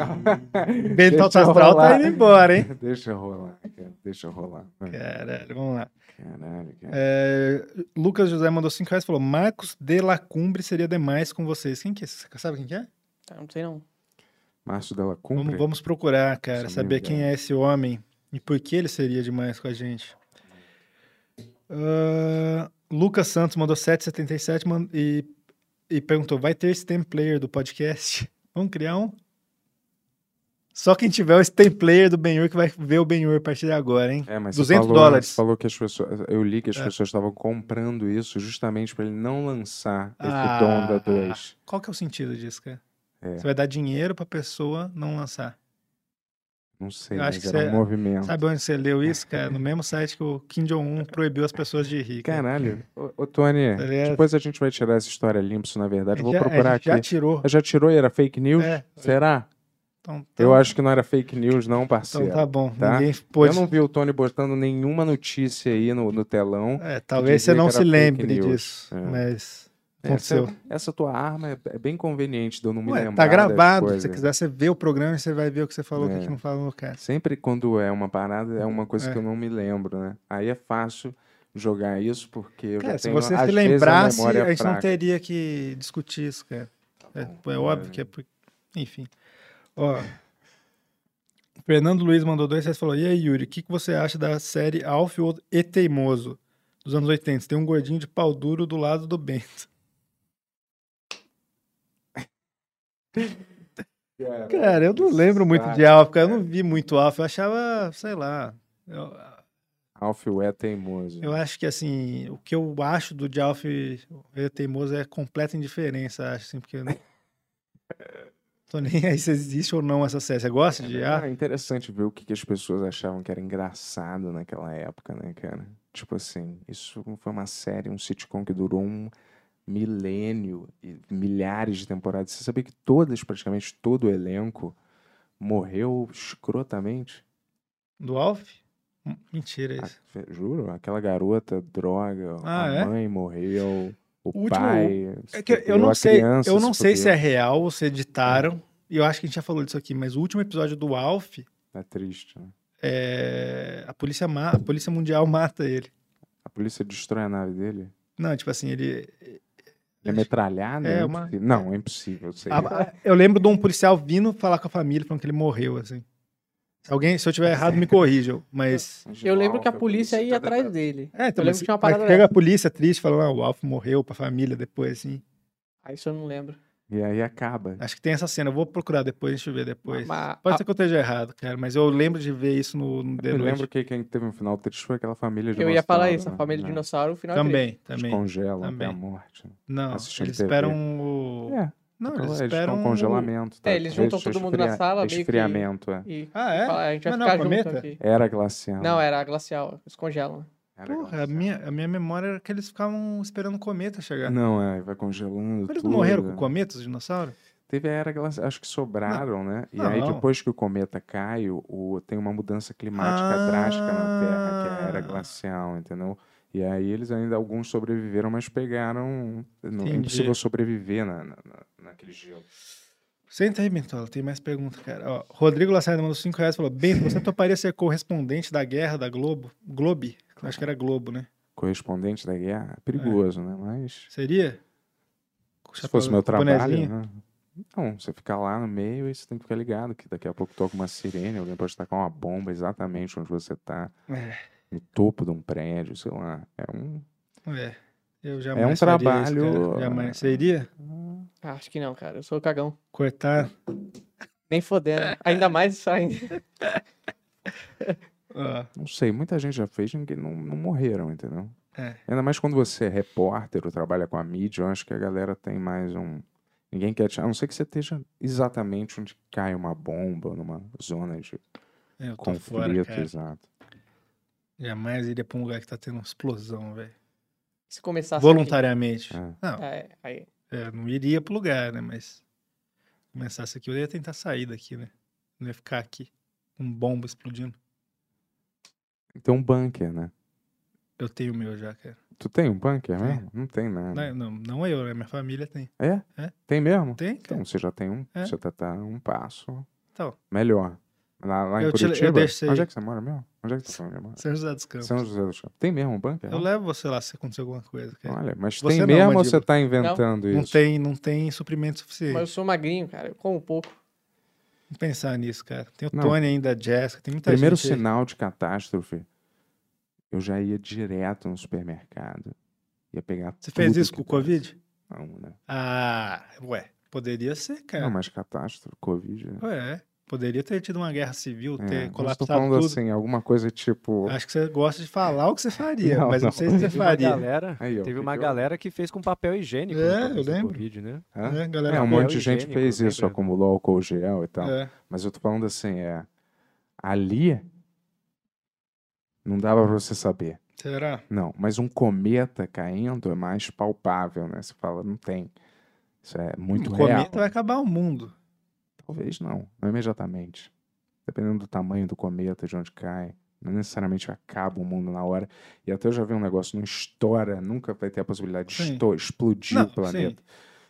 Deixa
Bento
eu
Astral tá
rolar.
indo embora, hein?
Deixa eu rolar, cara. Deixa eu rolar. vai.
Caralho, vamos lá.
Caralho, cara.
É, Lucas José mandou 5 reais e falou: Marcos de la Cumbre seria demais com vocês. Quem que é? Você sabe quem que é?
Tá, não sei não.
Márcio Della Cumpre.
Vamos, vamos procurar, cara,
Essa
saber
merda.
quem é esse homem e por que ele seria demais com a gente. Ah, Lucas Santos mandou 7,77 man- e, e perguntou: vai ter stem player do podcast? Vamos criar um? Só quem tiver o stem player do Benhur que vai ver o Benhur a partir de agora, hein?
É, mas você
200
falou,
dólares.
você falou que as pessoas. Eu li que as
É.
pessoas estavam comprando isso justamente pra ele não lançar esse
Ah,
Donda 2.
Qual que é o sentido disso, cara?
É.
Você vai dar dinheiro pra pessoa não lançar.
Não sei,
Eu
mas
acho que
era
você-
um movimento.
Sabe onde você leu isso, cara? No mesmo site que o Kim Jong-un proibiu as pessoas de rir. cara.
Caralho. Ô, ô, Tony, tipo,
Tá ligado?
depois a gente vai tirar essa história limpa, isso na verdade. Eu vou
Já- a
procurar
gente já
aqui.
tirou.
Ah, Já tirou e era fake news?
É.
Será?
Então,
Eu acho que não era fake news, não, parceiro.
tá bom,
Tá?
ninguém pôde-
Eu não vi o Tony botando nenhuma notícia aí no, no telão.
É,
que
talvez
dizia
você não
que era
se
fake
lembre
news.
disso,
É.
mas aconteceu.
Essa, essa tua arma é, é bem conveniente de eu não me
Ué,
lembrar.
tá
das
gravado. Se
coisas.
você quiser, você vê o programa e você vai ver o que você falou, o
É.
que que não falou, cara.
Sempre quando é uma parada, é uma coisa
É.
que eu não me lembro, né? Aí é fácil jogar isso, porque eu
Cara,
já
se
tenho,
você
às
se
vezes, a
lembrasse,
memória
a gente não
fraca. Tá
teria que discutir isso, cara. É, é óbvio
né?
que é por... Enfim. Ó, Fernando Luiz mandou dois reais e falou: E aí, Yuri, o que, que você acha da série Alf e Teimoso dos anos 80? Tem um gordinho de pau duro do lado do Bento. Cara, eu não lembro muito de Alf, cara. Eu não vi muito Alf. Eu achava, sei lá. eu-
Alf é teimoso.
Eu acho que assim, o que eu acho do Jalf teimoso é completa indiferença, acho, assim, porque eu não tô nem aí se existe ou não essa série. Você gosta de Jalf?
Ah, é interessante ver o que, que as pessoas achavam que era engraçado naquela época, né, cara? Tipo assim, isso foi uma série, um sitcom que durou um milênio e milhares de temporadas. Você sabia que todas, praticamente todo o elenco morreu escrotamente?
Do Alf? Hum, Mentira isso.
Fe- Juro, aquela garota, droga,
Ah,
a
é?
mãe morreu, Ah, o,
O último-
pai.
É
se
que eu- eu
fudeu,
não
a
sei,
criança Hum.
eu não sei se é
fudeu.
real ou se editaram. E eu acho que a gente já falou disso aqui, mas o último episódio do Alf,
É triste, né?
é, a polícia ma- a polícia mundial mata ele.
A polícia destrói a nave dele.
Não, tipo assim, ele
Ele é metralhado?
É
É
uma-
impossível. Não, é impossível. eu sei.
A- a- Ah, eu lembro de um policial vindo falar com a família, falando que ele morreu, assim. Se, alguém, se eu tiver errado, me corrijam, mas...
Tá
Tá
Eu lembro que a polícia ia atrás dele.
É, então,
eu lembro
mas,
que tinha uma
mas
parada
chega a
dessa.
polícia triste, falando, ah, o Alf morreu pra família depois, assim.
Ah, isso eu não lembro.
E aí acaba.
Acho que tem essa cena, eu vou procurar depois, deixa eu ver depois.
Mas-
Pode ser que eu esteja errado, cara, mas eu lembro de ver isso no, no The
Eu
Noite.
lembro que quem teve um final triste foi aquela família de
Eu ia falar
dinossauros,
isso, a
né?
família de
É.
dinossauro, o final é
Também,
triste.
também.
Descongelam até
também.
a morte. né?
Não,
Assistindo
eles
TV.
esperam um o...
É,
Não,
então
eles
eles
esperam um
estão
o-
congelamento. tá?
É, eles juntam
Talvez
todo mundo na
esfria-
sala, meio que-
Esfriamento, é.
E
Ah, é?
fala, a gente vai
Mas não,
ficar junto
cometa?
aqui.
Era glacial.
Não, era a glacial, eles congelam.
Porra, a minha, a minha memória era que eles ficavam esperando o cometa chegar.
Não, é, vai congelando
Mas eles não
tudo.
morreram com o cometa, os dinossauros?
Teve a era glacial, acho que sobraram, né? E aí
Não.
depois que o cometa cai, o, o- tem uma mudança climática
Ah.
drástica na Terra, que é a era glacial, entendeu? E aí eles ainda, alguns sobreviveram, mas pegaram... Não, é
Entendi.
impossível sobreviver na, na, na- naquele gelo.
Senta aí, Bentola, tem mais pergunta, cara. Ó, Rodrigo Lacerda mandou 5 reais e falou: Bento, você toparia ser correspondente da guerra da Globo? Globe? Acho que era Globo, né?
Correspondente da guerra, é perigoso, né? Mas...
Seria?
Se fosse meu
Com bonezinho?
trabalho, né? Não, você fica lá no meio e você tem que ficar ligado, que daqui a pouco toca uma sirene, alguém pode tacar uma bomba exatamente onde você tá,
É.
no topo de um prédio, sei lá. É um.
É. Eu jamais faria Isso,
trabalho-
cara. Jamais. Seria?
Ah, acho que não, cara, eu sou cagão.
Cortar.
Nem fodendo. Ainda mais isso ainda.
Ó,
Não sei, muita gente já fez, ninguém não, não morreram, entendeu?
É.
Ainda mais quando você é repórter ou trabalha com a mídia, eu acho que a galera tem mais um. Ninguém quer te. A não ser que você esteja exatamente onde cai uma bomba, numa zona de
É, eu tô
conflito,
fora, cara.
exato.
Jamais iria pra um lugar que tá tendo uma explosão, velho.
Se começasse.
Voluntariamente.
É.
Não.
É, aí.
É, não iria pro lugar, né? Mas começasse aqui, eu ia tentar sair daqui, né? Não ia ficar aqui com bomba explodindo.
Então, um bunker, né?
Eu tenho o meu já, cara.
Tu tem um bunker
Tem.
mesmo? Não tem nada.
Não, não, não eu, né? Minha família tem.
É?
É.
Tem mesmo?
Tem, cara.
Então você já tem um,
É.
você tá, tá um passo
Então,
melhor. Lá, lá em
Eu te- eu
Curitiba.
deixo você
Onde
ir.
é que você mora mesmo? Onde é que você mora?
São José dos Campos.
São José dos Campos. Tem mesmo um bunker?
Eu levo você lá se acontecer alguma coisa, cara.
Olha, mas
Você
tem
não,
mesmo ou
Mandíbula.
você tá inventando
Não
isso?
tem, não tem suprimento suficiente.
Mas eu sou magrinho, cara. Eu como pouco.
Vamos pensar nisso, cara. Tem o
Não.
Tony ainda, a Jessica, tem muita
Primeiro
gente. aí.
sinal de catástrofe, eu já ia direto no supermercado. Ia pegar
Você fez
tudo
isso com o Covid?
que- Não, né?
Ah, ué, poderia ser, cara.
Não, mas catástrofe, Covid. né?
Ué, poderia ter tido uma guerra civil,
É,
ter
mas tô
colapsado
falando
tudo. É.
assim, alguma coisa tipo.
Acho que você gosta de falar o que você faria,
Não,
mas não,
não.
sei se você
Teve uma
faria.
Galera,
Aí, ó,
teve uma
fica-
galera que fez com papel higiênico no
É, eu
começo do
lembro.
Covid, né?
Hã?
Né, galera?
é, um
Papel
monte de gente
higiênico,
fez isso,
lembra?
acumulou álcool gel e tal.
É.
Mas eu tô falando assim, é. Ali. Não dava pra você saber.
Será?
Não, mas um cometa caindo é mais palpável, né? Você fala, não tem. Isso é muito
o
real.
Um cometa vai acabar o mundo.
Talvez não, não imediatamente. Dependendo do tamanho do cometa, de onde cai. Não necessariamente acaba o mundo na hora. E até eu já vi um negócio, não estoura, nunca vai ter a possibilidade de
Sim.
esto- explodir
Não,
o planeta.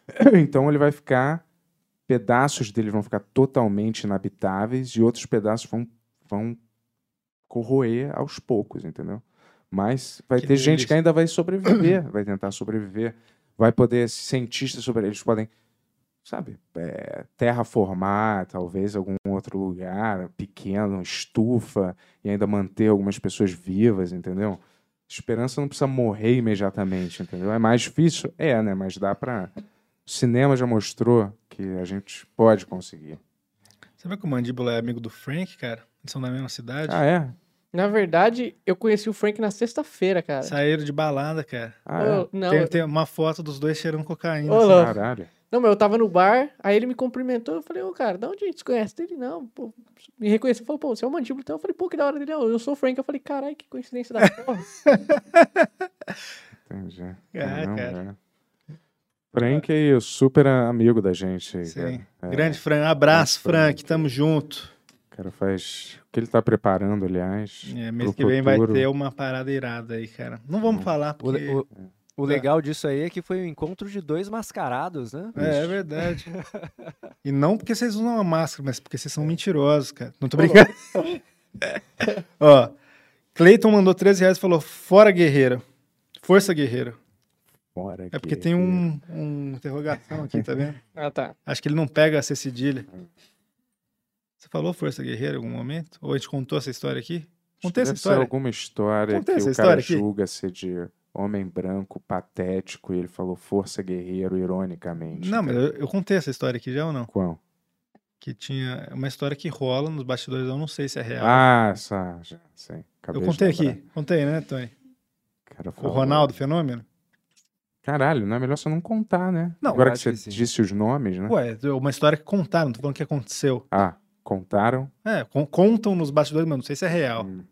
Então ele vai ficar. Pedaços dele vão ficar totalmente inabitáveis e outros pedaços vão, vão corroer aos poucos, entendeu? Mas vai
Que
ter gente que
delícia.
ainda vai sobreviver, vai tentar sobreviver. Vai poder, esses cientistas sobre eles podem sabe, é, terraformar, talvez algum outro lugar pequeno, uma estufa, e ainda manter algumas pessoas vivas, entendeu? Esperança não precisa morrer imediatamente, entendeu? É mais difícil? É, né? Mas dá pra. O cinema já mostrou que a gente pode conseguir.
Sabe que o Mandíbula é amigo do Frank, cara? Eles são da mesma cidade.
Ah, é?
Na verdade, eu conheci o Frank na sexta-feira, cara.
Saíram Tá de balada, cara.
Ah, é?
Ô, não,
tem,
eu-
tem uma foto dos dois cheirando cocaína. assim.
Ô, louco.
Caralho.
Não, mas eu tava no bar, aí ele me cumprimentou, eu falei, ô cara, de onde a gente se conhece? Ele, não, pô, me reconheceu, falou, pô, você é o Mandíbula, então? Eu falei, pô, que da hora dele, "Ô, eu sou o Frank. Eu falei, carai, que coincidência da porra.
Entendi.
É,
Não,
cara.
é. Frank é o super amigo da gente. aí,
Sim.
cara. É,
Grande Frank. Abraço,
Grande
Frank. Tamo junto.
O cara faz. O que ele tá preparando, aliás.
É, mês
pro
que vem vai
futuro.
ter uma parada irada aí, cara. Não
Hum.
vamos falar,
O,
porque...
le- o- o legal disso aí é que foi o encontro de dois mascarados, né?
É, é verdade. e não porque vocês usam uma máscara, mas porque
É.
vocês são mentirosos, cara. Não tô brincando. Ó, Cleiton mandou 13 reais e falou, fora guerreiro. Força guerreiro.
Fora
É porque tem um, um interrogação aqui, tá vendo?
ah, tá.
Acho que ele não pega essa cedilha. Você falou força guerreiro em algum momento? Ou a gente contou essa história aqui? Contei essa
Deve ser
história.
alguma história
Contei
que
essa
o
história
cara
aqui.
julga ser de homem branco, patético, e ele falou força guerreiro, ironicamente.
Não, mas eu, eu contei essa história aqui já ou não?
Qual?
Que tinha uma história que rola nos bastidores, eu não sei se é real.
Ah, essa, já sei. Acabei
eu
de
contei
lembrar.
aqui, contei, né, Tony?
Cara,
O
fala-
Ronaldo Fenômeno?
Caralho, não é melhor você não contar, né?
Não,
Agora
eu
que
acho
você
que sim.
disse os nomes, né?
Ué, é uma história que contaram, não tô falando que aconteceu.
Ah, contaram?
É, con- contam nos bastidores, mas não sei se é real.
Hum.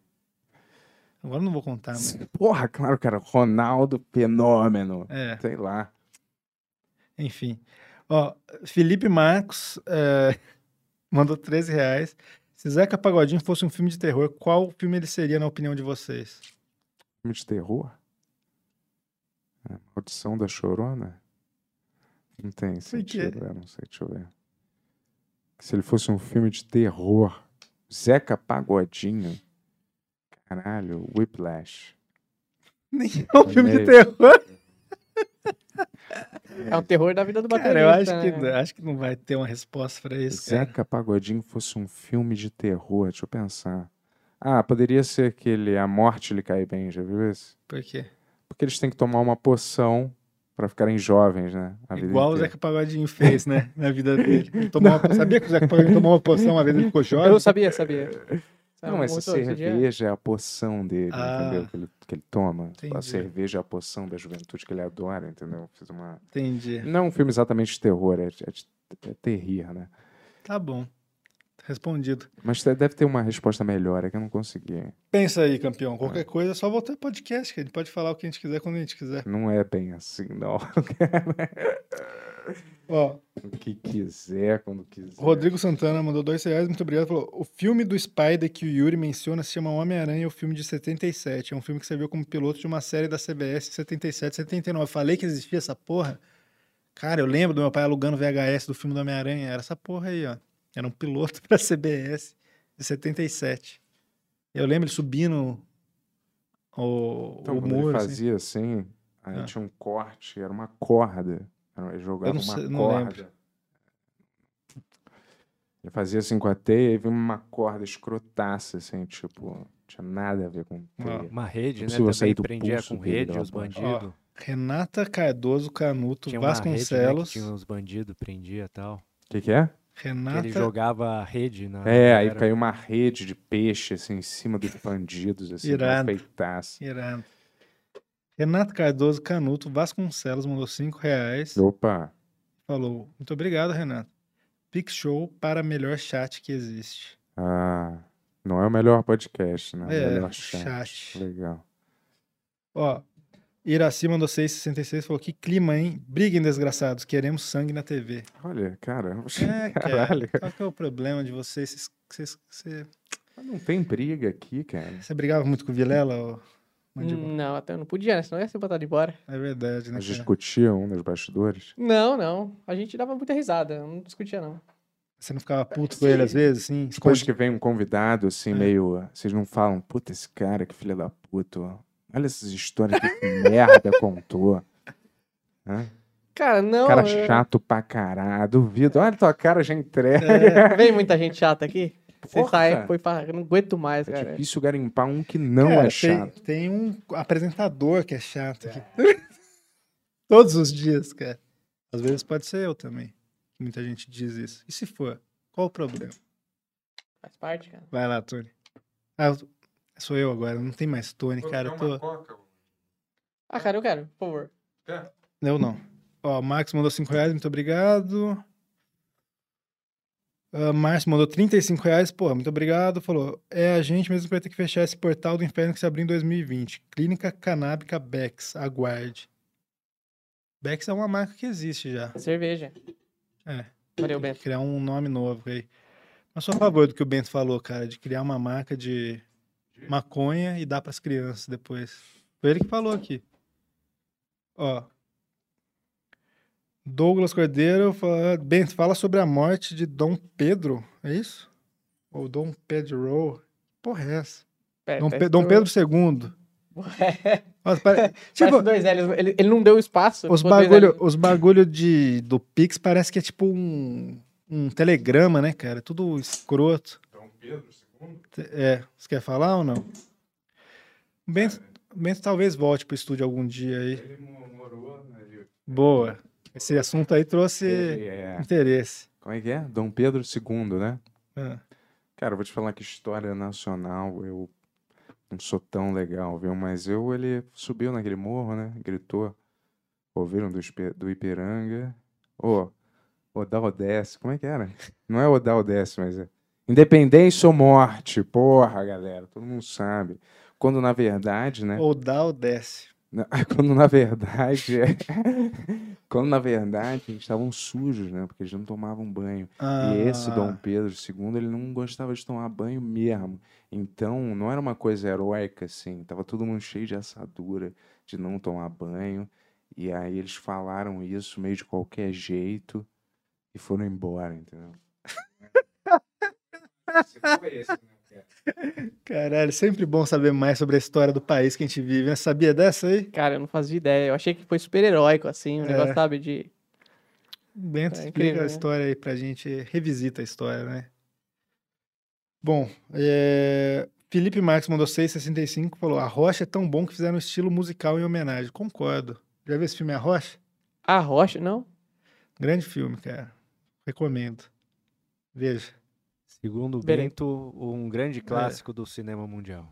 Agora eu não vou contar, né? mas...
Porra, claro, cara. Ronaldo Fenômeno.
É.
Sei lá.
Enfim. Ó, Felipe Marcos eh, mandou 13 reais. Se Zeca Pagodinho fosse um filme de terror, qual filme ele seria, na opinião de vocês?
Filme de terror? É, Maldição da Chorona? Não tem
quê?
sentido, eu não sei, deixa eu ver. Se ele fosse um filme de terror, Zeca Pagodinho, caralho, Whiplash.
Nenhum
filme de
terror.
É o terror da vida do
Cara,
baterista.
eu acho que,
né?
acho que não vai ter uma resposta pra isso, cara.
Zeca Pagodinho fosse um filme de terror, deixa eu pensar. Ah, poderia ser aquele A Morte Lhe Cai Bem, já viu esse?
Por quê?
Porque eles têm que tomar uma poção pra ficarem jovens, né? A vida
Igual o
inteira.
Zeca Pagodinho fez, né? Na vida dele. Ele tomou uma- Sabia é que o Zeca Pagodinho tomou uma poção uma vez ele ficou jovem?
Eu sabia, sabia.
Não, essa
Muito- esse dia-
cerveja é a poção dele,
Ah.
entendeu? Que ele, que ele toma. A
Entendi.
cerveja é a poção da juventude que ele adora, entendeu? Fiz uma...
Entendi.
Não é um filme exatamente de terror, é, é, de- é terrir, né?
Tá bom. Respondido.
Mas te- deve ter uma resposta melhor, é que eu não consegui.
Pensa aí, campeão. Qualquer coisa é só voltar ao podcast, que a gente pode falar o que a gente quiser quando a gente quiser.
Não é bem assim, não. né?
Ó,
o que quiser, quando quiser.
Rodrigo Santana mandou dois reais, muito obrigado. Falou, o filme do Spider que o Yuri menciona se chama Homem-Aranha, o filme de 77. É um filme que serviu como piloto de uma série da CBS em 77, 79. Falei que existia essa porra. Cara, eu lembro do meu pai alugando VHS do filme do Homem-Aranha. Era essa porra aí, ó. Era um piloto pra CBS de 77. Eu lembro ele subindo o,
Então,
o
quando ele
muro. assim.
fazia assim, aí
Ah.
tinha um corte, era uma corda. Era- Ele jogava
Eu não,
uma
sei, não
corda.
lembro.
Ele fazia assim com a teia e vinha uma corda escrotaça, assim, tipo, tinha nada a ver com teia.
Uma rede, né?
Impossível
Também
sair do
prendia
pulso
com
dele, Ah.
rede
dava
os
uma-
bandidos.
Ó, Renata Cardoso Canuto
Tinha uma rede, né, que
Vasconcelos.
tinha uns bandidos, prendia e tal.
O que, que é?
Que
Renata
ele jogava a rede na.
é, aí
galera.
caiu uma rede de peixe, assim, em cima dos bandidos, assim,
Irado.
feitaça.
Irado. Renato Cardoso Canuto Vasconcelos mandou 5 reais.
Opa,
Falou. Muito obrigado, Renato. Pix Show para melhor chat que existe.
ah, não é o melhor podcast, né?
É,
o melhor chat.
chat.
Legal.
Ó, Iraci mandou 6,66 falou que clima, hein? Briguem, desgraçados. Queremos sangue na TV.
Olha, caramba.
É, cara.
Caralho.
Qual que é o problema de vocês? Vocês- vocês- Você,
Não tem briga aqui, cara.
você brigava muito com o Vilela? ô Mandíbula?
Não, até eu não podia, né? Senão ia ser botado embora.
É verdade, né?
é Mas
Cara?
discutiam nos um bastidores.
Não, não. A gente dava muita risada. Não discutia, não.
Você não ficava puto com ele às vezes, assim?
Depois
Esconde...
que vem um convidado,
É.
assim, meio. Vocês não falam, puta, esse cara, que filha da puta. ó. Olha essas histórias que esse merda contou. Hã?
Cara, não.
cara
é.
eu-
chato pra caralho, duvido. Olha, tua cara já entrega.
É, Vem muita gente chata aqui. Você
Porra.
sai, foi pra... Eu não aguento mais,
É,
cara.
difícil garimpar um que não
Cara,
é chato.
Tem, tem um apresentador que é chato aqui. Todos os dias, cara. Às vezes pode ser eu também. Muita gente diz isso. E se for? Qual o problema?
Faz parte, cara.
Vai lá, Tony. Ah, eu- sou eu agora, não tem mais Tony, cara. Eu, tô...
Ah, cara, eu quero, por favor.
eu não. Ó, o Max mandou 5 reais, muito obrigado. Ah, Márcio mandou 35 reais, porra, muito obrigado. Falou, é a gente mesmo que vai ter que fechar esse portal do inferno que se abriu em 2020. Clínica Canábica Bex, aguarde. Bex é uma marca que existe já.
Cerveja.
É.
Valeu,
Tem que
Bento.
Criar um nome novo aí. Mas sou a favor do que o Bento falou, cara, de criar uma marca de maconha e dar pras crianças depois. Foi ele que falou aqui. Ó. Douglas Cordeiro fala, Bento, fala sobre a morte de Dom Pedro, é isso? Ou Dom Pedro? Que Porra, é essa?
Pe-
Dom,
pe-
Pe- Dom Pedro II. Nossa, pare-
Tipo,
Tipo,
dois L's. Ele, ele não deu espaço.
os
botou dois
bagulho,
L's.
os bagulho de, do Pix parece que é tipo um, um telegrama, né, cara? Tudo É, escroto. Dom Pedro II? É. Você quer falar ou não? Bento, Mendes talvez volte pro estúdio algum dia aí. Boa. Esse assunto aí trouxe
né, Ele é-
interesse.
Como é que é? Dom Pedro II, né?
Ah.
Cara, eu vou te falar que história nacional eu não sou tão legal, viu? Mas eu, ele subiu naquele morro, né? Gritou. Ouviram do, Ispe- do Ipiranga. Ô, Odal Desce, como é que era? Não é Odal Desce, mas é. Independência ou morte? Porra, galera, todo mundo sabe. Quando na verdade, né?
Ou dá ou desce.
Na- Quando na verdade é. Quando na verdade eles estavam sujos, né? Porque eles não tomavam banho. E esse Dom
Ah.
Pedro II, ele não gostava de tomar banho mesmo. Então não era uma coisa heróica assim. Tava todo mundo cheio de assadura de não tomar banho. E aí eles falaram isso meio de qualquer jeito e foram embora, entendeu?
Caralho, sempre bom saber mais sobre a história do país que a gente vive, né? Sabia dessa aí?
Cara, eu não fazia ideia. Eu achei que foi super heróico, assim, um
É.
negócio, sabe, de...
Bento,
É
explica
incrível,
a
né?
história aí pra gente, revisita a história, né? Bom, é, Felipe Marques mandou 6,65 falou: A Rocha é tão bom que fizeram um estilo musical em homenagem. Concordo. Já viu esse filme A Rocha?
A Rocha, não?
Grande filme, cara. Recomendo. Veja.
Segundo o
Beren-
Bento, um
É.
grande clássico do cinema mundial.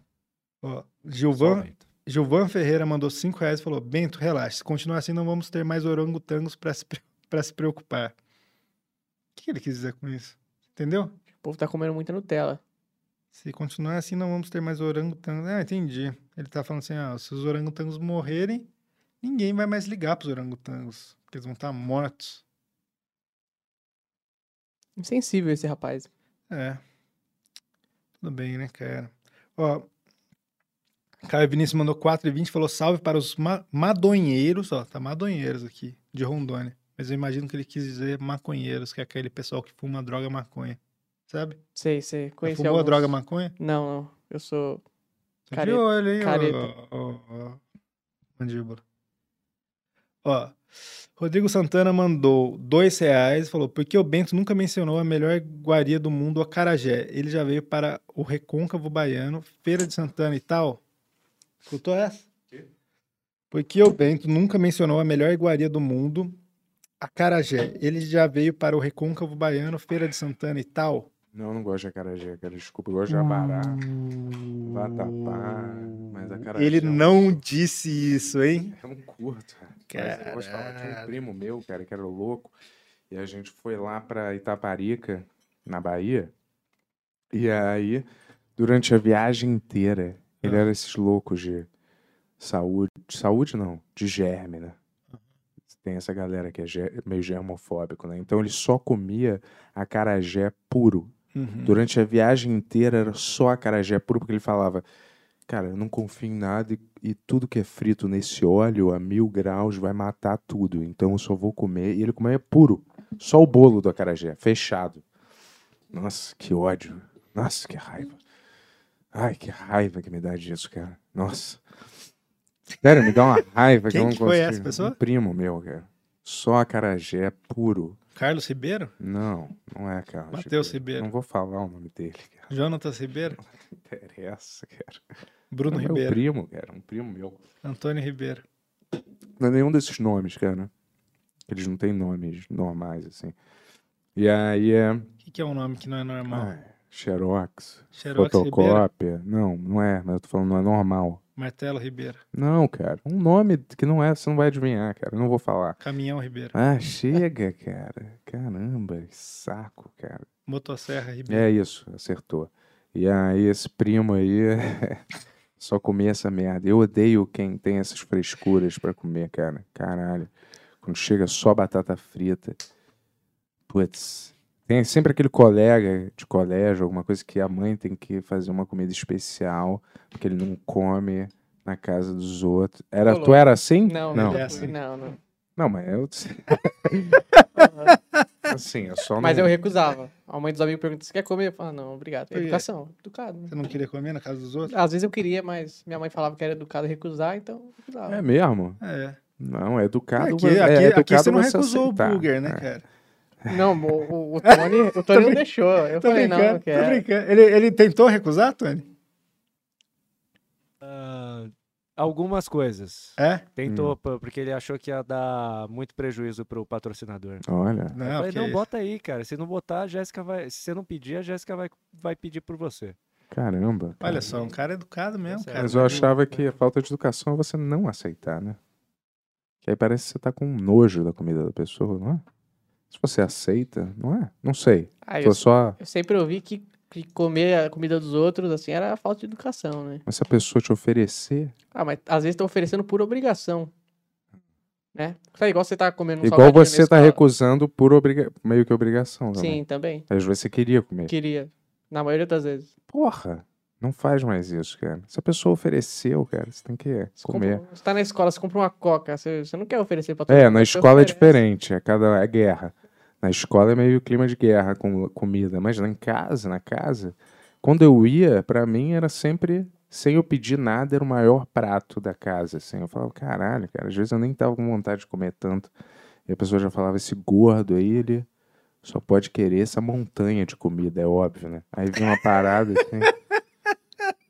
Ó, Gilvan, Gilvan Ferreira mandou 5 reais e falou: Bento, relaxa. Se continuar assim, não vamos ter mais orangotangos pra se, pre- pra se preocupar. O que ele quis dizer com isso? Entendeu?
O povo tá comendo muita Nutella.
Se continuar assim, não vamos ter mais orangotangos. Ah, entendi. Ele tá falando assim, ah, se os orangotangos morrerem, ninguém vai mais ligar pros orangotangos, porque eles vão estar mortos.
Insensível esse rapaz.
É. Tudo bem, né, cara? Ó, Caio Vinícius mandou 4,20 e falou salve para os ma- madonheiros, ó, tá madonheiros aqui, de Rondônia. Mas eu imagino que ele quis dizer maconheiros, que é aquele pessoal que fuma droga maconha, sabe?
Sei, sei. Conheci
fumou a
alguns.
droga maconha?
Não, não. Eu sou...
Tô
Careta.
Tá de olho, hein, ô-
Careta.
ô- ô- mandíbula. Ó, Rodrigo Santana mandou dois reais, falou, porque o Bento nunca mencionou a melhor iguaria do mundo, o acarajé. Ele já veio para o Recôncavo Baiano, Feira de Santana e tal. Escutou essa? Porque o Bento nunca mencionou a melhor iguaria do mundo, acarajé. Ele já veio para o Recôncavo Baiano, Feira de Santana e tal.
Não, eu não gosto de acarajé, cara. Desculpa, eu gosto de abará,
Hum.
vatapá, mas acarajé...
Uhum.
é um
Ele
eu não
não disse isso, hein?
Eu não É um curto. é. Mas eu gostava. Tinha um
Caralho.
primo meu, cara, que era louco. E a gente foi lá pra Itaparica, na Bahia. E aí, durante a viagem inteira, ele era esses loucos de saúde. Saúde não, de germe, né? Tem essa galera que é ge- meio germofóbico, né? Então ele só comia acarajé puro.
Uhum.
Durante a viagem inteira era só acarajé puro, porque ele falava: Cara, eu não confio em nada e, e tudo que é frito nesse óleo a mil graus vai matar tudo. Então eu só vou comer. E ele comia puro. Só o bolo do acarajé, fechado. Nossa, que ódio. Nossa, que raiva. Ai, que raiva que me dá disso, cara. Nossa. Sério, me dá uma raiva que
Quem
eu não
que foi essa
consigo.
pessoa?
Um primo meu, cara. Só acarajé puro.
Carlos Ribeiro?
Não, não é Carlos.
Matheus Ribeiro.
Não vou falar o nome dele, cara.
Jonatas Ribeiro?
Não interessa, cara.
Bruno
é meu
Ribeiro.
primo, cara. Um primo meu.
Antônio Ribeiro.
Não é nenhum desses nomes, cara. né? Eles não têm nomes normais, assim. E aí é
O que, que é um nome que não é
Ah,
normal?
Xerox,
Xerox
fotocópia. Não, não é. Mas eu tô falando, não é normal.
Martelo Ribeiro.
Não, cara. Um nome que não é, você não vai adivinhar, cara. Eu não vou falar.
Caminhão Ribeiro.
Ah, chega, cara. Caramba, que saco, cara.
Motosserra Ribeiro.
É isso, acertou. E aí, esse primo aí só comia essa merda. Eu odeio quem tem essas frescuras pra comer, cara. Caralho. Quando chega só batata frita. Putz. Tem sempre aquele colega de colégio, alguma coisa que a mãe tem que fazer uma comida especial, porque ele não come na casa dos outros. Era,
Ô,
tu
louco.
era assim?
Não,
não.
É
nunca fui, não, não.
Não, mas eu. assim, eu só
Mas
não-
eu recusava. A mãe dos amigos pergunta, você quer comer? Eu falava, não, obrigado.
Por quê?
É Educação, educado. né? Ah,
Você não queria comer na casa dos outros?
Às vezes eu queria, mas minha mãe falava que era educado recusar, então eu recusava.
É mesmo?
É.
Não, é educado.
Aqui,
é
aqui- aqui
educado
você não
você
recusou
aceitar.
o Burger, né,
É.
cara?
Não, o, o- o Tony, o Tony não
brin-
deixou. Eu
Tô
falei,
brincando,
não, não
tô
quero.
brincando. Ele, ele tentou recusar, Tony?
Ah, Algumas coisas.
É?
Tentou,
Hum.
pô, porque ele achou que ia dar muito prejuízo pro patrocinador.
Olha.
Não,
Não,
eu falei,
que
não,
isso.
bota aí, cara. Se não botar, a Jéssica vai. Se você não pedir, a Jéssica vai, vai pedir por você.
Caramba. cara.
Olha só, um cara educado mesmo,
Tá
cara.
Mas eu achava que a falta de educação é você não aceitar, né? Que aí parece que você tá com nojo da comida da pessoa, não é? Se você aceita, não é? Não sei.
Ah,
Tô
eu,
só...
eu sempre ouvi que, que comer a comida dos outros, assim, era falta de educação, né?
Mas se a pessoa te oferecer,
Ah, mas às vezes estão oferecendo por obrigação. Né? Sabe, igual você tá comendo um
igual
salgadinho na
você tá
escola.
recusando por obriga... meio que obrigação também.
Sim, também.
Às vezes você queria comer.
Queria. Na maioria das vezes.
Porra, não faz mais isso, cara. Se a pessoa ofereceu, cara, você tem que comer.
Você tá na escola, você compra uma coca, você, você não quer oferecer pra todo
É,
mundo,
na
você
escola é
oferece.
diferente, é cada é guerra. Na escola é meio clima de guerra com comida, mas lá em casa, na casa, quando eu ia, pra mim era sempre sem eu pedir nada, era o maior prato da casa, assim. Eu falava, caralho, cara, às vezes eu nem tava com vontade de comer tanto. E a pessoa já falava, esse gordo aí, ele só pode querer essa montanha de comida, é óbvio, né? Aí vinha uma parada assim.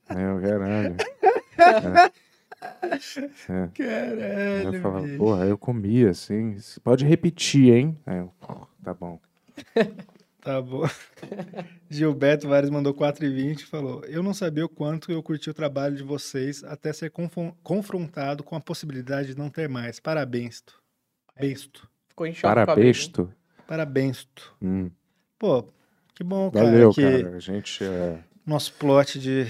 Aí eu, caralho. É. É. Aí
Caralho,
eu falava,
bicho.
porra, aí eu comia assim. "Você Pode repetir, hein? Aí eu, tá bom.
Tá bom. Gilberto Vares mandou 4,20 e falou: Eu não sabia o quanto eu curti o trabalho de vocês até ser confon- confrontado com a possibilidade de não ter mais. Parabéns. Parabéns.
É. Ficou em choque. com a vida, hein?
Parabesto.
Parabéns.
Hum,
Pô, que bom, cara.
valeu,
que
cara. A gente é.
Nosso plot de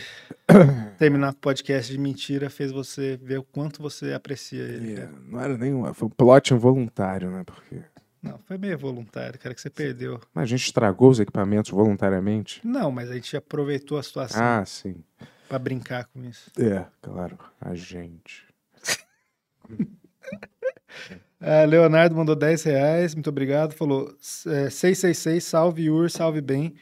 terminar o podcast de mentira fez você ver o quanto você aprecia ele. cara.
É, Não era nenhum. Foi um plot involuntário, né? Porque.
Não, foi meio voluntário, cara, que você perdeu.
Mas a gente estragou os equipamentos voluntariamente.
Não, mas a gente aproveitou a situação
Ah, sim.
pra brincar com isso.
É, claro. A gente.
Ah, Leonardo mandou 10 reais, muito obrigado. Falou: "S- eh, 666, salve Ur, salve bem.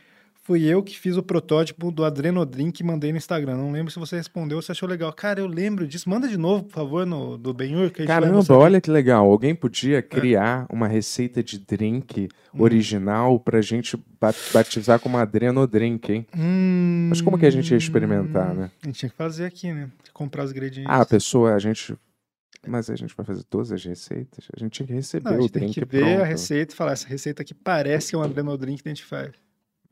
Fui eu que fiz o protótipo do Adrenodrink e mandei no Instagram. Não lembro se você respondeu ou se achou legal. Cara, eu lembro disso. Manda de novo, por favor, no, do Benhur. que É. a gente vai
Caramba,
mostrar.
olha que legal. Alguém podia criar uma receita de drink
Hum.
original pra gente ba- batizar como Adrenodrink, hein?
Hum,
Mas como que a gente ia experimentar, né?
A gente tinha que fazer aqui, né? Comprar os ingredientes.
Ah, a pessoa, a gente. Mas a gente vai fazer todas as receitas? A gente tinha que receber
Não, a
o
gente tem
drink
que ver
pronto.
a receita e falar: essa receita aqui parece que é um Adrenodrink que a gente faz.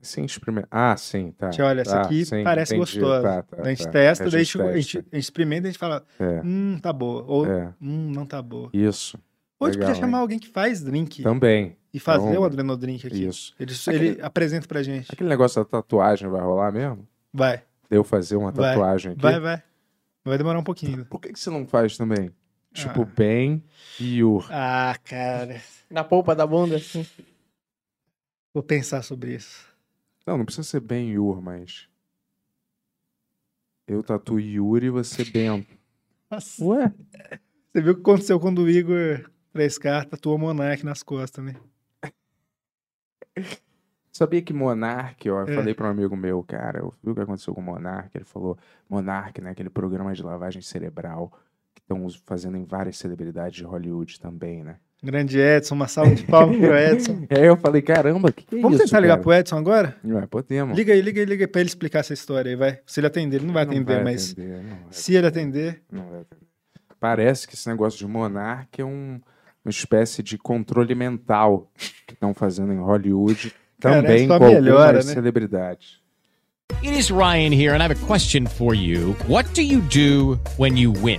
Sim, experimenta. Ah, sim, tá.
A gente olha, essa
tá,
aqui
sim,
parece
entendi,
gostosa.
tá, tá,
Daí a gente
tá.
testa, daí a gente, a
testa.
gente- a gente experimenta e a gente fala:
É.
hum, tá boa. Ou
É.
hum, não tá boa.
Isso.
Ou a gente podia
Legal,
chamar alguém que faz drink.
Também.
E fazer
Então,
o adrenodrink aqui.
Isso. é
Ele,
Aquele-
ele apresenta pra gente.
Aquele negócio da tatuagem vai rolar mesmo?
Vai.
De eu fazer uma
vai,
tatuagem aqui?
Vai, vai. Vai demorar um pouquinho.
Por que, que você não faz também? Tipo, bem e o.
Ah, cara.
Na polpa da bunda, assim.
Vou pensar sobre isso.
Não, não precisa ser bem Yur, mas. Eu tatuo Yuri e você Bento.
Nossa.
Ué?
Você viu o que aconteceu quando o Igor 3K tatuou Monark nas costas, né?
Sabia que Monark, ó, eu
É.
falei para um amigo meu, cara, eu vi o que aconteceu com o Monark, ele falou, Monark, né, aquele programa de lavagem cerebral que estão fazendo em várias celebridades de Hollywood também, né? É.
Grande Edson, uma salva de palmas pro Edson.
E aí eu falei, caramba, que que é
Vamos
isso,
tentar ligar
cara?
pro Edson agora?
Ué, podemos.
Liga aí, liga aí, liga aí pra ele explicar essa história aí, vai. Se ele atender, ele não vai
Não
atender,
vai
mas
atender, não vai
se ele atender,
Não vai atender. Parece que esse negócio de Monark é um- uma espécie de controle mental que estão fazendo em Hollywood
Cara,
também
só
com algumas
melhora, né?
celebridades.
It is Ryan here, and I have a question for you. What do you do when you win?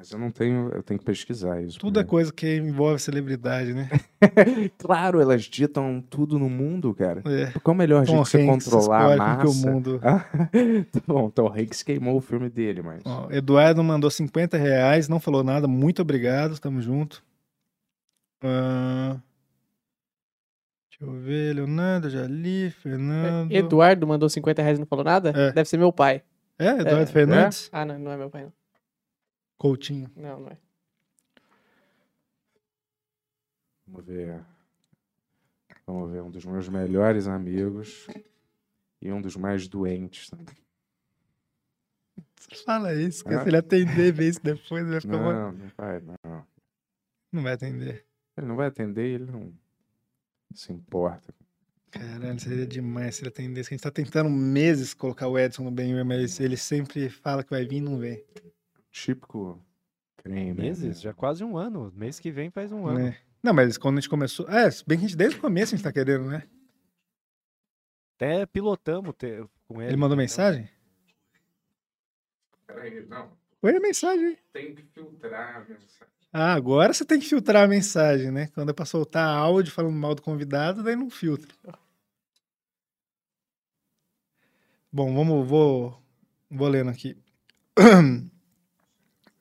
Mas eu não tenho, eu tenho que pesquisar isso.
Tudo é coisa que envolve celebridade, né?
Claro, elas ditam tudo no mundo, cara.
É.
Qual o melhor
Tom
jeito de você
Hanks
controlar a
escolhe com que o
massa?
mundo-
Ah, tá bom, Tom Hanks queimou o filme dele, mas...
Ó, Eduardo mandou 50 reais, não falou nada, muito obrigado, tamo junto. Ah, deixa eu ver, Leonardo, já li, Fernando.
É, Eduardo mandou 50 reais e não falou nada?
Uhum. É.
Deve ser meu pai.
É, Eduardo Fernandes?
Ah, não, não é meu pai, não.
Coutinho.
Não, não é.
Vamos ver. Vamos ver um dos meus melhores amigos e um dos mais doentes também.
Fala isso, que
Ah.
se ele atender, ver isso depois, ele vai ficar.
Não,
Não,
não vai, não.
não vai atender.
Ele não vai atender, ele não se importa.
Caralho, seria demais se ele atendesse. A gente tá tentando meses colocar o Edson no Ben, mas ele sempre fala que vai vir e não vem.
Típico né? creme.
Meses? Já quase um ano. Mês que vem faz um ano.
né? Não, mas quando a gente começou. É, se bem que a gente, desde o começo a gente tá querendo, né?
Até pilotamos te- com ele.
Ele mandou mensagem?
Peraí, não.
Olha a mensagem.
Tem que filtrar a mensagem.
Ah, agora você tem que filtrar a mensagem, né? Quando é pra soltar áudio falando mal do convidado, daí não filtra. Bom, vamos, vou, vou lendo aqui.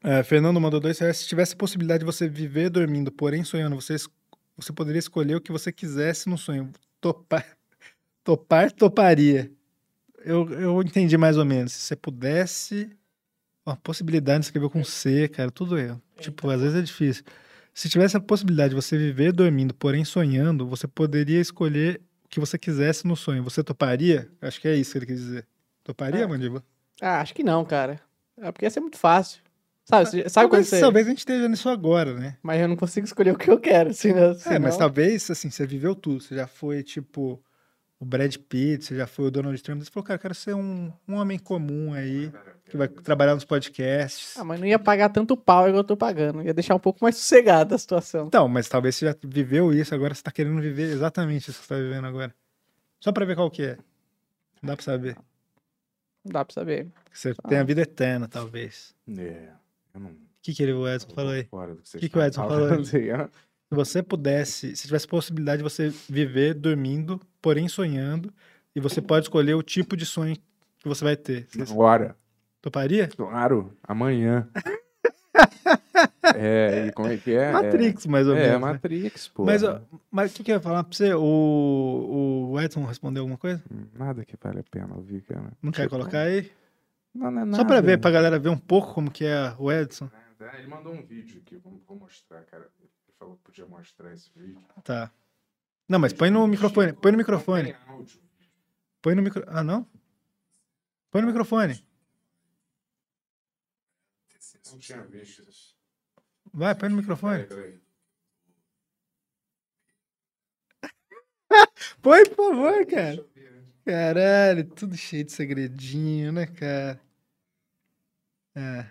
É, Fernando mandou dois reais. Se tivesse a possibilidade de você viver dormindo, porém sonhando, você, es- você poderia escolher o que você quisesse no sonho. Topar, topar toparia. Eu, eu entendi mais ou menos. Se você pudesse. Uma possibilidade, você escreveu com C, cara, tudo erro. Tipo, às vezes é difícil. Se tivesse a possibilidade de você viver dormindo, porém sonhando, você poderia escolher o que você quisesse no sonho. Você toparia? Acho que é isso que ele quis dizer. Toparia,
Ah.
Mandíbula?
Ah, acho que não, cara. É porque ia ser muito fácil. Sabe, você- sabe quando
talvez,
você...
talvez a gente esteja nisso agora, né?
Mas eu não consigo escolher o que eu quero, assim, né? senão...
É, mas
senão-
talvez, assim, você viveu tudo. Você já foi, tipo, o Brad Pitt, você já foi o Donald Trump. Você falou, cara, eu quero ser um, um homem comum aí, que vai trabalhar nos podcasts.
Ah, mas não ia pagar tanto pau igual eu tô pagando. Ia deixar um pouco mais sossegada a situação.
Então, mas talvez você já viveu isso, agora você tá querendo viver exatamente isso que você tá vivendo agora. Só pra ver qual que é. Não dá pra saber.
Não dá pra saber.
Você tem a vida eterna, tá? talvez.
É, eu não.
O que, que ele, o Edson falou aí?
Fora do
O
que vocês
que, que o Edson
estavam
falou aí?
falando aí, ó.
Se você pudesse, se tivesse possibilidade de você viver dormindo, porém sonhando, e você pode escolher o tipo de sonho que você vai ter. Você
Agora.
toparia?
Claro, amanhã. é, e como é que é?
Matrix, mais ou
é,
menos,
É,
né?
Matrix, pô.
Mas, ó, mas o que, que eu ia falar pra você? O, o Edson respondeu alguma coisa?
Hum, Nada que vale a pena ouvir, cara.
Não quer colocar aí?
Não, não é
Só pra
nada.
ver, pra galera ver um pouco como que é o Edson.
Ele mandou um vídeo aqui, vou, vou mostrar, cara. Ele falou que podia mostrar esse vídeo.
Tá. Não, mas põe no microfone. Põe no microfone.
Áudio.
Põe no micro... Ah, não? Põe no microfone.
Não tinha visto isso.
Vai, põe no microfone.
Peraí.
Põe, por favor, cara. Caralho, tudo cheio de segredinho, né, cara? É.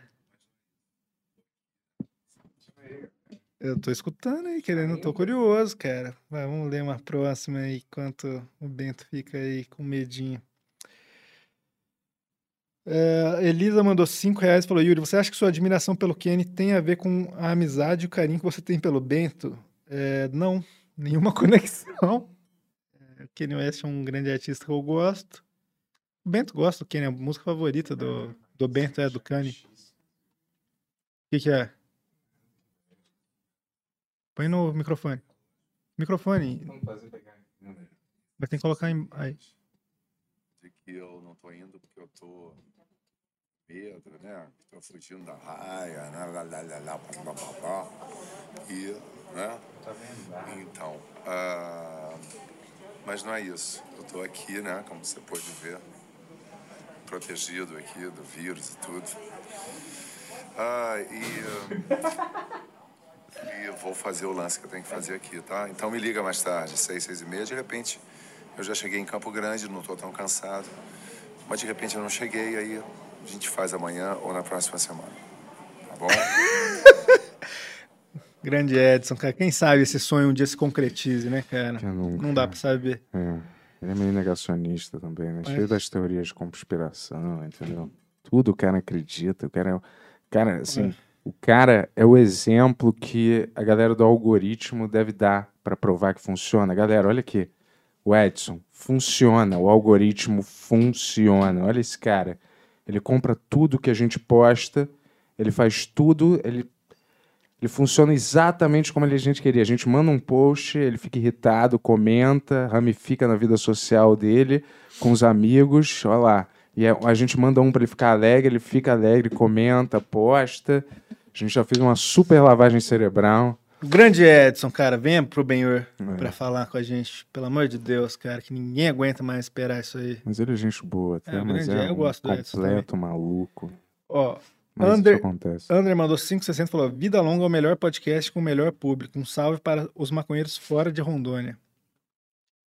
Eu tô escutando aí, querendo, eu tô curioso, cara. Vai, vamos ler uma próxima aí, enquanto o Bento fica aí com medinho. É, Elisa mandou 5 reais e falou: Yuri, você acha que sua admiração pelo Kenny tem a ver com a amizade e o carinho que você tem pelo Bento? É, não, nenhuma conexão. É, o Kenny West é um grande artista que eu gosto. O Bento gosta do Kenny, é a música favorita do, do Bento é do Kanye. O que, que é? Põe no microfone. Microfone,
Vamos fazer pegar. né?
mas tem que colocar em. Aí.
de que eu não tô indo porque eu tô Pedro, né? Tô fugindo da raia, né? Lá, lá, lá, lá, blá, blá, blá, blá. E, né? Então, ah, mas não é isso. Eu tô aqui, né? Como você pôde ver, protegido aqui do vírus e tudo. Ah, e, e eu vou fazer o lance que eu tenho que fazer aqui, tá? Então me liga mais tarde, seis, seis e meia, de repente eu já cheguei em Campo Grande, não estou tão cansado. Mas de repente eu não cheguei, aí a gente faz amanhã ou na próxima semana. Tá bom?
Grande Edson, cara. Quem sabe esse sonho um dia se concretize, né, cara?
nunca.
Não dá pra saber.
É. Ele é meio negacionista também, né?
Mas-
Cheio das teorias de conspiração, entendeu? Tudo o cara acredita, o cara é. o- Cara, assim, o cara é o exemplo que a galera do algoritmo deve dar pra provar que funciona. Galera, olha aqui. O Edson, funciona, o algoritmo funciona. Olha esse cara. Ele compra tudo que a gente posta, ele faz tudo, ele ele funciona exatamente como a gente queria. A gente manda um post, ele fica irritado, comenta, ramifica na vida social dele, com os amigos, olha lá. E a a gente manda um para ele ficar alegre, ele fica alegre, comenta, posta. A gente já fez uma super lavagem cerebral.
Grande Edson, cara, venha pro Benhur
É.
pra falar com a gente. Pelo amor de Deus, cara, que ninguém aguenta mais esperar isso aí.
Mas ele é gente boa, tá?
É, o
mas
grande-
é
eu
um
gosto do Edson também.
completo maluco.
Ó,
Mas isso
Ander,
acontece.
Ander mandou 560 e falou: Vida Longa é o melhor podcast com o melhor público. Um salve para os maconheiros fora de Rondônia.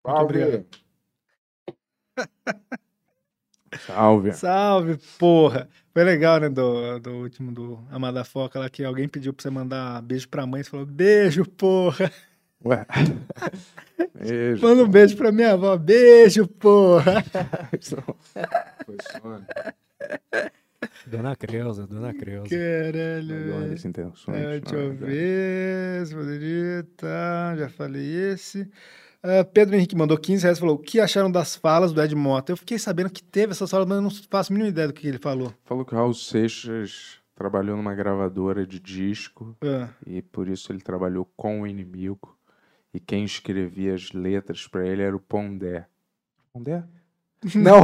Muito obrigado.
Salve.
Salve, porra! Foi legal, né, do, do último do Amada Foca lá, que alguém pediu pra você mandar beijo pra mãe, você falou, beijo, porra!
Ué. Beijo.
Manda um beijo pra minha avó, beijo, porra!
Foi só.
Dona Creuza, Dona Creuza.
Caralho,
Melhores
velho.
intenções,
É, deixa
na
eu
verdade.
ver, se poderia, tá, já falei esse. Ah, Pedro Henrique mandou 15 reais e falou, o que acharam das falas do Ed Mota? Eu fiquei sabendo que teve essas falas, mas eu não faço a mínima ideia do que ele falou.
Falou que o Raul Seixas trabalhou numa gravadora de disco
Ah.
e por isso ele trabalhou com o inimigo. E quem escrevia as letras pra ele era o Pondé. Pondé? Não,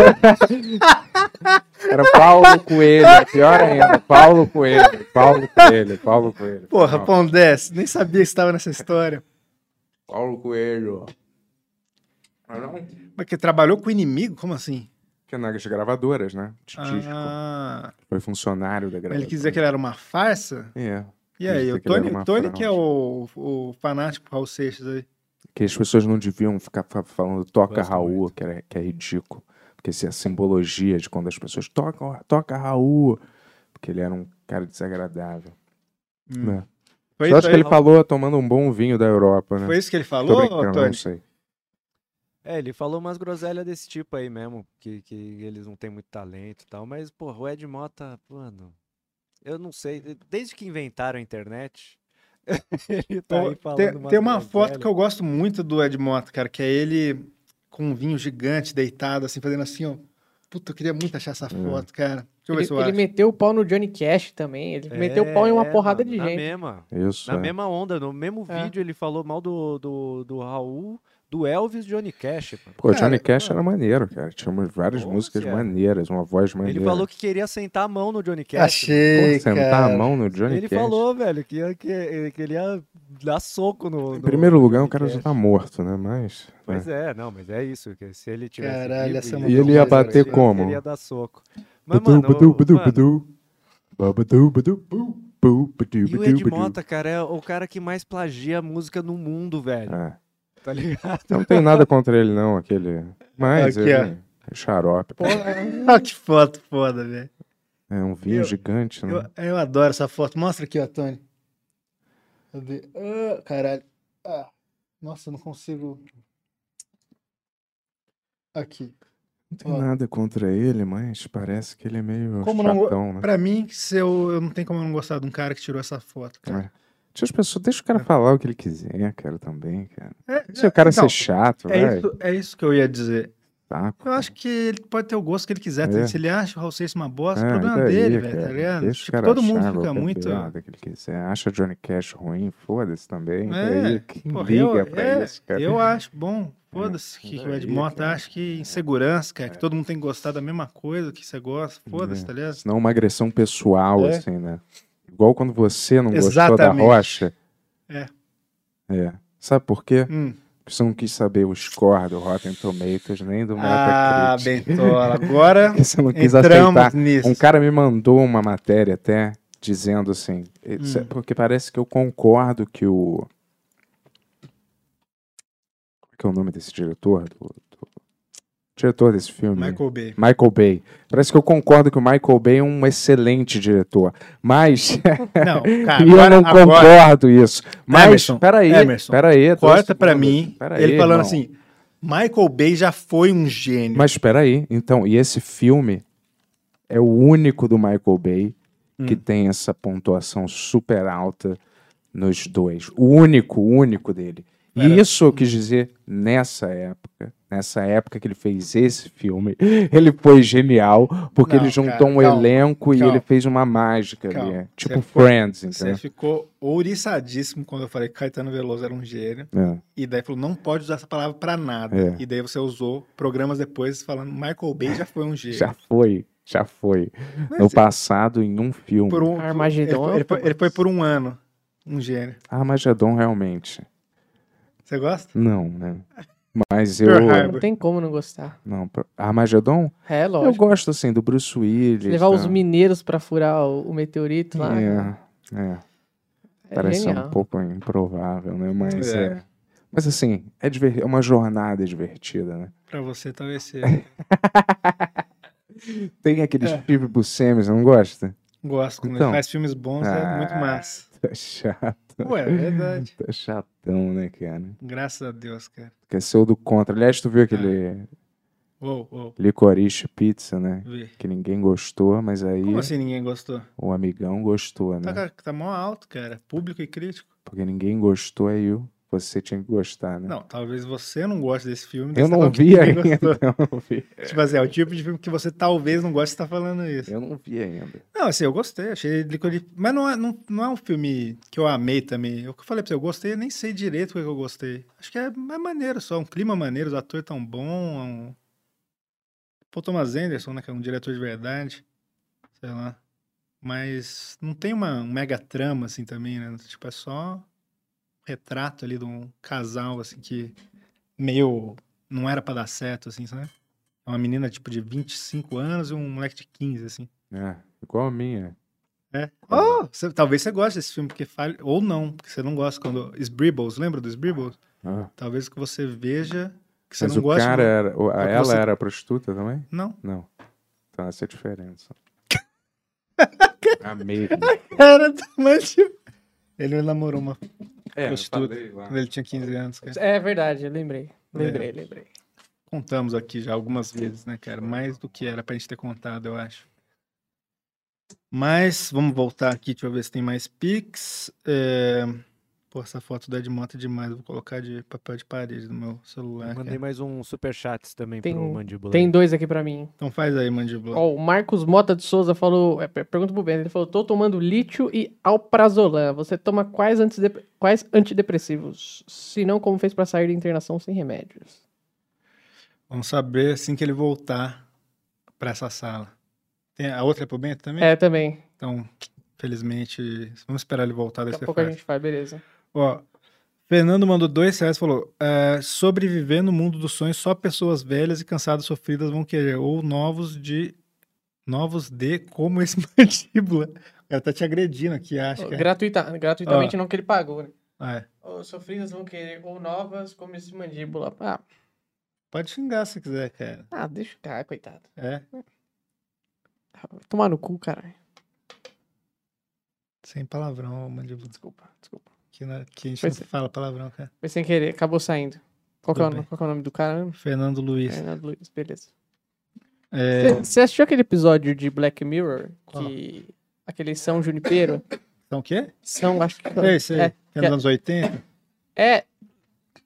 era Paulo Coelho, pior ainda, Paulo Coelho, Paulo Coelho, Paulo Coelho.
Porra,
Não,
Pondés, nem sabia que estava nessa história.
Paulo Coelho. Mas não,
Mas que trabalhou com o inimigo? Como assim?
Porque nas gravadoras, né? De disco.
Ah,
Foi funcionário da gravadora.
ele quis dizer que ele era uma farsa?
É.
E
quis
aí,
dizer
o
que ele era
Tony,
uma
Tony que é
fraude.
o, o fanático Raul Seixas aí.
Que as pessoas não deviam ficar fa- falando toca Raul, que, era, que é ridículo. Porque isso é a simbologia de quando as pessoas tocam, toca Raul. Porque ele era um cara desagradável.
Hum.
Né?
Foi
Só
isso
acho
aí,
que ele
Raul?
falou tomando um bom vinho da Europa, né?
Foi isso que ele
Tô
falou,
brincando, Não
Tony?
sei.
É, ele falou umas groselhas desse tipo aí mesmo, que, que eles não têm muito talento e tal, mas, porra, o Ed Mota, mano, eu não sei, desde que inventaram a internet, ele tá aí
Pô,
falando
tem,
umas
tem uma foto
groselhas.
que eu gosto muito do Ed Mota, cara, que é ele com um vinho gigante deitado, assim, fazendo assim, ó. Puta, eu queria muito achar
É.
essa foto, cara. Deixa eu ver
Ele,
se eu
ele
acho.
meteu o pau no Johnny Cash também. Ele meteu o pau em uma
É,
porrada
mano,
de
na
gente.
Mesma,
Isso,
na
é.
mesma onda, no mesmo
É.
vídeo ele falou mal do, do, do Raul, do Elvis e Johnny Cash. mano.
Pô, Johnny Cash era maneiro, cara. Tinha umas- várias músicas
cara.
maneiras, uma voz maneira.
Ele falou que queria sentar a mão no Johnny Cash. né?
Achei, Pô, assim, sentar cara. a mão no Johnny
ele
Cash.
falou, velho, que, ia- que, que ele ia dar soco no.
Em
no-
primeiro
no
lugar, o
Johnny
cara já
Cash.
tá morto, né? Mas.
Pois
né?
é, não, mas é isso. Que se ele tivesse.
Caralho,
vivo,
essa
ia-
E ele ia bater
ele
como?
ia dar soco. Mas,
Badu,
mano,
badu,
o-
badu,
mano,
badu. Babadu, badu, bu, bu, badu,
e o
badu,
Ed
badu.
Mota, cara, é o cara que mais plagia música no mundo, velho.
É.
Tá ligado?
Eu não tenho nada contra ele, não, aquele. Mas
Aqui,
ele é xarope.
né?
Ah, que foto foda, velho.
É um vinho gigante, né?
Eu, eu adoro essa foto. Mostra aqui, ó, Tony. Cadê? Ah, caralho. Ah, nossa, eu não consigo. Aqui.
Não tenho nada contra ele, mas parece que ele é meio
Como não,
chatão, né?
Pra mim, se eu, eu não tenho como eu não gostar de um cara que tirou essa foto, cara.
É. Deixa as pessoas, deixa o cara falar o que ele quiser, cara, também, cara.
É,
Se o cara
então,
ser chato,
É
vai. Tá.
isso, é isso que eu ia dizer.
Saco.
Eu acho que ele pode ter o gosto que ele quiser.
É.
Se ele acha o Raul Seixas uma bosta,
Ah,
o problema
e daí,
dele, velho,
cara?
tá ligado?
Deixa o
Tipo,
cara
todo mundo
achar
fica
qualquer
muito.
piada que ele quiser. Acha Johnny Cash ruim, foda-se também.
É,
Daí, quem
porra,
liga
eu,
pra
é,
isso, cara?
eu acho bom. Foda-se que, que o Ed
daí,
Mota acha que insegurança, cara, que todo mundo tem que gostar da mesma coisa que você gosta. Foda-se, tá ligado?
Senão é uma agressão pessoal,
É.
assim, né? Igual quando você não gostou da
Exatamente.
rocha.
É.
É. Sabe por quê?
Hum.
Porque você não quis saber o score do Rotten Tomatoes, nem do
Ah,
Metacritic.
Bentola, agora
Porque você não quis
entramos
aceitar.
nisso.
Um cara me mandou uma matéria até dizendo assim, isso é
Hum.
porque parece que eu concordo que o... Como é que é o nome desse diretor? Do- do- Diretor desse filme.
Michael Bay.
Michael Bay. Parece que eu concordo que o Michael Bay é um excelente diretor. Mas.
Não, cara,
e eu
agora-
não
agora-
concordo isso. Mas,
Emerson,
peraí.
Emerson,
peraí. eu tô
corta pra
assistindo.
mim.
Peraí,
ele falando
irmão.
assim: Michael Bay já foi um gênio.
Mas peraí. Então, e esse filme é o único do Michael Bay que
Hum.
tem essa pontuação super alta nos dois. O único, o único dele. E isso eu quis dizer nessa época. Nessa época que ele fez esse filme, ele foi genial, porque
Não,
ele juntou
cara,
um
calma,
elenco e
calma.
ele fez uma mágica
Calma,
ali.
você
Tipo Friends, entendeu?
Você ficou ouriçadíssimo quando eu falei que Caetano Veloso era um gênio.
É.
E daí falou, não pode usar essa palavra pra nada.
É.
E daí você usou programas depois falando, Michael Bay já foi um gênio.
Já foi, já
é
foi. no passado, em um filme.
Ah, então, Por um, ele, foi, ele foi por um ano. Um gênio.
Ah, Armagedon realmente.
Você gosta?
Não, né? Mas eu.
Pearl Harbor. Não tem como não gostar.
Não, pra- Armagedon?
É, lógico.
Eu gosto, assim, do Bruce Willis.
Levar os
tá?
mineiros pra furar o, o meteorito lá. né?
É, é.
É
Parece ser
genial.
um pouco improvável, né? Mas
É.
é. Mas assim, é, diver- é uma jornada divertida, né?
Pra você, talvez seja. É.
Tem aquele Steve Buscemi, você não gosta?
Gosto. Quando
Então.
ele faz filmes bons, é muito
Ah,
massa.
Tá chato.
Ué, é verdade.
Tá chatão, né, cara?
Graças a Deus, cara. É.
Esqueceu é do contra. Aliás, tu viu aquele
Uou, uou.
licorice pizza, né?
Vi.
Que ninguém gostou, mas aí
Como assim ninguém gostou?
o amigão gostou, né?
Tá, tá mó alto, cara. Público e crítico.
Porque ninguém gostou, aí eu- você tinha que gostar, né?
Não, talvez você não goste desse filme.
eu
desse
não
tal que
vi
ninguém
ainda,
gostou.
eu não vi.
Tipo assim, é o tipo de filme que você talvez não goste de estar falando isso.
Eu não vi ainda.
Não, assim, eu gostei, achei licorice. Mas não é, não, não é um filme que eu amei também. Eu que falei pra você, eu gostei, eu nem sei direito o que eu gostei. Acho que é, é maneiro só, um clima maneiro, os atores tão bons. É um... Paul Thomas Anderson, né, que é um diretor de verdade. Sei lá. Mas não tem uma um mega trama, assim, também, né? Tipo, é só um retrato ali de um casal, assim, que meio não era pra dar certo, assim, sabe? É uma menina, tipo, de 25 anos e um moleque de 15, assim.
É, igual a minha.
É. Oh, cê- talvez você goste desse filme, porque fale, ou não, porque você não gosta quando. Sbribbles, lembra do Sbribbles?
Ah.
Talvez que você veja que você
Mas
não
o
gosta.
cara era. o- a
é que
ela
você-
era prostituta também?
Não.
Não. Então essa é a diferença. Amei.
Cara, tá mais tipo- Ele namorou uma
É, eu
prostituta
falei lá.
quando ele tinha 15 anos, cara.
É verdade, eu lembrei. Lembrei,
É.
lembrei.
Contamos aqui já algumas vezes, né, cara? Mais do que era pra gente ter contado, eu acho. Mas, vamos voltar aqui, deixa eu ver se tem mais pics. É... Pô, essa foto do Edmota é demais. eu Vou colocar de papel de parede no meu celular.
Eu mandei
cara.
mais um superchats também
Tem,
pro Mandíbula.
tem dois aqui pra mim.
Então faz aí, mandíbula.
Ó, o Marcos Mota de Souza falou, é, per- pergunta pro Ben, ele falou, tô tomando lítio e alprazolam. Você toma quais, antidep quais antidepressivos? Se não, como fez pra sair de internação sem remédios?
Vamos saber assim que ele voltar pra essa sala. Tem a outra é pro Bento também?
É, também.
Então, felizmente, vamos esperar ele voltar
Daqui
dessa
a pouco a gente faz, beleza.
Ó, Fernando mandou dois reais e falou: "É, sobreviver no mundo dos sonhos, só pessoas velhas e cansadas sofridas vão querer, ou novos de. Novos de como esse mandíbula. O cara tá te agredindo aqui, acho.
Ó,
cara.
gratuita- gratuitamente
Ó.
não que ele pagou, né?
Ah, é.
Ou sofridas vão querer, ou novas, como esse mandíbula. Ah,
Pode xingar se quiser, cara.
ah deixa o cara, coitado. Ah,
É.
Tomar no cu, caralho.
Sem palavrão, mandíbula.
Desculpa, desculpa. é.
Que, na- que a gente
Foi
não
sem-
fala palavrão, cara.
Foi sem querer, acabou saindo. Qual, que é, o,
Tudo bem.
qual que é o nome do cara? mesmo?
Fernando Luiz.
Fernando Luiz, beleza.
É,
Você assistiu aquele episódio de Black Mirror? Que. Aquele São Junipero?
Então o quê?
São, acho que.
Sei, sei.
É,
Que é
que-
nos anos 80?
É,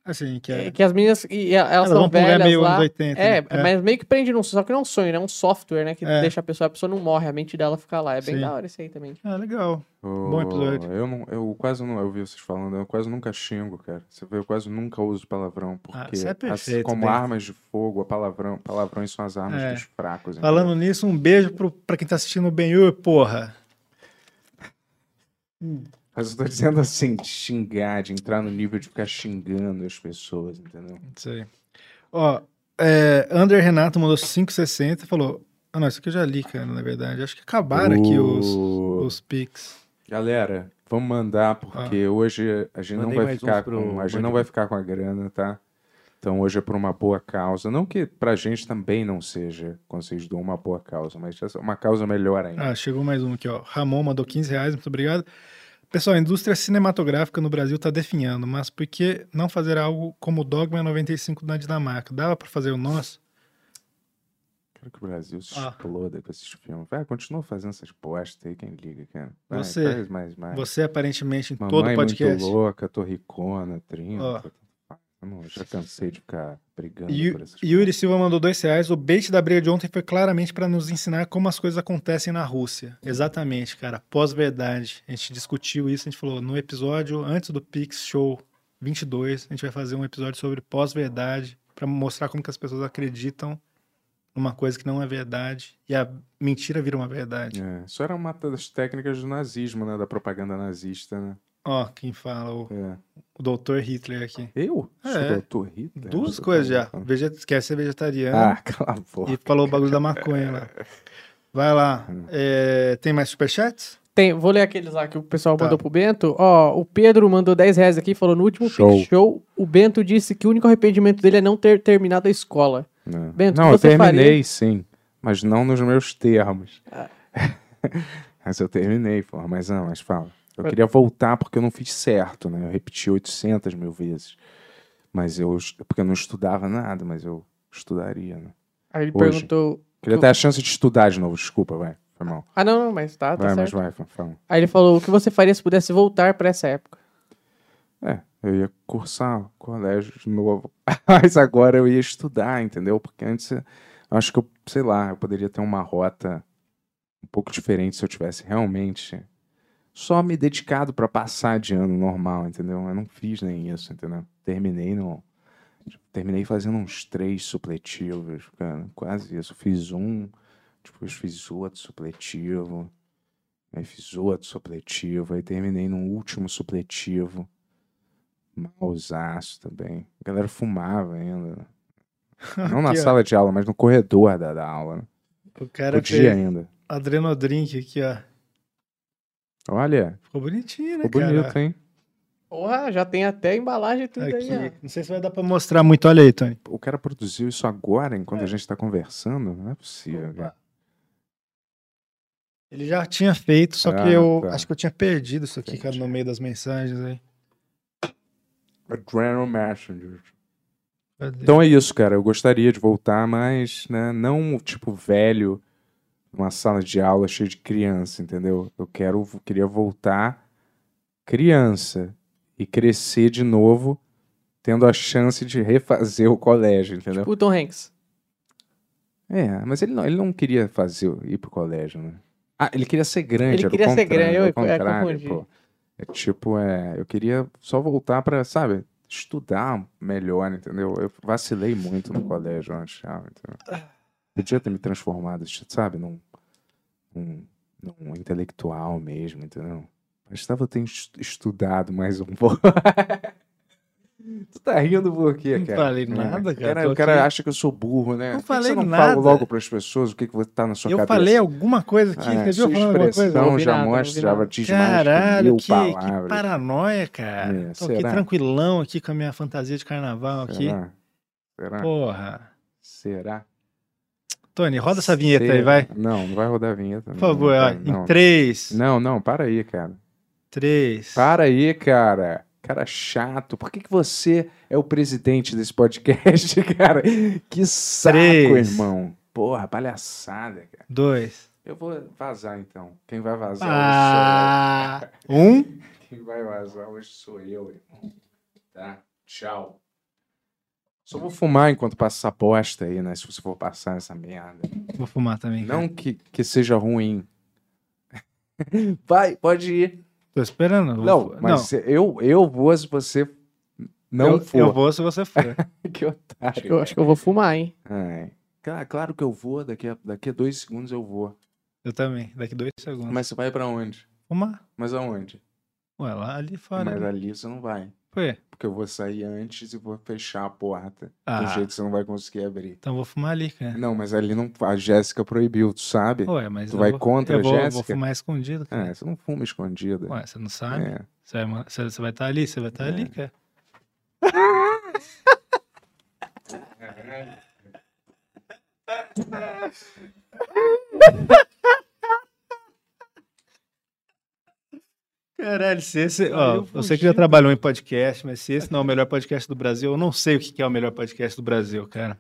Assim, que
é
é.
que as meninas. E, e elas
Elas
são
vão pra um lugar
velhas.
meio
lá.
anos 80,
é,
né? É.
mas meio que prende num. Só que não é um sonho, né? É um software, né? Que
É.
deixa a pessoa. A pessoa não morre, a mente dela fica lá. É bem
Sim.
da hora isso aí também.
Ah, legal.
Ô,
Bom episódio.
Eu, não, eu quase não ouvi vocês falando, eu quase nunca xingo, cara. Você vê, eu quase nunca uso palavrão, porque
você é
assim
perfeito,
como
Bento.
armas de fogo, a palavrão, palavrões são as armas
É.
dos fracos. entendeu?
Falando nisso, um beijo pro, pra quem tá assistindo o Ben-Hur, porra.
Hum.
Mas eu tô dizendo assim, de xingar, de entrar no nível de ficar xingando as pessoas, entendeu?
Isso aí. Ó, é, André Renato mandou 5,60 e falou. Ah, não, isso aqui eu já li, cara, na verdade. Acho que acabaram aqui os,
Ô,
os Ah. pics.
Galera, vamos mandar, porque hoje a gente
Mandei
não vai
mais
ficar
uns pro
com. A gente
Mande-
não vai ficar com a grana, tá? Então hoje é por uma boa causa. Não que pra gente também não seja, quando vocês dão uma boa causa, mas essa é uma causa melhor ainda.
Ah, chegou mais um aqui, ó. Ramon mandou 15 reais, muito obrigado. Pessoal, a indústria cinematográfica no Brasil tá definhando, mas por que não fazer algo como o Dogma 95 na Dinamarca? Dava pra fazer o nosso?
Quero que o Brasil se
Ah.
exploda com esses filmes. Vai, continua fazendo essas postas aí, quem liga, cara. Vai,
Você-
faz mais, mais.
Você aparentemente em
Mamãe é
todo podcast.
muito louca, torricona, 30.
Ó.
Eu não- já cansei de ficar brigando
Yu-
por essas
Yuri Silva mandou dois reais. O bait da briga de ontem foi claramente para nos ensinar como as coisas acontecem na Rússia. Exatamente, cara. Pós-verdade. A gente discutiu isso, a gente falou no episódio antes do Pix Show 22, a gente vai fazer um episódio sobre pós-verdade para mostrar como que as pessoas acreditam numa coisa que não é verdade e a mentira vira uma verdade.
É, isso era uma das técnicas do nazismo, né? Da propaganda nazista, né?
Ó, quem fala, o, o doutor Hitler aqui.
É. Eu? Sou
É.
doutor Hitler?
Duas
Sou
coisas já.
doutor Hitler.
Veget... Quer ser vegetariano.
Ah, cala a boca.
E falou o bagulho da maconha lá. Vai lá. É, tem mais superchats?
Tem, vou ler aqueles lá que o pessoal
Tá.
mandou pro Bento. Ó, o Pedro mandou 10 reais aqui, falou no último
Show.
Pix show, o Bento disse que o único arrependimento dele é não ter terminado a escola.
Não,
Bento,
Não,
o que
eu
você
terminei, sim. Mas não nos meus termos.
Ah.
mas eu terminei, porra. Mas não, mas fala. Eu
Vai.
queria voltar porque eu não fiz certo, né? Eu repeti 800 mil vezes. Mas eu... est- Porque eu não estudava nada, mas eu estudaria, né?
Aí ele
Hoje.
perguntou.
Queria ter a chance de estudar de novo. Desculpa, vai. Foi mal.
Ah, não, não, mas tá, tá
vai, mas
certo.
vai, fa- fala.
Aí ele falou: o que você faria se pudesse voltar pra essa época?
É, eu ia cursar colégio de novo. Mas agora eu ia estudar, entendeu? Porque antes eu acho que eu, sei lá, eu poderia ter uma rota um pouco diferente se eu tivesse realmente só me dedicado pra passar de ano normal, entendeu? Eu não fiz nem isso, entendeu? Terminei no tipo, terminei fazendo uns três supletivos, cara, quase isso. Fiz um, depois fiz outro supletivo. Aí fiz outro supletivo, aí terminei no último supletivo. Mausaço também. A galera fumava ainda. Não na
Aqui, ó.
sala de aula, mas no corredor da, da aula. né?
O cara
Podia
fez
ainda.
Adrenodrink aqui, ó.
Olha,
Ficou bonitinho, né,
ficou bonito,
cara?
hein?
Porra, já tem até embalagem e tudo
Aqui.
aí, ó.
Não sei se vai dar pra mostrar muito. Olha aí, Tony. É.
O cara produziu isso agora, enquanto a gente tá conversando? Não é possível, cara.
Ele já tinha feito, só que
Ah,
eu
tá.
acho que eu tinha perdido isso aqui, cara, no meio das mensagens aí.
Adrenal Messenger.
Cadê?
Então é isso, cara. Eu gostaria de voltar, mas né, não tipo velho numa sala de aula cheia de criança, entendeu? Eu quero, queria voltar criança e crescer de novo, tendo a chance de refazer o colégio, entendeu?
Tipo o Tom Hanks.
É, mas ele não, ele não queria fazer ir pro colégio, né? Ah, ele queria ser grande,
Ele
era o
queria ser
contrário,
grande,
era o
eu- é,
contrário,
confundi.
pô. É tipo, é, eu queria só voltar pra, sabe, estudar melhor, entendeu? Eu vacilei muito no colégio antes, sabe, entendeu? Podia ter me transformado, sabe, num, num, num intelectual mesmo, entendeu? Bastava eu ter es- estudado mais um pouco. tu tá rindo por quê,
Não
cara?
falei
É,
nada, cara,
cara,
tô
o cara
aqui.
acha que eu sou burro, né?
Não
Por que que você
falei
não
nada.
fala logo para as pessoas o que que você tá na sua
Eu
cabeça.
falei alguma coisa aqui, você
Ah,
viu
sua
eu falando alguma coisa?
expressão
Não ouvi
já
nada, não ouvi
mostra, já
nada.
diz mais que
Caralho,
mil
que, que
palavras.
paranoia, cara.
É,
Tô aqui
será?
tranquilão aqui com a minha fantasia de carnaval aqui.
Será? Será?
Porra.
Será?
Tony, roda essa vinheta aí,
Será?
vai.
Não, não vai rodar a vinheta.
Por
não,
favor,
não,
ó,
não,
em
não.
três.
Não, não, para aí, cara.
Três.
Para aí, cara. Cara chato. Por que, que você é o presidente desse podcast, cara? Que saco,
Três.
é irmão. Porra, palhaçada, cara.
Dois.
Eu vou vazar, então. Quem vai vazar hoje sou eu.
Ah, um.
Quem vai vazar hoje sou eu, irmão. Tá? Tchau. Só vou fumar enquanto passa essa bosta aí, né? Se você for passar essa merda.
Vou fumar também. cara.
Não que, que seja ruim. Vai, pode ir.
Tô esperando. vou
Não,
fu-
mas eu, eu vou se você não
eu,
for.
eu vou se você for.
que otário.
Acho que, eu, acho que eu vou fumar, hein?
Ai. É. Cla- Claro que eu vou, daqui a, daqui a dois segundos eu vou.
eu também. Daqui dois segundos.
Mas você vai pra onde?
Fumar.
Mas aonde?
Ué, lá ali fora.
Mas
né?
ali você não vai.
Por quê?
Porque eu vou sair antes e vou fechar a porta.
Ah.
Do jeito que você não vai conseguir abrir.
Então vou fumar ali, cara.
Não, mas ali não, a Jéssica proibiu, tu sabe?
Ué, mas
tu
eu
vai
vou-
contra
eu
a
vou- eu
Jéssica?
vou fumar escondido, cara.
É, você não fuma escondida.
Ué, você não sabe?
É.
Você vai, ma- você- você vai estar ali? Você vai estar ali, cara. Caralho, se esse. Ó,
eu
eu sei que já trabalhou em podcast, mas se esse não é o melhor podcast do Brasil, eu não sei o que que é o melhor podcast do Brasil, cara.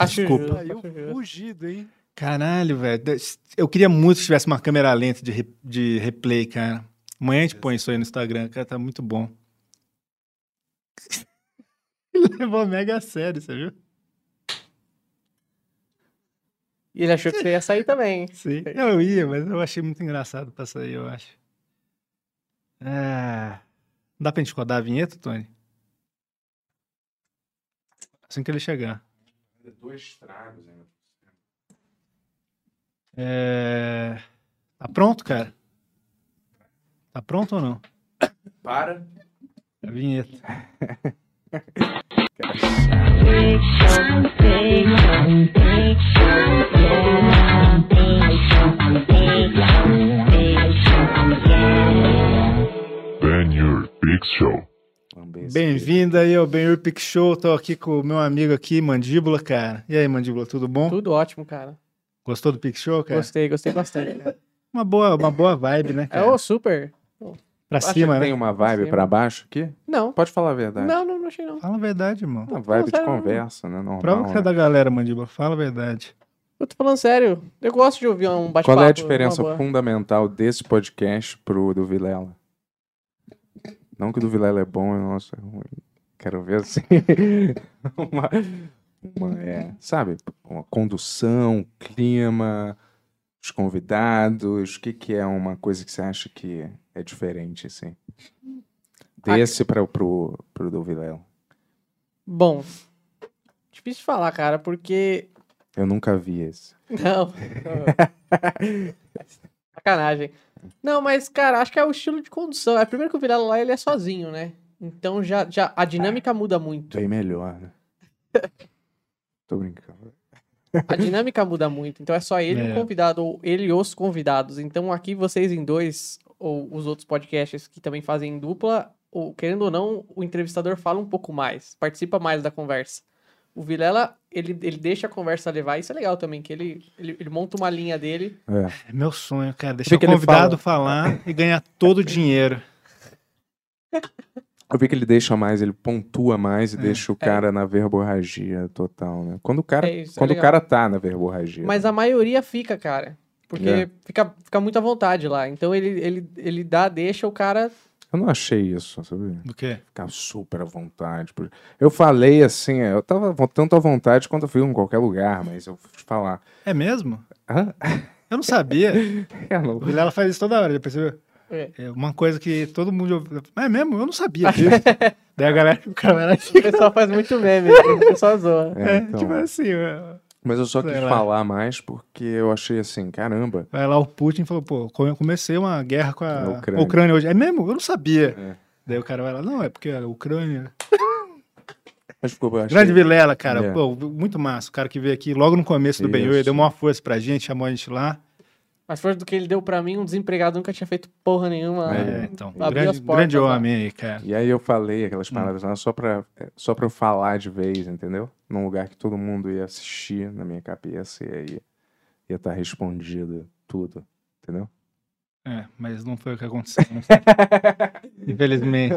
Desculpa.
Saiu fugido, hein?
Caralho, velho. De- Eu queria muito que tivesse uma câmera lenta de, re- de replay, cara. Amanhã a gente põe isso aí no Instagram, cara, tá muito bom. Levou mega a sério, você viu?
E ele achou que você ia sair também, hein?
Sim. Eu ia, mas eu achei muito engraçado pra sair, eu acho. Ah, Dá pra gente rodar a vinheta, Tony? Assim que ele chegar.
Dois tragos ainda.
É... Tá pronto, cara? Tá pronto ou não? É
Para.
A vinheta.
Then your big show.
Bem-vindo aí ao Ben Urpic Show. Tô aqui com o meu amigo aqui, Mandíbula, cara. E aí, Mandíbula, tudo bom?
Tudo ótimo, cara.
Gostou do Pic Show, cara?
Gostei, gostei bastante.
Uma boa, uma boa vibe, né,
É
cara?
o super.
Pra
Acha
cima,
que
né?
Tem uma vibe
cima.
pra baixo aqui?
Não.
Pode falar a verdade.
Não, não, não achei não.
Fala a verdade, irmão.
Uma vibe de
sério,
conversa, né? Normal.
Prova que você é
né?
da galera, Mandíbula. Fala a verdade.
Eu tô falando sério. Eu gosto de ouvir um bate-papo.
Qual é a
uma
diferença
boa.
fundamental desse podcast pro do Vilela? Não que o do Vilela é bom, eu nossa, é ruim. Quero ver assim. uma, uma, é, sabe, uma condução, clima, os convidados. O que, que é uma coisa que você acha que é diferente, assim? Desse pra, pro, pro do Vilela.
Bom, difícil de falar, cara, porque...
Eu nunca vi esse.
Não. Sacanagem. Não, mas, cara, acho que é o estilo de condução. É primeiro que o Vilela lá, ele é sozinho, né? Então já, já a dinâmica muda muito.
Bem melhor, né? Tô brincando.
A dinâmica muda muito. Então é só ele e
É.
o convidado, ou ele e os convidados. Então aqui vocês em dois, ou os outros podcasts que também fazem em dupla, ou, querendo ou não, o entrevistador fala um pouco mais, participa mais da conversa. O Vilela, ele, ele deixa a conversa levar, isso é legal também, que ele, ele, ele monta uma linha dele.
É meu sonho, cara.
que
Deixar
que
o
ele
convidado falar e ganhar todo o dinheiro.
Eu vi que ele deixa mais, ele pontua mais e
É.
deixa o cara na verborragia total, né? Quando o cara,
É isso, é
quando o
legal.
cara tá na verborragia.
Mas a maioria fica, cara. Porque
É.
fica, fica muito à vontade lá. Então ele, ele, ele dá, deixa o cara.
Eu não achei isso, sabe?
Do quê?
Ficar super à vontade. por- Eu falei assim, eu tava vo- tanto à vontade quanto eu fui em qualquer lugar, mas eu vou te falar.
É mesmo?
Hã? É,
Eu não sabia.
louco.
O Vilela faz isso toda hora, já percebeu?
É.
uma coisa que todo mundo ouve. "Ah, É mesmo? Eu não sabia disso. Daí a galera, o cara vai lá e
O
fica.
pessoal faz muito meme, né? o pessoal zoa.
É,
É, então.
tipo assim, ó.
Mas eu só
Sei
quis
lá.
falar mais porque eu achei assim, caramba.
vai lá o Putin e falou, pô, come- eu comecei uma guerra com a
Na
Ucrânia.
Ucrânia.
hoje. É mesmo? Eu não sabia.
É.
Daí o cara vai lá, não, é porque a Ucrânia.
Mas ficou eu achei-
Grande Vilela, cara,
É.
pô, muito massa. O cara que veio aqui logo no começo do Ben
Isso.
deu maior força pra gente, chamou a gente lá.
Mas força do que ele deu pra mim, um desempregado nunca tinha feito porra nenhuma.
É, então,
Abriu as
grande,
portas,
grande
ó.
homem aí, cara. Hum.
E aí eu falei aquelas paradas lá só pra, é, só pra eu falar de vez, entendeu? Num lugar que todo mundo ia assistir na minha cabeça e aí ia estar respondido tudo, entendeu?
É, mas não foi o que aconteceu. né? Infelizmente.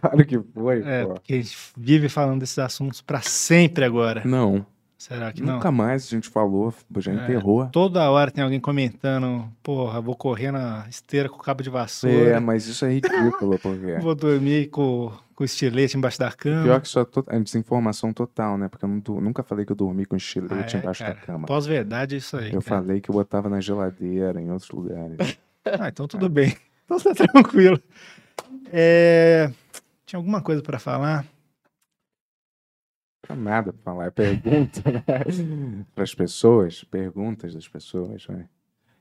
Claro que foi,
É,
pô.
porque a gente vive falando desses assuntos pra sempre agora.
Não,
Será que
nunca
não?
mais a gente falou, já
É,
enterrou.
Toda hora tem alguém comentando, porra, vou correr na esteira com cabo de vassoura,
É, mas isso é ridículo, porque...
vou dormir com, com estilete embaixo da cama.
Pior que isso é, to... é desinformação total, né? Porque eu não du- nunca falei que eu dormi com estilete
Ah, é,
embaixo da
cara.
cama.
Pós-verdade é isso aí,
Eu
cara.
falei que eu botava na geladeira, em outros lugares.
Ah, então
É.
tudo bem. Então tá tranquilo. É, Tinha alguma coisa pra falar?
Não tem nada pra falar, é pergunta para as pessoas, perguntas das pessoas. Né?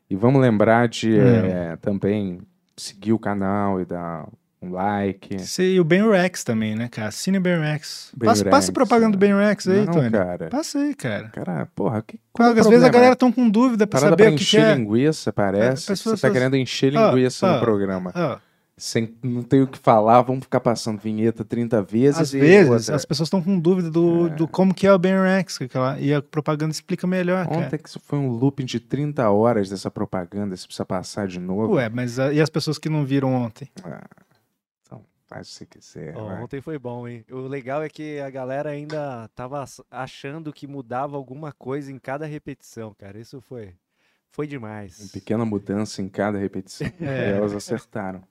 E vamos lembrar de
É.
eh, também seguir o canal e dar um like.
Você e o Ben Rex também, né, cara? Assine o Ben Rex.
Ben
passa, passa
Rex,
propaganda do Ben Rex aí,
Não,
Tony.
cara.
Passa aí, cara.
Cara, porra, que
Qual é
qual é
Às
o
vezes a
problema?
galera estão com dúvida pra
Parada
saber
pra
o que, que
encher
é.
linguiça,
pessoas-
parece. Você tá
pessoas-
querendo encher
Ah,
linguiça
ah,
no programa.
ah.
Sem, não tem o que falar, vamos ficar passando vinheta 30 vezes.
Às
e
vezes
outra.
as pessoas estão com dúvida do, do como que é o Ben Rex, que aquela- e a propaganda explica melhor,
Ontem
cara.
que isso foi um looping de 30 horas dessa propaganda, você precisa passar de novo.
Ué, mas a- e as pessoas que não viram ontem?
Ah. Então, faz o que você quiser.
Ó,
vai.
ontem foi bom, hein? O legal é que a galera ainda tava as- achando que mudava alguma coisa em cada repetição, cara. Isso foi, foi demais.
Pequena mudança em cada repetição.
É.
E elas acertaram.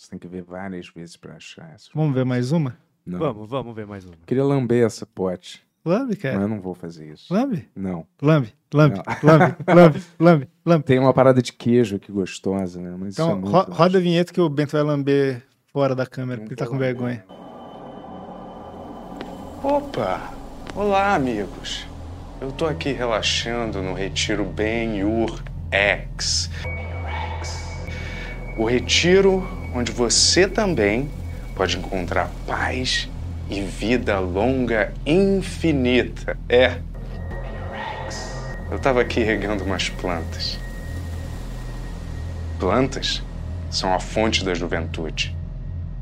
Você tem que ver várias vezes pra achar essa.
Vamos ver mais uma?
Não.
Vamos, vamos ver mais uma.
Queria lamber essa pote.
Lambe,
Mas
cara.
eu não vou fazer isso.
Lambe?
Não.
Lambe, lambe,
Não.
lambe, lambe, lambe, lambe.
Tem uma parada de queijo aqui gostosa, né? Mas
Então,
isso é
ro-
muito...
roda a vinheta que o Bento vai lamber fora da câmera, porque ele tá com vergonha.
Opa! Olá, amigos! Eu tô aqui relaxando no retiro Ben Yur X. O retiro onde você também pode encontrar paz e vida longa infinita. É. Eu estava aqui regando umas plantas. Plantas são a fonte da juventude.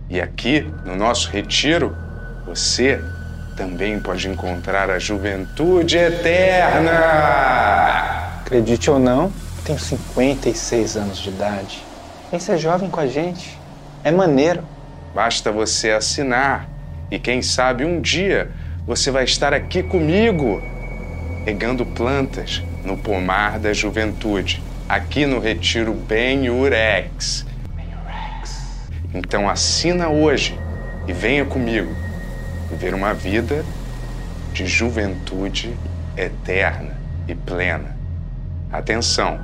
E aqui, no nosso retiro, você também pode encontrar a juventude eterna.
Acredite ou não, tenho 56 anos de idade. Vem ser jovem com a gente. É maneiro.
Basta você assinar e quem sabe um dia você vai estar aqui comigo, regando plantas no pomar da juventude, aqui no Retiro Ben Urex. Então assina hoje e venha comigo viver uma vida de juventude eterna e plena. Atenção,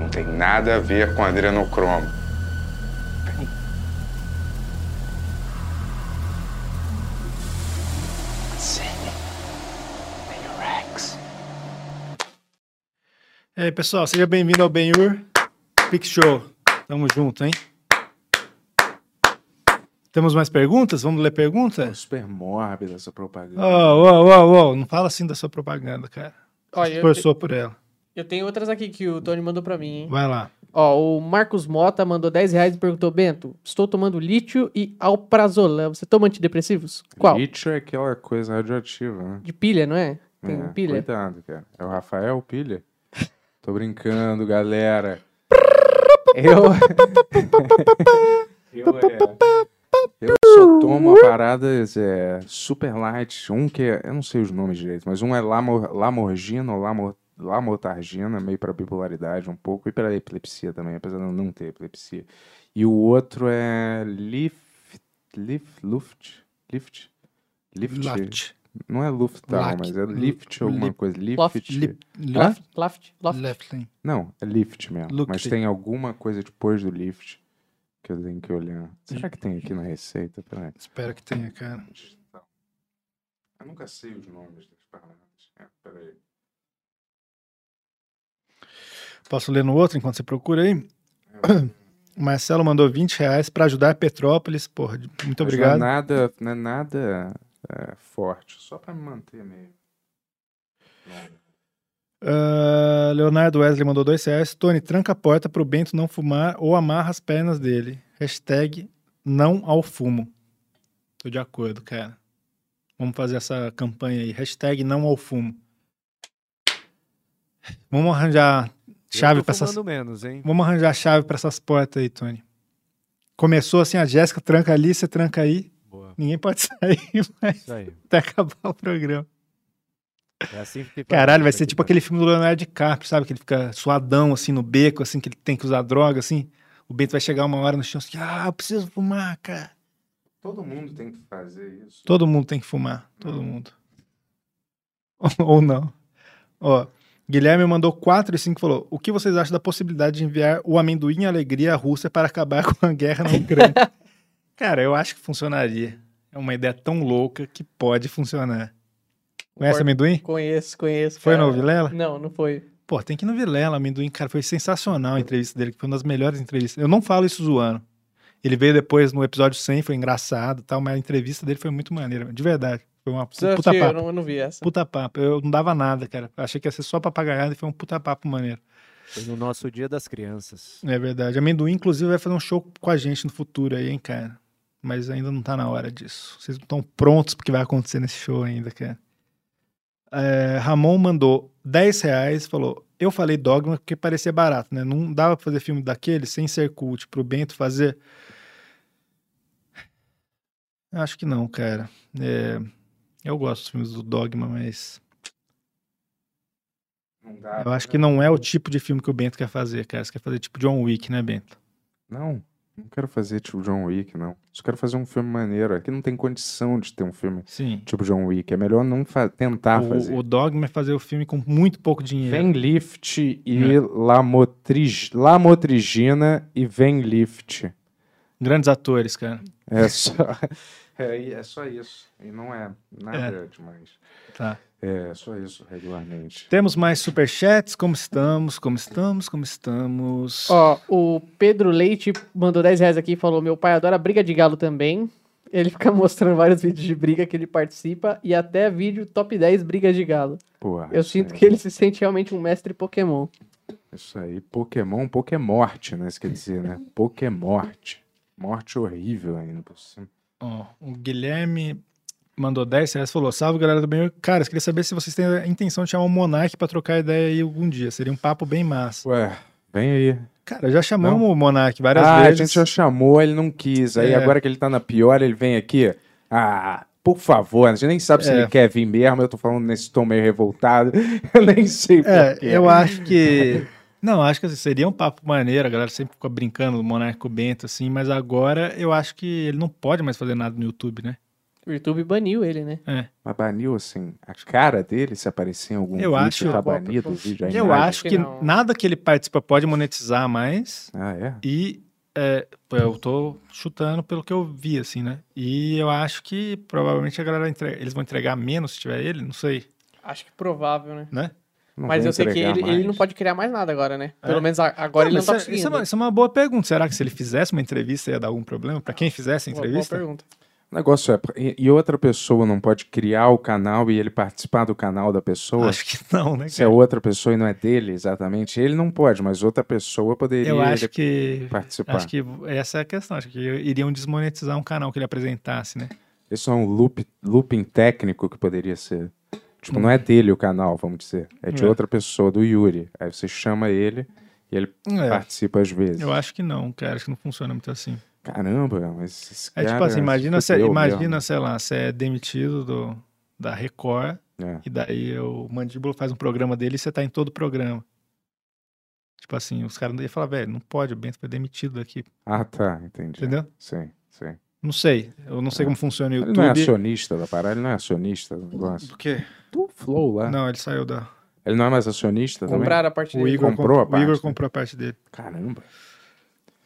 não tem nada a ver com adrenocromo.
E aí, pessoal, seja bem-vindo ao Benhur Pix Show. Tamo junto, hein? Temos mais perguntas? Vamos ler perguntas?
Super mórbida essa propaganda.
Oh, oh, oh, oh, não fala assim da sua propaganda, cara.
Ó,
Você
eu
esforçou
te-
por ela.
Eu tenho outras aqui que o Tony mandou pra mim, hein?
Vai lá.
Ó, o Marcos Mota mandou 10 reais e perguntou, Bento, estou tomando lítio e alprazolam. Você toma antidepressivos? Qual?
Lítio é aquela coisa radioativa, né?
De pilha, não é? Tem
É,
pilha?
Coitado, cara. É o Rafael Pilha? Tô brincando, galera. Eu. eu, é... eu só tomo paradas é, super light. Um que é. Eu não sei os nomes direito, mas um é lamor, lamorgina ou lamor, lamotargina, meio pra bipolaridade um pouco, e pra epilepsia também, apesar de eu não ter epilepsia. E o outro é. Lif, lif, luft. Lift? Lift?
Laft.
Não é Luftal,
Lac-
mas é Lift alguma
Lip-
coisa. Lift.
Loft.
Lip-
Hã?
Loft? Loft? Loft?
Leftlin.
Não, é Lift mesmo.
Look
mas
to-
tem alguma coisa depois do Lift que eu tenho que olhar. Será que tem aqui na receita? Peraí.
Espero que tenha, cara.
Eu nunca sei os nomes das palavras. É, peraí.
Posso ler no outro enquanto você procura aí?
É.
Marcelo mandou 20 reais pra ajudar Petrópolis. Porra, de- muito
Mas
obrigado.
Não é nada, não é nada é, forte, só pra me manter meio.
Ah, Leonardo Wesley mandou dois reais. Tony, tranca a porta pro Bento não fumar ou amarra as pernas dele. Hashtag não ao fumo. Tô de acordo, cara. Vamos fazer essa campanha aí. Hashtag não ao fumo. Vamos arranjar chave
tô
pra essas...
fumando menos, hein?
Vamos arranjar chave pra essas portas aí, Tony. Começou assim, a Jéssica tranca ali, você tranca aí. Ninguém pode sair mais
Isso aí.
até acabar o programa.
É assim que
Caralho, vai ser tipo aquele filme do Leonardo DiCaprio, sabe? Que ele fica suadão, assim, no beco, assim, que ele tem que usar droga, assim. O Bento vai chegar uma hora no chão, assim, ah, eu preciso fumar, cara.
Todo mundo tem que fazer isso.
Todo mundo tem que fumar, todo mundo. Ou não. Ó, Guilherme mandou 4 e 5 falou, o que vocês acham da possibilidade de enviar o amendoim e alegria à Rússia para acabar com a guerra na Ucrânia? cara, eu acho que funcionaria. É uma ideia tão louca que pode funcionar. Conhece
Concordo.
amendoim?
Conheço, conheço.
Foi
cara.
no Vilela?
Não, não foi.
Pô, tem que ir no Vilela, amendoim, cara. Foi sensacional a entrevista dele, que foi uma das melhores entrevistas. Eu não falo isso zoando. Ele veio depois no episódio 100, foi engraçado e tal, mas a entrevista dele foi muito maneira, de verdade. Foi uma
Você
puta
assistiu? eu
papo.
não, eu não vi essa.
Puta papo. Eu não dava nada, cara. Achei que ia ser só papagaiada e foi um puta papo maneiro.
Foi no nosso Dia das Crianças.
É verdade. Amendoim, inclusive, vai fazer um show com a gente no futuro aí, hein, cara. Mas ainda não tá na hora disso. Vocês não estão prontos pro que vai acontecer nesse show ainda, cara. É, Ramon mandou 10 reais, falou. Eu falei dogma porque parecia barato, né? Não dava pra fazer filme daquele sem ser cult pro Bento fazer. Acho que não, cara. É, eu gosto dos filmes do Dogma, mas
Não dá. né?
eu acho que não é o tipo de filme que o Bento quer fazer, cara. Você quer fazer tipo John Wick, né, Bento?
Não, não quero fazer tipo John Wick, não. Só quero fazer um filme maneiro. Aqui não tem condição de ter um filme
Sim.
tipo John Wick. É melhor não fa- tentar
o,
fazer.
o dogma é fazer o filme com muito pouco dinheiro.
Vem Lift
É.
e Lamotrig... Lamotrigina e Vem Lift.
Grandes atores, cara.
É só... É, e é só isso. E não é nada demais.
Tá.
É só isso, regularmente.
Temos mais superchats. Como estamos? Como estamos? Como estamos?
Ó, o Pedro Leite mandou 10 reais aqui e falou: Meu pai adora briga de galo também. Ele fica mostrando vários vídeos de briga que ele participa e até vídeo top 10 brigas de galo.
Porra,
Eu
isso
sinto
aí-
que ele se sente realmente um mestre Pokémon.
Isso aí, Pokémon, Pokémorte, né? Isso quer dizer, né? Pokémorte. Morte horrível ainda por cima.
Ó, o Guilherme mandou 10 reais e falou: Salve galera do bem. Cara, eu queria saber se vocês têm a intenção de chamar o Monark pra trocar ideia aí algum dia. Seria um papo bem massa.
Ué, vem aí.
Cara, já chamamos o Monark várias
ah,
vezes.
a gente já chamou, ele não quis. Aí
É.
agora que ele tá na pior, ele vem aqui. Ah, por favor, a gente nem sabe se
É.
ele quer vir mesmo. Eu tô falando nesse tom meio revoltado. Eu nem sei
É,
porquê.
eu acho que. Não, acho que assim, seria um papo maneiro. A galera sempre fica brincando do Monarco Bento, assim, mas agora eu acho que ele não pode mais fazer nada no YouTube, né?
O YouTube baniu ele, né?
É.
Mas baniu, assim, a cara dele, se aparecer em algum
Eu
vídeo,
acho-
tá banido o vídeo. né? a
Eu
imagem.
acho que nada que ele participa pode monetizar mais.
Ah, é?
E é, pô, eu tô chutando pelo que eu vi, assim, né? E eu acho que provavelmente a galera entrega, eles vão entregar menos se tiver ele, não sei,
Acho que provável, né?
né?
Mas eu sei que ele, ele não pode criar mais nada agora, né? Pelo
É.
menos a- agora ele não
mas
tá
isso é- isso, é
conseguindo.
uma, isso é uma boa pergunta. Será que se ele fizesse uma entrevista ia dar algum problema? Pra quem fizesse a
Boa- boa
entrevista?
pergunta.
O negócio é, e- e outra pessoa não pode criar o canal e ele participar do canal da pessoa?
Acho que não, né,
Se é outra pessoa e não é dele, exatamente, ele não pode, mas outra pessoa poderia
Eu acho
ele
que
participar.
Acho que essa é a questão. Acho que iriam desmonetizar um canal que ele apresentasse, né?
Esse é um loop, looping técnico que poderia ser. Tipo, não é dele o canal, vamos dizer. É de
Hum. É.
outra pessoa, do Yuri. Aí você chama ele e ele
É.
participa às vezes.
Eu acho que não, cara. Acho que não funciona muito assim.
Caramba, mas esse
É tipo
cara
assim, imagina,
se
se,
fudeu
imagina
mesmo.
sei lá, você é demitido do, da Record
É.
e daí o Mandíbula faz um programa dele e você tá em todo o programa. Tipo assim, os caras iam falar, velho, não pode, o Bento foi demitido daqui.
Ah, tá, entendi.
Entendeu?
Sim, sim.
Não sei. Eu não sei como funciona o
Ele
YouTube.
não é acionista da parada, ele não é acionista do negócio.
Do quê?
Do Flow lá.
Não, ele saiu da.
Ele não é mais acionista também?
Compraram a parte
O
dele.
Igor
Comprou a
comprou, o Igor
parte, né?
comprou a parte dele.
Caramba.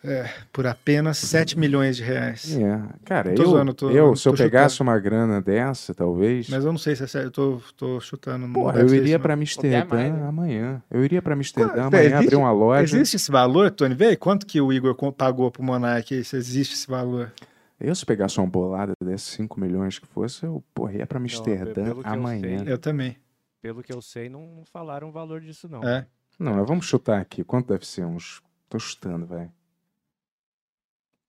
É, por apenas 7 milhões de reais.
É, Cara,
Tô
eu,
zoando, tô-
eu,
tô
se eu
chutando.
pegasse uma grana dessa, talvez,
Mas eu não sei se é sério, eu tô, tô chutando. não
porra,
deve
eu
ser isso,
iria
não.
pra
né?
Amsterdã amanhã. Eu iria pra Amsterdã
Ah, Tem,
amanhã, abrir uma loja.
Existe esse valor, Tony? Vê aí, quanto que o Igor co- pagou pro Monark? Se existe esse valor.
Eu, se pegasse uma bolada desses 5 milhões que fosse, eu porra, ia pra Amsterdã
é Então, pelo que eu
amanhã.
sei-
Eu também.
Pelo que eu sei, não não falaram o valor disso, não.
É.
Não, mas vamos chutar aqui. Quanto deve ser? Uns. Tô chutando, vai.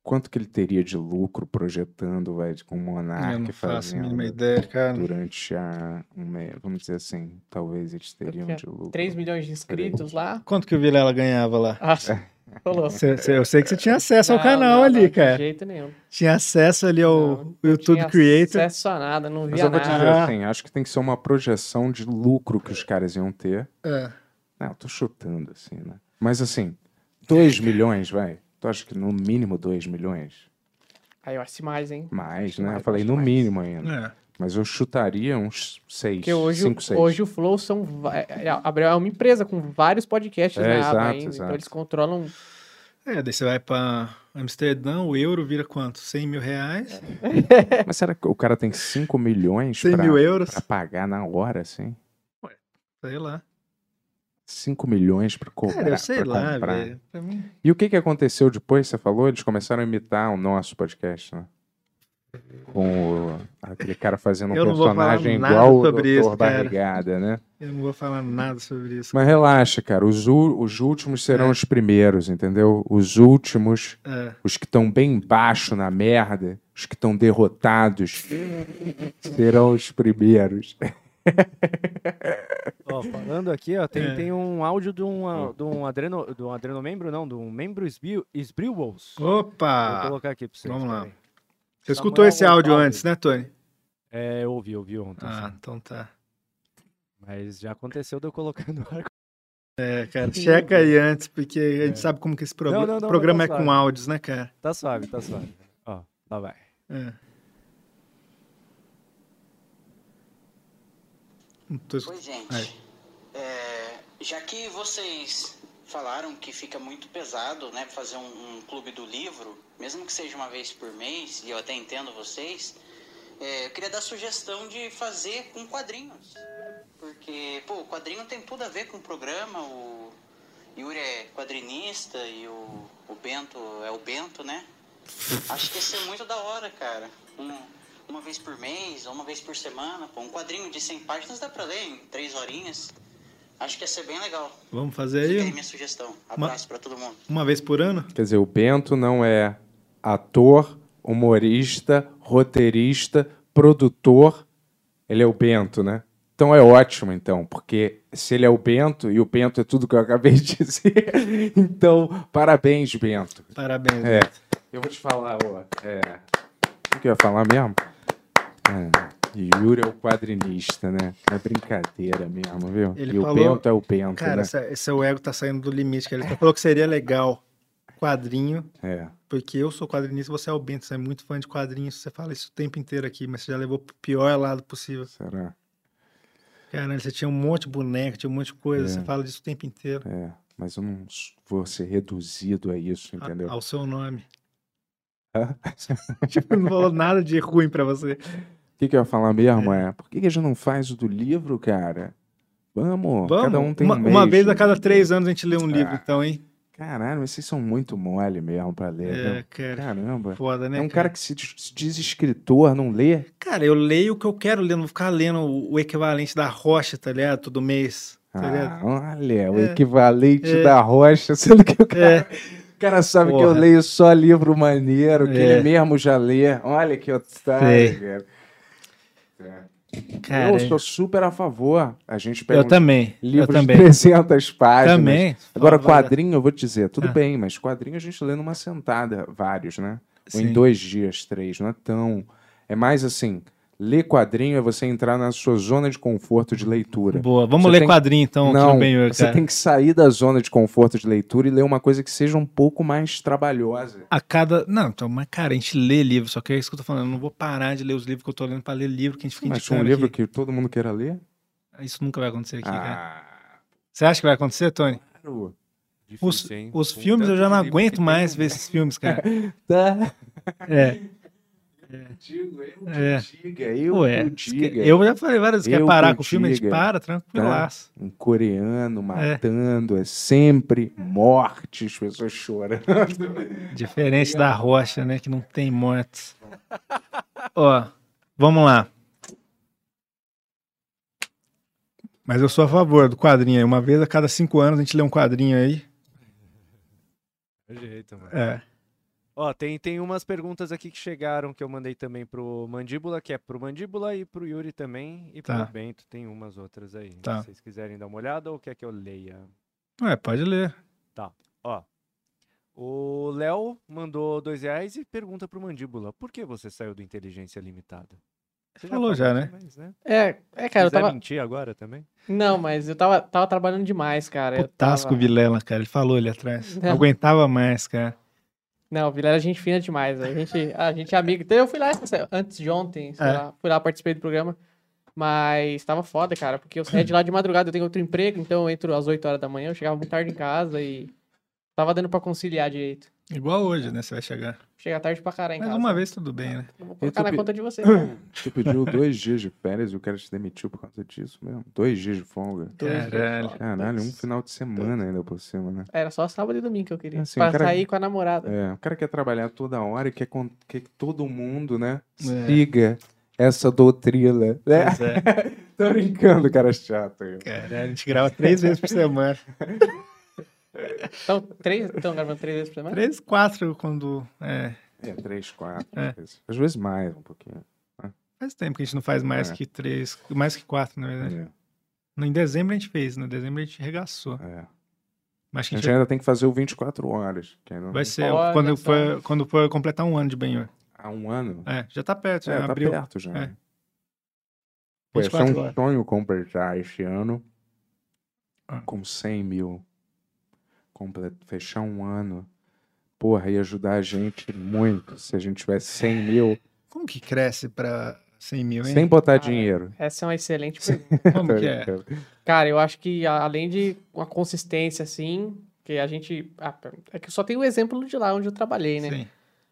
Quanto que ele teria de lucro projetando, vai, com o
eu não
Monark
faço a
fazendo?
mínima ideia, cara.
Durante a. um me- vamos dizer assim, talvez eles teriam de lucro.
3 milhões de inscritos lá.
Quanto que o Vilela ganhava lá?
Ah,
É.
falou.
Cê- cê- eu sei que você tinha acesso ao
Não,
canal
não,
ali,
não, de
cara.
jeito nenhum.
Tinha acesso ali ao YouTube
Tinha
Creator. Ah.
acesso a nada, não
Mas
via
eu vou te dizer
nada.
assim, acho que tem que ser uma projeção de lucro que os caras iam ter.
É.
Não, eu tô chutando, assim, né? Mas assim,
É.
2 milhões, vai. Tu acha que no mínimo 2 milhões?
Aí eu acho mais, hein?
Mais,
Acho
né?
mais,
Eu falei
acho
no
mais.
mínimo ainda.
É.
Mas eu chutaria uns 6,
Porque hoje,
5, 6.
hoje o Flow são, va- é, abriu- é uma empresa com vários podcasts
É,
na
exato,
aba ainda.
exato.
Então eles controlam.
É, daí você vai pra Amsterdã, o euro vira quanto? 100 mil reais?
Mas será que o cara tem 5 milhões
100
pra,
mil euros?
pra pagar na hora, assim?
Sei lá.
5 milhões pra cobrar,
Cara, eu sei
pra
lá,
comprar.
velho. Pra mim,
E o que, que aconteceu depois? Você falou, eles começaram a imitar o nosso podcast, né? Com o- aquele cara fazendo um
Eu não vou falar
personagem
nada
igual o
sobre
Doutor
isso, cara.
Barrigada, né?
eu não vou falar nada sobre isso.
Mas relaxa, cara. Os, u- os últimos serão os primeiros, entendeu? Os últimos,
É.
os que estão bem baixo na merda, os que estão derrotados, serão os primeiros.
Ó, falando aqui, ó, tem,
É.
tem um áudio de um, ah, de um adreno, de um adrenomembro, não, de um membro esbrio- esbriwals.
Opa!
Vou colocar aqui pra vocês.
Vamos lá.
peraí.
Você escutou
Samuel
esse áudio
Gonçalves.
antes, né, Tony?
É, eu ouvi, eu ouvi ontem.
Ah,
sim.
então tá.
Mas já aconteceu de eu colocar no ar.
É, cara, checa aí antes, porque a gente sabe como que esse prog-
É. Não, não, não,
programa é
tá
com
suave.
áudios, né, cara?
Tá suave, tá suave. Ó, lá vai.
É. Não tô escutando.
Oi, gente. É, já que vocês falaram que fica muito pesado, né, fazer um, um clube do livro, mesmo que seja uma vez por mês, e eu até entendo vocês, É, eu queria dar sugestão de fazer com quadrinhos. Porque, pô, o quadrinho tem tudo a ver com o programa, o Yuri é quadrinista e o, o Bento é o Bento, né? Acho que ia ser muito da hora, cara. Um- uma vez por mês ou uma vez por semana, pô, um quadrinho de 100 páginas dá pra ler em 3 horinhas. Acho que ia ser bem legal.
Vamos fazer aí?
Fica aí minha sugestão.
Uma-
Abraço pra todo mundo.
Uma vez por ano?
Quer dizer, o Bento não é ator, humorista, roteirista, produtor. Ele é o Bento, né? Então é ótimo, então, porque se ele é o Bento, e o Bento é tudo que eu acabei de dizer, então parabéns, Bento.
Parabéns.
É. Eu vou te falar, ó. É. O que eu ia falar mesmo? É, Yuri é o quadrinista, né? É brincadeira mesmo, viu? e o Bento é o Bento,
Cara,
né?
essa- seu ego tá saindo do limite. Cara. Ele falou que seria legal quadrinho,
É.
porque eu sou quadrinista, você é o Bento, você é muito fã de quadrinhos, você fala isso o tempo inteiro aqui, mas você já levou pro pior lado possível.
Será?
Caralho, você tinha um monte de boneco, tinha um monte de coisa,
É.
você fala disso o tempo inteiro.
É, mas eu não s- vou ser reduzido a isso, entendeu?
Ao seu nome.
Hã?
tipo, não falou nada de ruim pra você.
O que, que eu ia falar mesmo é, por que, que a gente não faz o do livro, cara? Vamos,
Vamos.
cada um tem
uma,
um Ah. mês.
uma vez a cada três anos a gente lê um livro, então, hein?
Caralho, mas vocês são muito mole mesmo pra ler.
É,
viu?
cara.
Caramba.
Foda, né,
É um cara, que se diz, se diz escritor, não lê?
Cara, eu leio o que eu quero ler, não vou ficar lendo o, o equivalente da rocha, tá ligado? Todo mês. Tá
Ah,
ligado?
olha, o
É.
equivalente
É.
da rocha, sendo que o cara, o cara sabe que eu
Porra.
leio só livro maneiro, que
É.
ele mesmo já lê. Olha que otário,
Sei.
cara. É.
Cara,
eu sou super a favor. A gente pega
Eu
uns
também, eu
livros
também.
de 300 páginas.
Também.
Agora,
Fala, vai,
quadrinho, eu vou te dizer, tudo
Ah.
bem, mas quadrinho a gente lê numa sentada, vários, né? Ou
Sim.
em dois dias, três, não é tão... É mais assim, ler quadrinho é você entrar na sua zona de conforto de leitura.
Boa, vamos ler quadrinho, então, que
Não,
não bem eu,
você
cara.
tem que sair da zona de conforto de leitura e ler uma coisa que seja um pouco mais trabalhosa.
A cada. Não, então, mas, cara, a gente lê livro, só que é isso que eu tô falando. Eu não vou parar de ler os livros que eu tô lendo pra ler livro que a gente fica
Mas um
indicando
livro
aqui.
que todo mundo queira ler?
Isso nunca vai acontecer aqui,
cara.
Você acha que vai acontecer, Tony?
Ah. Claro.
Os,
Difícil, hein?
os
Com
filmes eu
tanto
já não
livro que
aguento
tem,
mais
né?
ver esses filmes, cara.
Tá.
É.
Digo, eu que
É.
diga, eu
Ué,
que diga.
eu já falei várias vezes, quer
Eu
parar
que
com o filme? A gente
diga,
para, tranquilaço.
Um coreano matando, é, sempre morte, as pessoas chorando.
Diferente da rocha, né? Que não tem mortes. Ó, vamos lá. Mas eu sou a favor do quadrinho aí. Uma vez a cada cinco anos a gente lê um quadrinho aí.
É jeito, mano.
É.
Ó, tem, tem umas perguntas aqui que chegaram que eu mandei também pro Mandíbula, que é pro Mandíbula e pro Yuri também. E
Tá.
pro Bento tem umas outras aí.
Tá.
Se vocês quiserem dar uma olhada ou quer que eu leia?
Ué, pode ler.
Tá, ó. O Léo mandou dois reais e pergunta pro Mandíbula, por que você saiu do Inteligência Limitada? Você
Falou já, né?
também, né?
É, é, cara,
Quiser
eu tava.
mentir agora também?
Não, mas eu tava, tava trabalhando demais, cara. Eu
Tasco
tava...
Vilela, cara. Ele falou ali atrás.
Não.
Não aguentava mais, cara.
Não, Vilela é gente fina demais. A gente, a gente é amigo. Então, eu fui lá essa- antes de ontem, sei
É.
lá, fui lá, participei do programa. Mas tava foda, cara, porque eu saía de lá de madrugada, eu tenho outro emprego, então eu entro às 8 horas da manhã, eu chegava muito tarde em casa e tava dando pra conciliar direito.
Igual hoje, né? Você vai chegar.
Chega tarde pra caralho em
Mas
casa.
uma vez tudo bem, né?
Vou
Eu tô
colocar na
pe-
conta de você.
Tu pediu dois dias de férias e o cara te demitiu por causa disso mesmo. Dois dias de folga.
Dois dias de
Caralho. folga.
Caralho, um final de semana ainda por cima, né?
Era só sábado e domingo que eu queria.
Assim, o
pra
cara-
sair com a namorada.
É, o cara quer trabalhar toda hora e quer, con- quer que todo mundo, né,
É.
siga essa doutrina, né?
Pois é.
Tô brincando, cara é chato. eu.
Caralho, a gente grava três vezes por semana.
Então, três, estão gravando três vezes por semana?
Três, quatro, quando. É.
É, três, quatro.
É.
Às, vezes. Às vezes mais, um pouquinho.
Faz tempo que a gente não faz mais
É.
que três, mais que quatro, na verdade.
É.
No, em dezembro a gente fez, no dezembro a gente regaçou. Mas acho
A
que
gente ainda tem que fazer o 24 horas. Que ainda
vai
não-
ser quando for, quando for completar um ano de Benhor.
Há um ano?
É, já tá perto, já
É, tá
abriu.
perto já.
É.
Pô, esse é
24
um
horas.
sonho completar este ano
Ah.
com 100 mil. Comple- Fechar um ano. Porra, ia ajudar a gente muito se a gente tivesse 100 mil
Como que cresce pra 100 mil, hein?
sem botar dinheiro. Tá
Essa é uma excelente pergunta.
Como que é?
Cara, eu acho que a- além de uma consistência, assim, que a gente. ah, É que eu só tenho o exemplo de lá onde eu trabalhei, né?
Sim.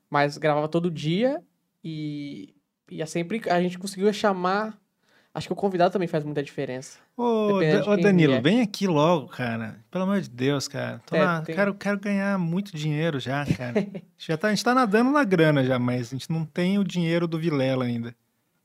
Mas gravava todo dia e E é sempre a gente conseguiu chamar. Acho que o convidado também faz muita diferença.
Ô,
Dependendo
Da-
de
ô,
quem
Danilo,
vier.
vem aqui logo, cara. Pelo amor de Deus, cara. Tô
É,
na-
tem-
quero, quero ganhar muito dinheiro já, cara. já tá, a gente tá nadando na grana já, mas a gente não tem o dinheiro do Vilela ainda.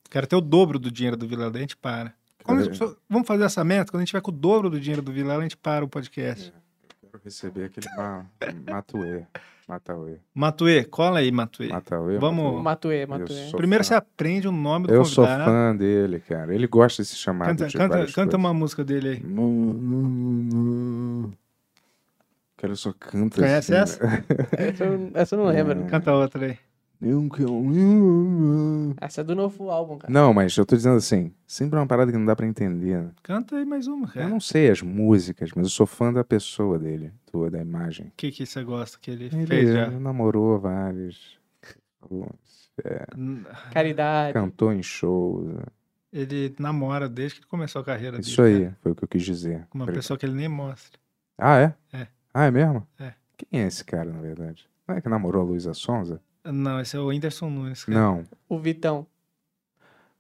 Quero ter o dobro do dinheiro do Vilela, daí a gente para. Quando-
Cadê?
só- vamos fazer essa meta? Quando a gente tiver com o dobro do dinheiro do Vilela, a gente para o podcast.
Quero receber aquele ma... Matuê. Matauê.
Matuê, cola aí, Matuê.
Matauê.
Vamos.
Matuê,
Matuê. Eu sou
Primeiro
fã.
você aprende o nome do
Eu sou
convidado.
fã dele, cara. Ele gosta de se chamar
né? Canta,
de
canta-
várias
canta
coisas.
uma música dele aí.
Nu, nu, nu, nu. Cara, eu só canta
Conhece
assim,
essa?
né?
Essa eu, essa eu não lembro.
Canta outra aí.
Eu que- eu-
Essa é do novo álbum, cara.
Não, mas eu tô dizendo assim, sempre é uma parada que não dá pra entender. né?
Canta aí mais uma, cara.
Eu não sei as músicas, mas eu sou fã da pessoa dele, toda da imagem.
O que, que você gosta que ele,
Ele é-
fez já?
namorou vários, é,
Caridade.
cantou em shows. né?
Ele namora desde que começou a carreira dele.
Isso aí,
cara.
foi o que eu quis dizer.
Com Uma
Obrigado.
pessoa que ele nem mostra.
Ah, é?
É.
Ah, é mesmo?
É.
Quem é esse cara, na verdade? Não é que namorou a Luísa Sonza?
Não, esse é o Whindersson Nunes. Cara.
Não,
O Vitão.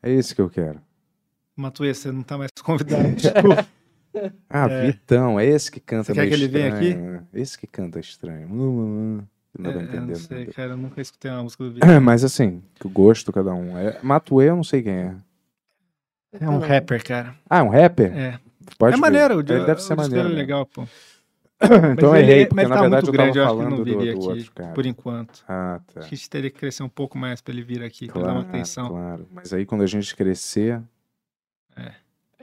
é esse que eu quero.
Matuê, você não tá mais convidado. desculpa.
Ah,
É.
Vitão, é esse que canta
Você quer
meio
que ele venha
estranho, né? Esse que canta estranho. Hum, hum, hum. Não dá pra
É, eu
entender.
não
não
sei,
deu.
cara, eu nunca escutei uma música do Vitor.
Mas assim, que o gosto cada um. É, Matuê, eu não sei quem é.
É um rapper, cara.
Ah, é um rapper?
É.
Pode
é
ver.
maneiro, o,
Ele deve ser
o disco dele
maneiro.
é
né?
legal, pô.
Então
mas
eu errei,
ele,
porque
mas
na
tá
verdade
muito
eu tava
grande, eu acho que ele
falando
não
do,
viria
do
aqui,
outro cara.
por enquanto.
Ah, tá.
Acho que a gente teria que crescer um pouco mais pra ele vir aqui, pra dar
Claro,
uma atenção.
claro. Mas aí quando a gente crescer,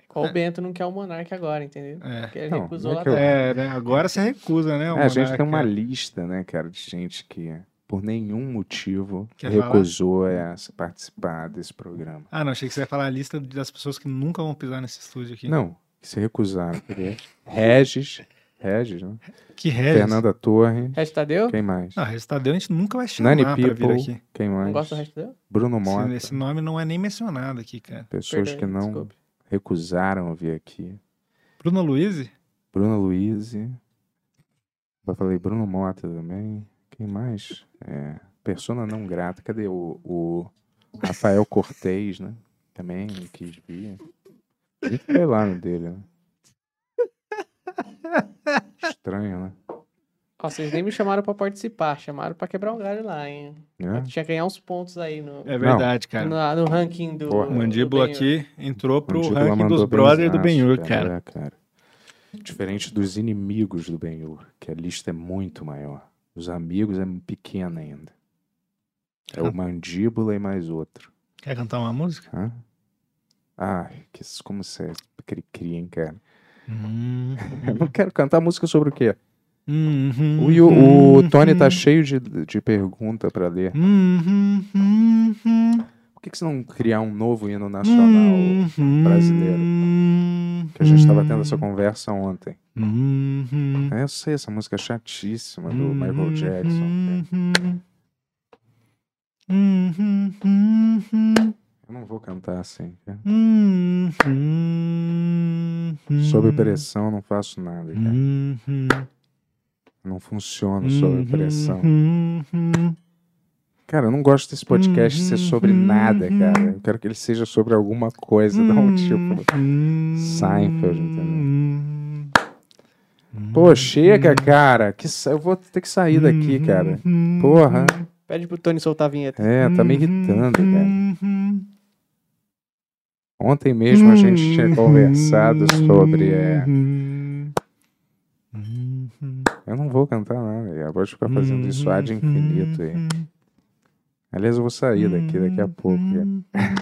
Qual o Bento não quer o Monark agora, entendeu?
É.
Porque ele
Não,
recusou
não é
lá
que eu-
atrás.
É, né? Agora você recusa, né? o
É, a gente
Monarca?
tem uma lista, né, cara, de gente que por nenhum motivo
Quer falar?
recusou a se participar desse programa.
Ah, não, achei que você ia falar a lista das pessoas que nunca vão pisar nesse estúdio aqui.
Não, que se recusaram. quer ver? Regis, Regis, né?
Que Regis?
Fernanda Torre.
Regis Tadeu?
Quem mais?
Não, Ah, Restadeu a gente nunca vai chamar
Nani
pra vir
People.
aqui.
Quem mais?
gosta do Regis Tadeu?
Bruno
Esse-
Mota.
Esse, nome não é nem mencionado aqui, cara.
Pessoas
Perdão,
que não
desculpe.
recusaram vir aqui.
Bruno Luiz?
Bruno Luiz. Eu falei Bruno Mota também. Quem mais? É, persona não grata. Cadê o, o Rafael Cortez, né? Também quis vir. E Sei lá no dele, né? Estranho, né?
Ó, vocês nem me chamaram pra participar, chamaram pra quebrar um galho lá, hein?
É?
Eu tinha que ganhar uns pontos aí no,
É verdade, cara.
na- no ranking do.
Porra.
do
Mandíbula
Ben-Hur.
aqui entrou pro
Mandíbula
ranking
mandou
dos
bem
brothers do
zaço,
Benhur, cara.
é, cara. Diferente dos inimigos do Benhur, que a lista é muito maior. Os amigos é pequena ainda. É
Hum.
o Mandíbula e mais outro.
Quer cantar uma música?
Hã? Ai, que, isso- como você é cri-cri, hein, cara?
Uhum.
Eu não quero cantar música sobre o quê? Uhum. O, Yu-
Uhum.
Uhum,
o Tony tá cheio de, de pergunta pra ler.
Uhum,
Por que, que você não criar um novo hino nacional
Uhum.
brasileiro? Que a gente tava tendo essa conversa ontem. É, Eu sei, essa música é chatíssima do
Uhum.
Uhum.
Michael Jackson. né?
Uhum.
Eu não vou cantar assim. cara. Sob pressão, não faço nada. cara. Não funciona
Uhum.
sob pressão.
Uhum.
Cara, eu não gosto desse podcast ser sobre nada, cara. Eu quero que ele seja sobre alguma coisa, não tipo Seinfeld, entendeu? Pô, chega, cara. Que sa- Eu vou ter que sair daqui, cara. Porra.
Pede pro Tony soltar a vinheta.
É, tá me irritando, cara. Ontem mesmo a gente tinha conversado sobre. é, Eu não vou cantar nada, cara. Pode ficar fazendo isso ad infinito aí. Aliás, eu vou sair daqui daqui a pouco, cara.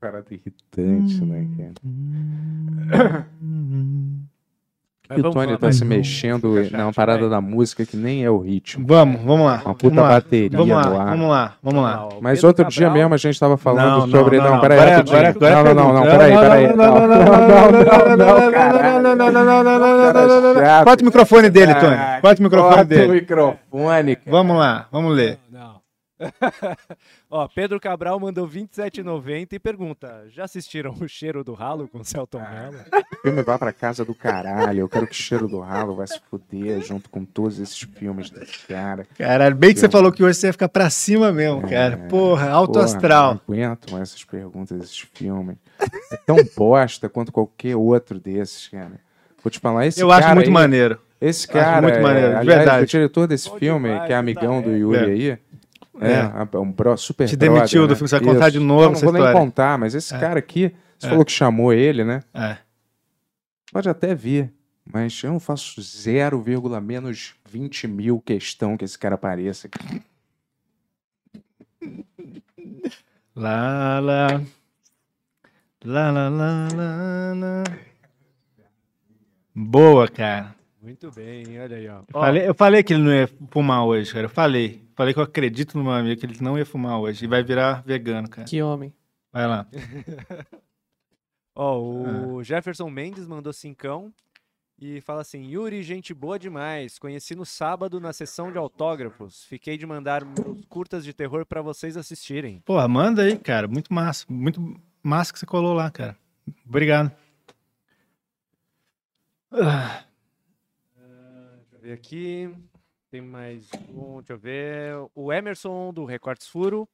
Parada irritante, né, cara?
Mas
E o
vamos
Tony
falar
tá
mais
se
um
mexendo na parada da música que nem é o ritmo.
Vamos, vamos lá.
Uma puta
vamos lá,
bateria
vamos
no
lá,
ar.
vamos lá, vamos
Tá
lá.
Mas outro dia mesmo a gente tava falando
Não, não,
sobre.
não,
Não,
não.
peraí,
Agora-
rapidinho.
agora- agora é
não, não, não,
pergunta.
peraí,
Não, não,
peraí.
não, não, não,
não, não, não, não, não,
Não, não, não, não, não, não, não, não, não, não, não.
chato.
Corta o microfone dele, Tony. Corta o microfone
Corta o
dele.
microfone, cara.
Vamos lá, vamos ler.
Ó, Pedro Cabral mandou 27,90 e pergunta: já assistiram o cheiro do ralo com Celton Mello?
Filme vá pra casa do caralho. Eu quero que o cheiro do ralo vai se fuder junto com todos esses filmes desse cara.
Caralho, bem que você
Eu-
falou que hoje você ia ficar pra cima mesmo, cara. Porra, alto
É, Porra,
astral.
Não aguento mais essas perguntas, esses filmes. É tão bosta quanto qualquer outro desses, cara. Vou te falar, esse
Eu acho
cara
muito
aí-
maneiro.
Esse
Acho
cara,
muito
é,
maneiro, de
aliás,
verdade.
o diretor desse filme, que é amigão do Yuri aí, é,
É.
um bro, super
Te
brother,
demitiu do
né?
filme, você vai contar de
Isso.
novo
Não, não
essa
vou nem
história.
contar, mas esse
É.
cara aqui, você
É.
falou que chamou ele, né?
É.
Pode até vir, mas eu não faço 0, menos 20 mil questão que esse cara apareça.
Lá, lá. Lá, lá, lá, lá, lá. Boa, cara.
Muito bem, olha aí, ó.
Eu falei, eu falei que ele não ia fumar hoje, cara. Eu falei. Falei que eu acredito no meu amigo que ele não ia fumar hoje. E vai virar vegano, cara.
Que homem.
Vai lá.
Ó, o Jefferson Mendes mandou cincão e fala assim: Yuri, gente boa demais. Conheci no sábado na sessão de autógrafos. Fiquei de mandar meus curtas de terror pra vocês assistirem.
Porra, manda aí, cara. Muito massa. Muito massa que você colou lá, cara. Obrigado. Ah,
Deixa eu ver aqui. Tem mais um, deixa eu ver. O Emerson do Recortes Furo.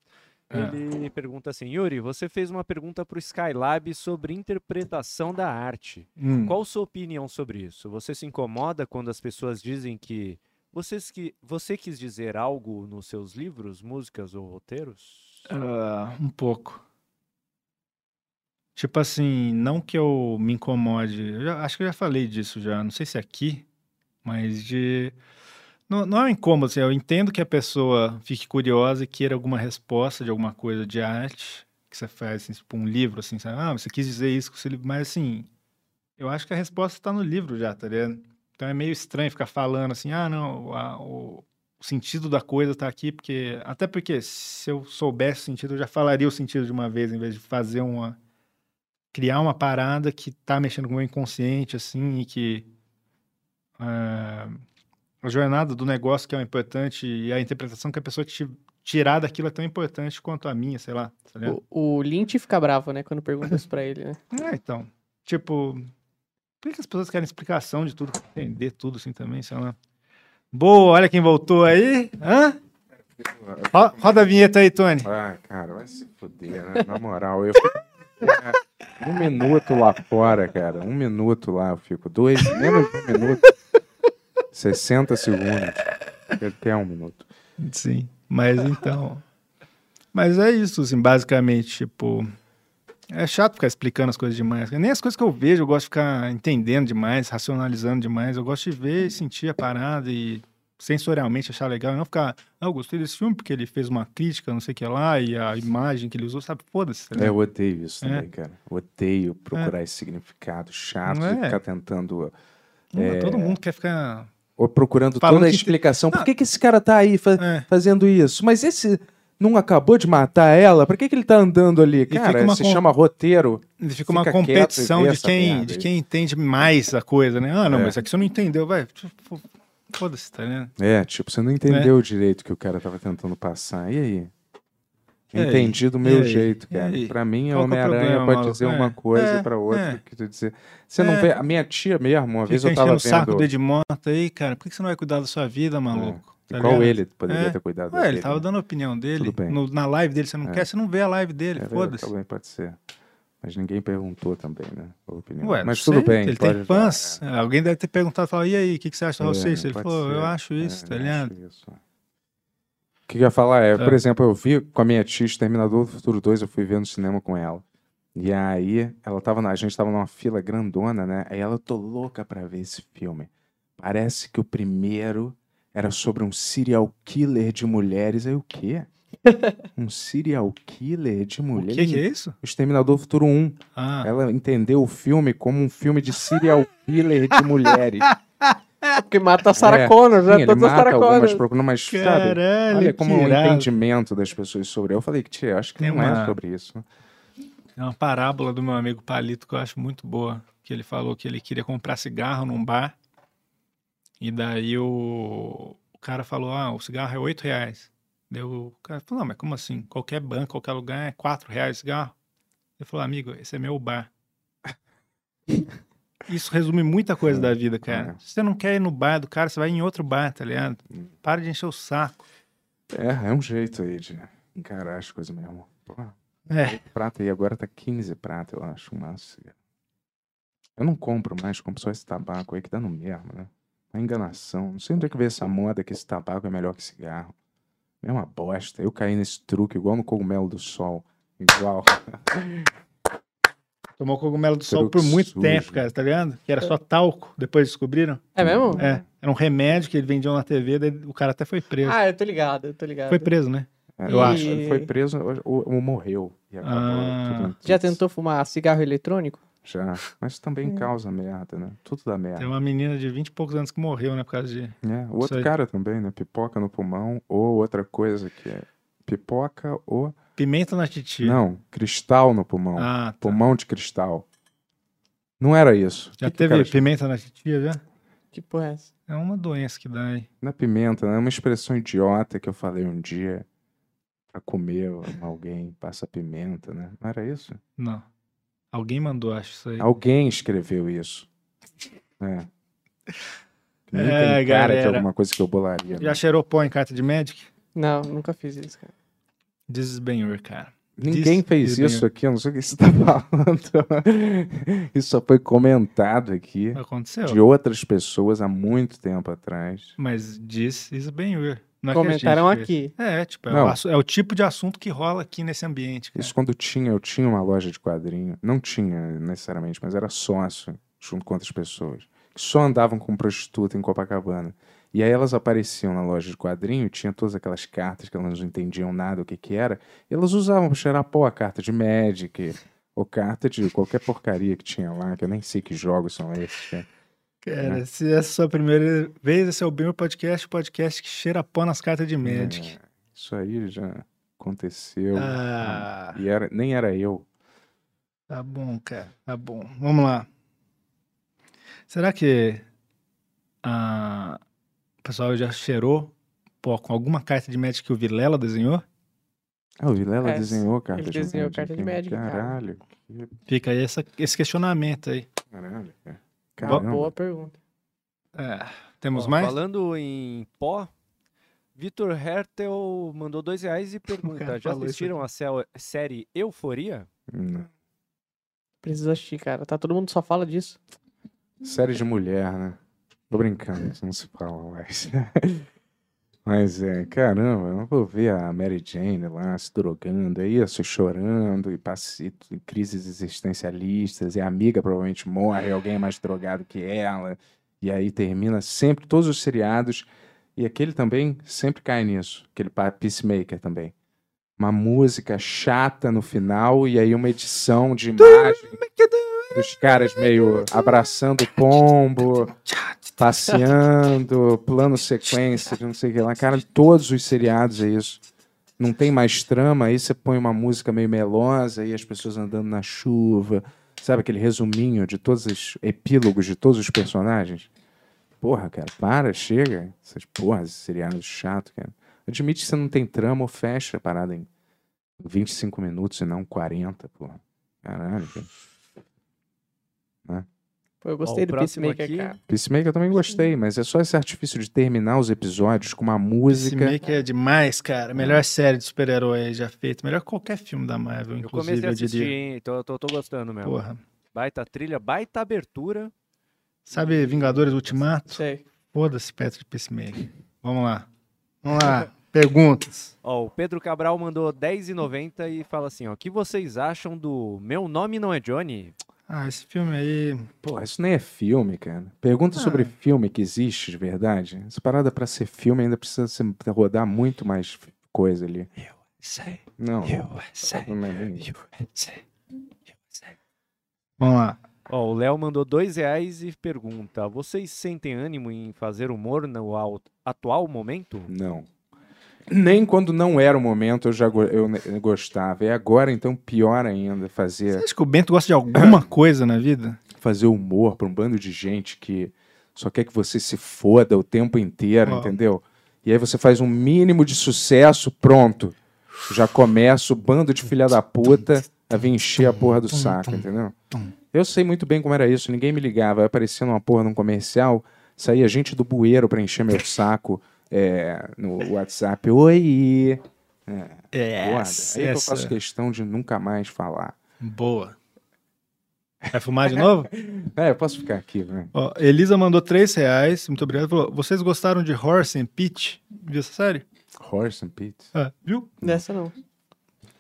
Ah.
Ele pergunta assim: Yuri, você fez uma pergunta pro Skylab sobre interpretação da arte.
Hum.
Qual sua opinião sobre isso? Você se incomoda quando as pessoas dizem que vocês que você quis dizer algo nos seus livros, músicas ou roteiros?
ah, um pouco. Tipo assim, não que eu me incomode. Eu já- acho que eu já falei disso já. Não sei se é aqui, mas de. Não, não é um incômodo, assim, eu entendo que a pessoa fique curiosa e queira alguma resposta de alguma coisa de arte que você faz, assim, tipo um livro, assim, sabe? Ah, você quis dizer isso com esse livro, mas assim, eu acho que a resposta está no livro já, tá ligado? Então é meio estranho ficar falando assim, ah, não, a- o sentido da coisa tá aqui, porque. Até porque se eu soubesse o sentido, eu já falaria o sentido de uma vez, em vez de fazer uma. criar uma parada que tá mexendo com o meu inconsciente, assim, e que. ah, a jornada do negócio que é o importante e a interpretação que a pessoa ti- tirar daquilo é tão importante quanto a minha, sei lá. Tá ligado?
O, o Lynch fica bravo, né? Quando pergunta isso pra ele, né?
É, então. Tipo, por que que as pessoas querem explicação de tudo, entender tudo assim também, sei lá. Boa, olha quem voltou aí. Hã? Ro- Roda a vinheta aí, Tony.
Ah, cara, vai se fuder, né? Na moral, eu fico. É, um minuto lá fora, cara. Um minuto lá eu fico. Dois, menos de um minuto. 60 segundos. Até um minuto.
Sim, mas então. Mas é isso, assim, basicamente, tipo. É chato ficar explicando as coisas demais. né? Nem as coisas que eu vejo, eu gosto de ficar entendendo demais, racionalizando demais. Eu gosto de ver e sentir a parada e sensorialmente achar legal. E não ficar, ah, eu gostei desse filme porque ele fez uma crítica, não sei o que lá, e a imagem que ele usou, sabe? Foda-se. tá
É, eu
ligado?
odeio isso
É.
também, cara. Odeio procurar esse significado chato
Não
de
é?
ficar tentando.
Não,
é,
Todo mundo quer ficar.
ou procurando
falando
toda a
que- É.
explicação. Por que, que esse cara tá aí fa- fazendo isso? Mas esse não acabou de matar ela? Por que, que ele tá andando ali? Cara,
fica uma
se
com-
chama roteiro.
Fica, uma
quieto e vê
competição de
essa
quem,
merda
de
aí.
quem entende mais a coisa, né? Ah, não,
É.
mas aqui você não entendeu, vai. tipo, Foda-se, tá ligado?
É, tipo, você não
Né?
entendeu direito que o cara tava tentando passar. E aí?
E aí?
Entendi do
E
meu
aí?
jeito,
E
cara.
aí?
Pra
Qual
mim,
que é o
Homem-Aranha
problema,
pode
maluco?
dizer
É,
uma coisa
é,
pra
é.
outra que tu dizer. Você não
É.
vê. A minha tia mesmo, uma vez
Fica
eu tava
enchendo o
vendo.
saco do Edmota aí, cara. Por que que você não vai cuidar da sua vida, maluco? Tá
E qual
ligado? É.
ele poderia ter cuidado
Ué,
da
ele
dele,
tava
né?
dando a opinião dele.
Tudo bem.
no- na live dele, você não
É.
quer, você não vê a live dele,
É,
foda-se.
Também pode ser. Mas ninguém perguntou também, né? a opinião.
Ué,
Mas
não
tudo
sei,
bem.
Ele
pode
tem
ajudar.
fãs. Alguém deve ter perguntado, falou, e aí, o que, que você acha do
É,
Raul Seixas? Ele
pode
falou, eu
ser.
acho isso,
É,
tá
eu
ligado?
O que eu ia falar é, por
É.
exemplo, eu vi com a minha tia Exterminador do Futuro 2, eu fui ver no cinema com ela. E aí, ela tava na, a gente tava numa fila grandona, né? Aí ela, eu tô louca pra ver esse filme. Parece que o primeiro era sobre um serial killer de mulheres. Aí o quê? Um serial killer de mulheres?
que que é isso?
O Exterminador do Futuro 1.
Ah.
Ela entendeu o filme como um filme de serial killer de mulheres.
Porque mata a Sarah
É,
Connor, né?
sim, ele
Todas as
mata
Sarah
algumas
Connor.
procuram, mas sabe,
Caralho,
olha como
que
é o
irado.
entendimento das pessoas sobre. Eu falei que tia, acho que
Tem
não
uma-
é sobre isso. né?
É uma parábola do meu amigo Palito que eu acho muito boa. Que ele falou que ele queria comprar cigarro num bar. E daí o, o cara falou: Ah, o cigarro é 8 reais. Daí o cara falou, não, mas como assim? Qualquer banco, qualquer lugar é 4 reais cigarro? Ele falou, amigo, esse é meu bar. Isso resume muita coisa da vida,
É.
cara. Se você não quer ir no bar do cara, você vai em outro bar, tá ligado?
Hum.
Para de encher o saco.
É, é um jeito aí de encarar as coisas mesmo. Pô,
É.
Prata aí agora tá 15 prata, eu acho, um maço. de cigarro. Eu não compro mais, compro só esse tabaco aí que dá no mesmo, né? Uma enganação. Não sei onde é que veio essa moda que esse tabaco é melhor que cigarro. É uma bosta. Eu caí nesse truque igual no cogumelo do sol. Igual.
Tomou cogumelo do sol
Truque
por muito
sujo.
tempo, cara, tá ligado? Que era só talco, depois descobriram.
É mesmo?
É. Era um remédio que ele vendiam na TV, daí o cara até foi preso.
Ah, eu tô ligado, eu tô ligado.
foi preso, né?
É,
Eu acho.
Ele foi preso ou, ou morreu. E acabou
Ah.
tudo em
Já tentou fumar cigarro eletrônico?
Já. Mas também
É.
causa merda, né? Tudo dá merda.
Tem É uma menina de 20 e poucos anos que morreu, né, por causa de...
É, o
Isso
outro
aí.
cara também, né? Pipoca no pulmão ou outra coisa que é pipoca ou...
Pimenta na titia.
Não, cristal no pulmão.
Ah, tá.
Pulmão de cristal. Não era isso.
Já
O que que o
teve
cara-
pimenta na titia, já?
Que porra é essa?
É uma doença que dá, hein?
Não é pimenta, né? É uma expressão idiota que eu falei um dia pra comer um alguém, passa pimenta, né? Não era isso?
Não. Alguém mandou, acho, isso aí.
Alguém escreveu isso. É. Nem
É,
tem cara de
galera.
alguma coisa que eu bolaria. né?
Já cheirou pó em carta de médico?
Não, nunca fiz isso, cara.
Desesbenhor, cara.
Ninguém
This
fez
is Benhor.
isso aqui, eu não sei o que você está falando. Isso só foi comentado aqui
Aconteceu.
de outras pessoas há muito tempo atrás.
Mas disse isso bem, Will. Não é que a
Comentaram
gente fez.
aqui.
É, tipo, é,
Não.
o, assu- é o tipo de assunto que rola aqui nesse ambiente. Cara.
Isso quando tinha, eu tinha uma loja de quadrinho. Não tinha necessariamente, mas era sócio junto com outras pessoas. Que só andavam com prostituta em Copacabana. E aí elas apareciam na loja de quadrinho, e tinha todas aquelas cartas que elas não entendiam nada o que que era. E elas usavam pra cheirar pó, a carta de Magic, ou carta de qualquer porcaria que tinha lá, que eu nem sei que jogos são esses. Cara.
Cara,
É.
se essa é a sua primeira vez, esse é o Benhor Podcast, o podcast que cheira pó nas cartas de
É.
Magic.
É, Isso aí já aconteceu.
Ah.
E era, nem era eu.
Tá bom, cara. Tá bom. Vamos lá. Será que ah, o pessoal já cheirou pó com alguma carta de Magic que o Vilela desenhou?
Ah, o Vilela
É,
desenhou carta
ele
de
desenhou
Magic,
carta de
hein?
Magic, cara.
Caralho. que
Fica aí essa- esse questionamento aí.
Caralho. cara.
Boa,
Caramba.
boa pergunta.
É, temos
Ó,
mais?
Falando em pó, Vitor Hertel mandou dois reais e pergunta:
cara
já
falou isso
assistiram a sé- série Euforia?
Hum.
Preciso assistir, cara. Tá todo mundo só fala disso.
Série de mulher, né? Tô brincando, isso não se fala mais. Mas é, caramba, eu não vou ver a Mary Jane lá se drogando, é isso, chorando e, passe, e crises existencialistas, e a amiga provavelmente morre, alguém é mais drogado que ela, e aí termina sempre todos os seriados, e aquele também sempre cai nisso, aquele pa- Peacemaker também. Uma música chata no final, e aí uma edição de imagem dos caras meio abraçando o pombo, passeando, plano sequência, de não sei o que lá. Cara, todos os seriados é isso. Não tem mais trama, aí você põe uma música meio melosa e as pessoas andando na chuva. Sabe aquele resuminho de todos os epílogos de todos os personagens? Porra, cara, para, chega. Essas porras, esse seriado chato, cara. Admite que você não tem trama ou fecha a parada em 25 minutos e não 40, porra. Caralho, cara. Né?
Pô, eu
Ó,
gostei
o
do
próximo
Peacemaker,
aqui-
cara.
Peacemaker eu também gostei, mas é só esse artifício de terminar os episódios com uma
Esse
música.
make é demais, cara. Melhor série de super-herói aí já feita. Melhor que qualquer filme da Marvel,
Eu comecei
inclusive,
a
eu
assistir,
diria.
hein? Tô, tô, tô gostando mesmo.
Porra.
Baita trilha, baita abertura.
Sabe Vingadores Ultimato?
Sei.
Foda-se, Petro de Peacemaker. Vamos lá. Vamos lá. Perguntas.
Ó, o Pedro Cabral mandou 10,90 e fala assim: ó, o que vocês acham do Meu Nome Não É Johnny?
Ah, esse filme aí.
Pô, isso nem é filme, cara. Pergunta
Ah.
sobre filme que existe de verdade. Essa parada pra ser filme ainda precisa se rodar muito mais coisa ali.
Sei.
Não.
sei.
não é nem-
Vamos lá.
Ó, o Léo mandou dois reais e pergunta: vocês sentem ânimo em fazer humor no au- atual momento?
Não. Nem quando não era o momento eu já go- eu ne- gostava. E agora, então, pior ainda, fazer.
Acho que o Bento gosta de alguma coisa na vida.
fazer humor para um bando de gente que só quer que você se foda o tempo inteiro,
Ó.
entendeu? E aí você faz um mínimo de sucesso, pronto. Já começa o bando de filha da puta a vir encher a porra do saco, entendeu? Eu sei muito bem como era isso, ninguém me ligava. Eu aparecia numa porra num comercial, saía gente do bueiro pra encher meu saco é, no WhatsApp. Oi! É, guarda. Aí que eu
essa.
faço questão de nunca mais falar.
Boa. Vai fumar de novo?
É, eu posso ficar aqui, né?
Ó, Elisa mandou três reais, muito obrigado. Falou, vocês gostaram de Horse and Pete? Viu essa série?
Horse and Pete.
Ah, viu?
Dessa não.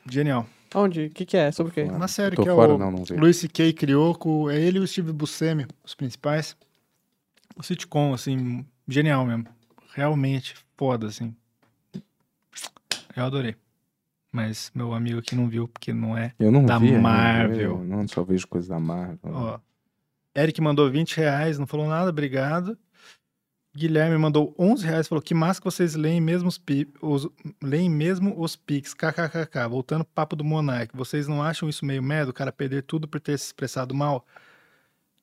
Genial.
Onde? O que, que é? Sobre o quê?
Na série
tô
que é
fora,
o
não, não vi.
Luis C.K. criou, com, é ele e o Steve Buscemi, os principais. Um sitcom, assim, genial mesmo. Realmente foda, assim. Eu adorei. Mas meu amigo aqui não viu, porque não é
Eu não
da
vi. né?
Marvel.
Eu não, só vejo coisa da Marvel.
Ó, Eric mandou 20 reais, não falou nada, obrigado. Guilherme mandou 11 reais, falou que massa que vocês leem mesmo os, pi, os- leem mesmo os Pix, kkkk. Voltando pro papo do Monark, vocês não acham isso meio merda, o cara perder tudo por ter se expressado mal?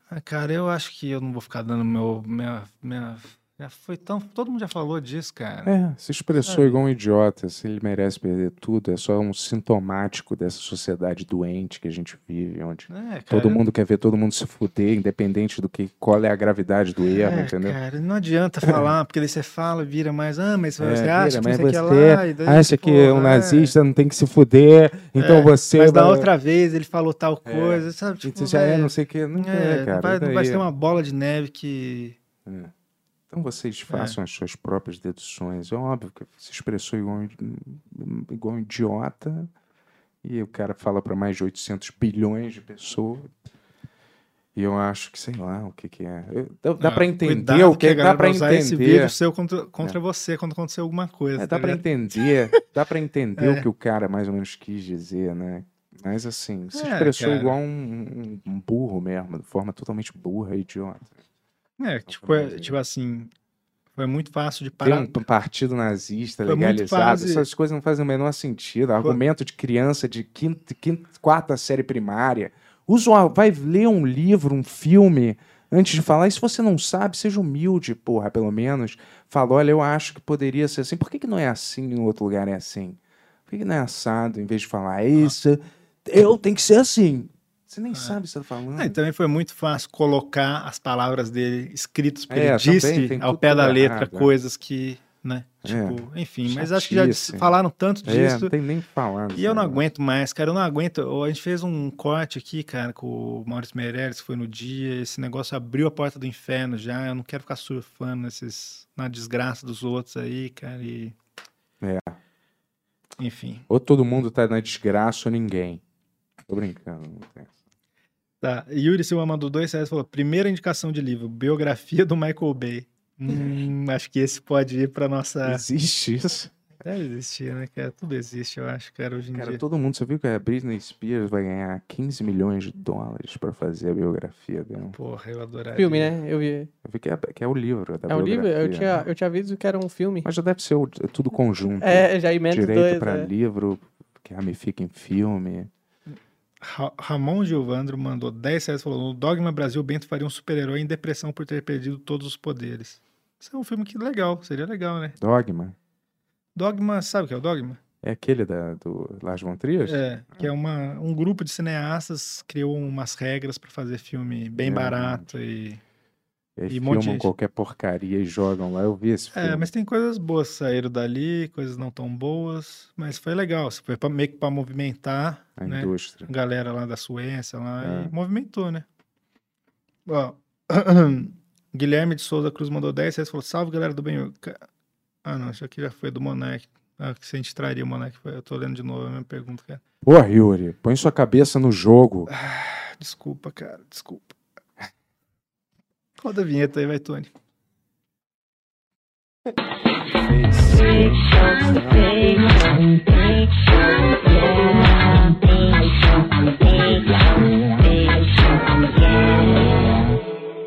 Ah, cara, eu acho que eu não vou ficar dando meu... Minha, minha, já foi tão... Todo mundo já falou disso, cara.
É, se expressou
Ah.
igual um idiota, se ele merece perder tudo, é só um sintomático dessa sociedade doente que a gente vive, onde
É, cara.
todo mundo quer ver todo mundo se fuder, independente do que, qual é a gravidade do erro,
É,
entendeu?
cara, não adianta falar, porque daí você fala, vira mais, ah, mas você
É,
acha
vira,
que
mas
não sei o que
você
lá, e daí,
acha que um
porra, é.
nazista não tem que se fuder, então
É,
você.
Mas da
vai-
outra vez ele falou tal
É.
coisa, sabe? Tipo,
Você já é,
velho,
não sei o que. Não
é,
é, cara.
Não vai, não vai
daí-
ser uma bola de neve que. É.
É. Então vocês façam as suas próprias deduções. É óbvio que se expressou igual, um- igual um idiota e o cara fala para mais de 800 bilhões de pessoas. E eu acho que sei lá o que que é. Eu- Dá, dá
Ah,
para entender
cuidado
o que
a galera
dá para
vai usar
entender.
esse vídeo seu contra, contra você quando acontecer alguma coisa.
É,
tá
dá para
ligado?
entender, dá para entender
É.
o que o cara mais ou menos quis dizer, né? Mas assim, se
É,
expressou
cara.
igual um, um- um burro mesmo, de forma totalmente burra e idiota. um
É, tipo, é, tipo assim. Foi muito fácil de
Tem
parar.
um p- partido nazista
Foi muito
legalizado.
fase-
Essas coisas não fazem o menor sentido. Argumento de criança de quinta, quinta, quarta série primária. Usa uma- vai ler um livro, um filme, antes de falar. E se você não sabe, seja humilde, porra, pelo menos. Fala, olha, eu acho que poderia ser assim. Por que, que não é assim e no outro lugar é assim? Por que, que não é assado, em vez de
Ah.
falar "É isso? Eu tenho que ser assim. Você nem sabe o que você tá falando.
Ah, e também foi muito fácil colocar as palavras dele escritas que
É,
ele
também
disse
tem
ao
tudo
pé da letra,
errado, é.
coisas que, né?
É.
Tipo, enfim, mas acho que já disse-
Chatice.
falaram tanto
É,
disso.
não tem nem o que falar.
E eu não aguento mais, cara, eu não aguento. Ó, A gente fez um corte aqui, cara, com o Maurício Meirelles, que foi no dia. Esse negócio abriu a porta do inferno já. Eu não quero ficar surfando nesses, na desgraça dos outros aí, cara. E,
É.
enfim.
Ou todo mundo tá na desgraça ou ninguém. Tô brincando. não tem.
Tá. Yuri Silva mandou dois reais e falou: primeira indicação de livro, biografia do Michael Bay. Hum, acho que esse pode ir pra nossa.
Existe isso?
Deve existir, né, cara? Tudo existe, eu acho, cara, hoje em
Cara,
dia.
todo mundo, você viu que a Britney Spears vai ganhar 15 milhões de dólares pra fazer a biografia dela.
Porra, eu adoraria.
Filme, né? Eu vi.
Eu vi que é, que é o livro da
É um livro? Eu
biografia,
tinha,
né?
eu tinha visto que era um filme.
Mas já deve ser o- tudo conjunto.
É, já emenda os
Direito
dois,
pra
é.
livro, que ramifica em filme.
Ra- Ramon Gilvandro mandou 10 reais e falou: No Dogma Brasil, Bento faria um super-herói em depressão por ter perdido todos os poderes. Isso é um filme que legal, seria legal, né?
Dogma.
Dogma, sabe o que é o Dogma?
É aquele da, do Lars von Trier?
É, que é uma, um grupo de cineastas criou umas regras pra fazer filme bem
É.
barato e.
E aí
e um monte de
filmam
gente.
qualquer porcaria e jogam lá. Eu vi esse filme.
É, mas tem coisas boas que saíram dali, coisas não tão boas, mas foi legal. assim, Foi pra- meio que pra movimentar
A
né,
indústria.
a galera lá da Suécia lá,
É.
e movimentou, né? Ó, Guilherme de Souza Cruz mandou 10 reais e falou: Salve galera do bem. Ca- Ah, não, isso aqui já foi do Monark. Ah, que se a gente traria o Monark, foi- eu tô lendo de novo a mesma pergunta, cara.
Porra, Yuri, põe sua cabeça no jogo.
Ah, Desculpa, cara, desculpa. Roda a vinheta aí, vai, Tony.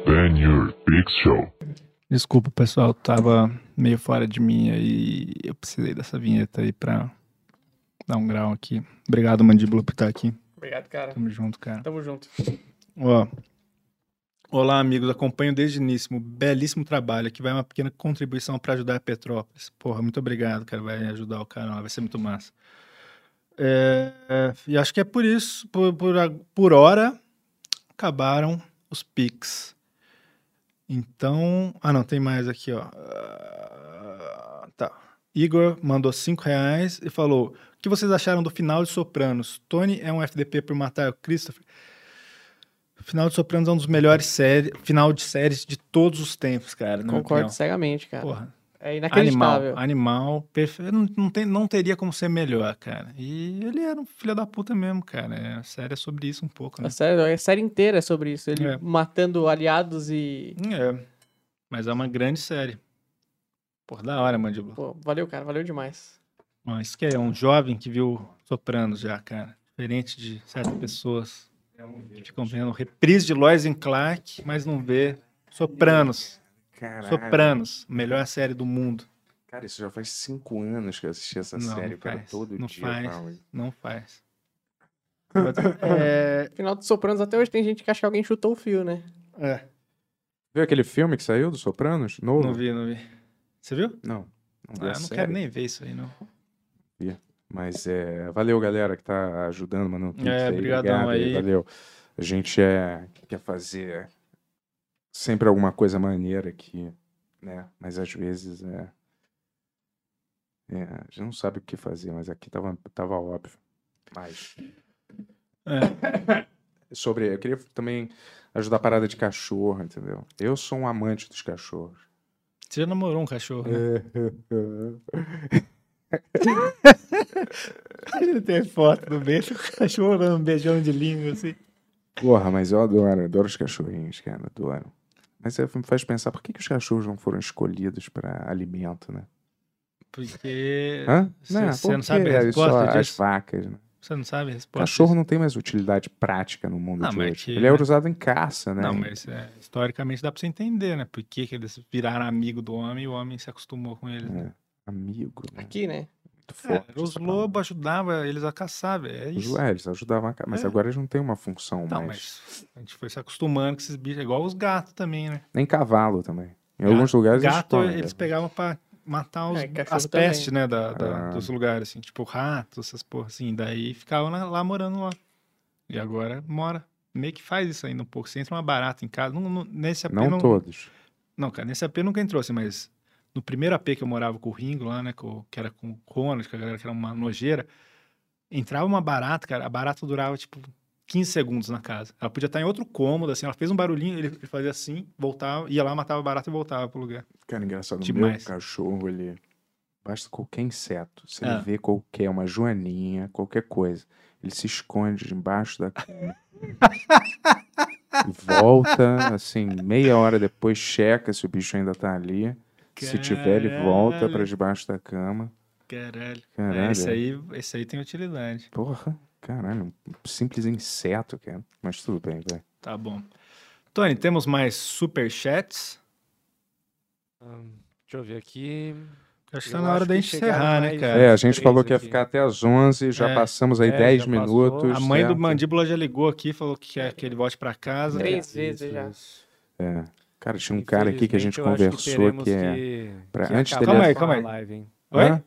Ben Yurt Big Show.
Desculpa, pessoal, tava meio fora de mim aí. Eu precisei dessa vinheta aí pra dar um grau aqui. Obrigado, Mandíbula, por estar aqui.
Obrigado, cara.
Tamo junto, cara.
Tamo junto.
Ó, Olá, amigos. Acompanho desde o início. Belíssimo trabalho. Aqui vai uma pequena contribuição para ajudar a Petrópolis. Porra, muito obrigado, cara. Vai ajudar o canal. Vai ser muito massa. É, é, e acho que é por isso. Por, por, a- por hora, acabaram os pics. Então. Ah, não, tem mais aqui, ó. Ah, tá. Igor mandou 5 reais e falou: O que vocês acharam do final de Sopranos? Tony é um FDP por matar o Christopher? Final de Sopranos é um dos melhores série, final de séries de todos os tempos, cara. na minha
Concordo
opinião.
cegamente, cara.
Porra.
É
Animal,
inacreditável.
animal, perfeito. Não, não, tem- não teria como ser melhor, cara. E ele era um filho da puta mesmo, cara. É, A série é sobre isso um pouco, né?
A série, a série inteira é sobre isso. Ele
É.
matando aliados e.
É. Mas é uma grande série. Por da hora, Mandíbula.
Pô, valeu, cara. Valeu demais.
Ó, Isso que é um jovem que viu Sopranos já, cara. Diferente de certas pessoas que ficam vendo reprise de Lois and Clark, mas não vê Sopranos.
Caralho.
Sopranos, melhor série do mundo.
Cara, isso já faz cinco anos que eu assisti essa
Não,
série,
não
cara.
faz,
Todo
não
dia.
faz.
Paulo.
Não faz.
É... Final de Sopranos até hoje tem gente que acha que alguém chutou o fio, né?
É.
Viu aquele filme que saiu do Sopranos? Novo?
Não vi, não vi. Você viu?
Não. Não, vi
Ah,
a
eu não
série.
quero nem ver isso aí, não.
Via. Mas é, valeu, galera, que tá ajudando, mano. Pix
É,
aí,
brigadão
obrigado
aí.
Valeu. A gente é, quer fazer sempre alguma coisa maneira aqui, né? Mas às vezes é. é, a gente não sabe o que fazer, mas aqui tava, tava óbvio. Mas. Sobre. Eu queria também ajudar a parada de cachorro, entendeu? Eu sou um amante dos cachorros.
Você já namorou um cachorro, né? Ele tem foto do beijo, o cachorro dando um beijão de língua, assim.
Porra, mas eu adoro, adoro os cachorrinhos, cara, adoro. Mas é, me faz pensar, por que, que os cachorros não foram escolhidos para alimento, né?
Porque
Hã?
você você É, não
porque
sabe a
é só
resposta
as
disso?
vacas, né?
Você não sabe a resposta
Cachorro não tem mais utilidade prática no mundo
Não,
de
mas
hoje.
que- né?
Ele é usado em caça, né?
Não, mas é, historicamente dá pra você entender, né? Por que, que eles viraram amigo do homem e o homem se acostumou com eles. né?
É, amigo, né?
Aqui, né?
É, os lobos ajudavam eles a caçar, velho. É
Os-
isso.
é, eles ajudavam a caça, mas
É.
agora eles não têm uma função
Não,
mais.
mas a gente foi se acostumando com esses bichos. É igual os gatos também, né?
Nem cavalo também. Em alguns lugares eles
Ah, Gato
comem,
eles
né?
pegavam pra matar os-
É, cachorro
as pestes,
também.
né? da- da-
Ah.
Dos lugares, assim. Tipo rato, essas porra assim. Daí ficavam na- lá morando lá. E agora mora. Meio que faz isso ainda um pouco. Você entra uma barata em casa. Não, não- nesse AP
Não todos.
Não, cara, nesse AP nunca entrou, assim, mas no primeiro AP que eu morava com o Ringo lá, né, com- que era com o Ronald, que a galera que era uma nojeira, entrava uma barata, cara, a barata durava, tipo, 15 segundos na casa. Ela podia estar em outro cômodo, assim, ela fez um barulhinho, ele, ele fazia assim, voltava, ia lá, matava a barata e voltava pro lugar.
Cara, engraçado,
Demais.
o meu cachorro, ele... Basta qualquer inseto. Se ele
Ah.
vê qualquer, uma joaninha, qualquer coisa, ele se esconde embaixo da cama. E volta, assim, meia hora depois, checa se o bicho ainda tá ali. Se tiver, ele volta pra
Caralho.
debaixo da cama.
Caralho.
Caralho.
É, esse aí, esse aí tem utilidade.
Porra, caralho, um simples inseto, cara. Mas tudo bem, velho.
Tá bom. Tony, temos mais superchats?
Ahn, Hum, deixa eu ver aqui.
Acho que
Eu
tá na hora da
que
gente
chegaram
encerrar, né,
mais
cara?
É, a gente
três
falou que ia
aqui.
ficar até as 11, já
É.
passamos aí
É,
10
já passou.
minutos.
A mãe do
certo?
Mandíbula já ligou aqui, falou que quer que ele volte pra casa.
Três vezes já.
É. Cara, tinha um cara aqui que a gente
Infelizmente, eu acho
conversou que,
teremos
é.
que-
pra-
que
antes dele.
acabar
Calma aí,
com
calma
a
aí.
live, hein?
Oi?
Hã?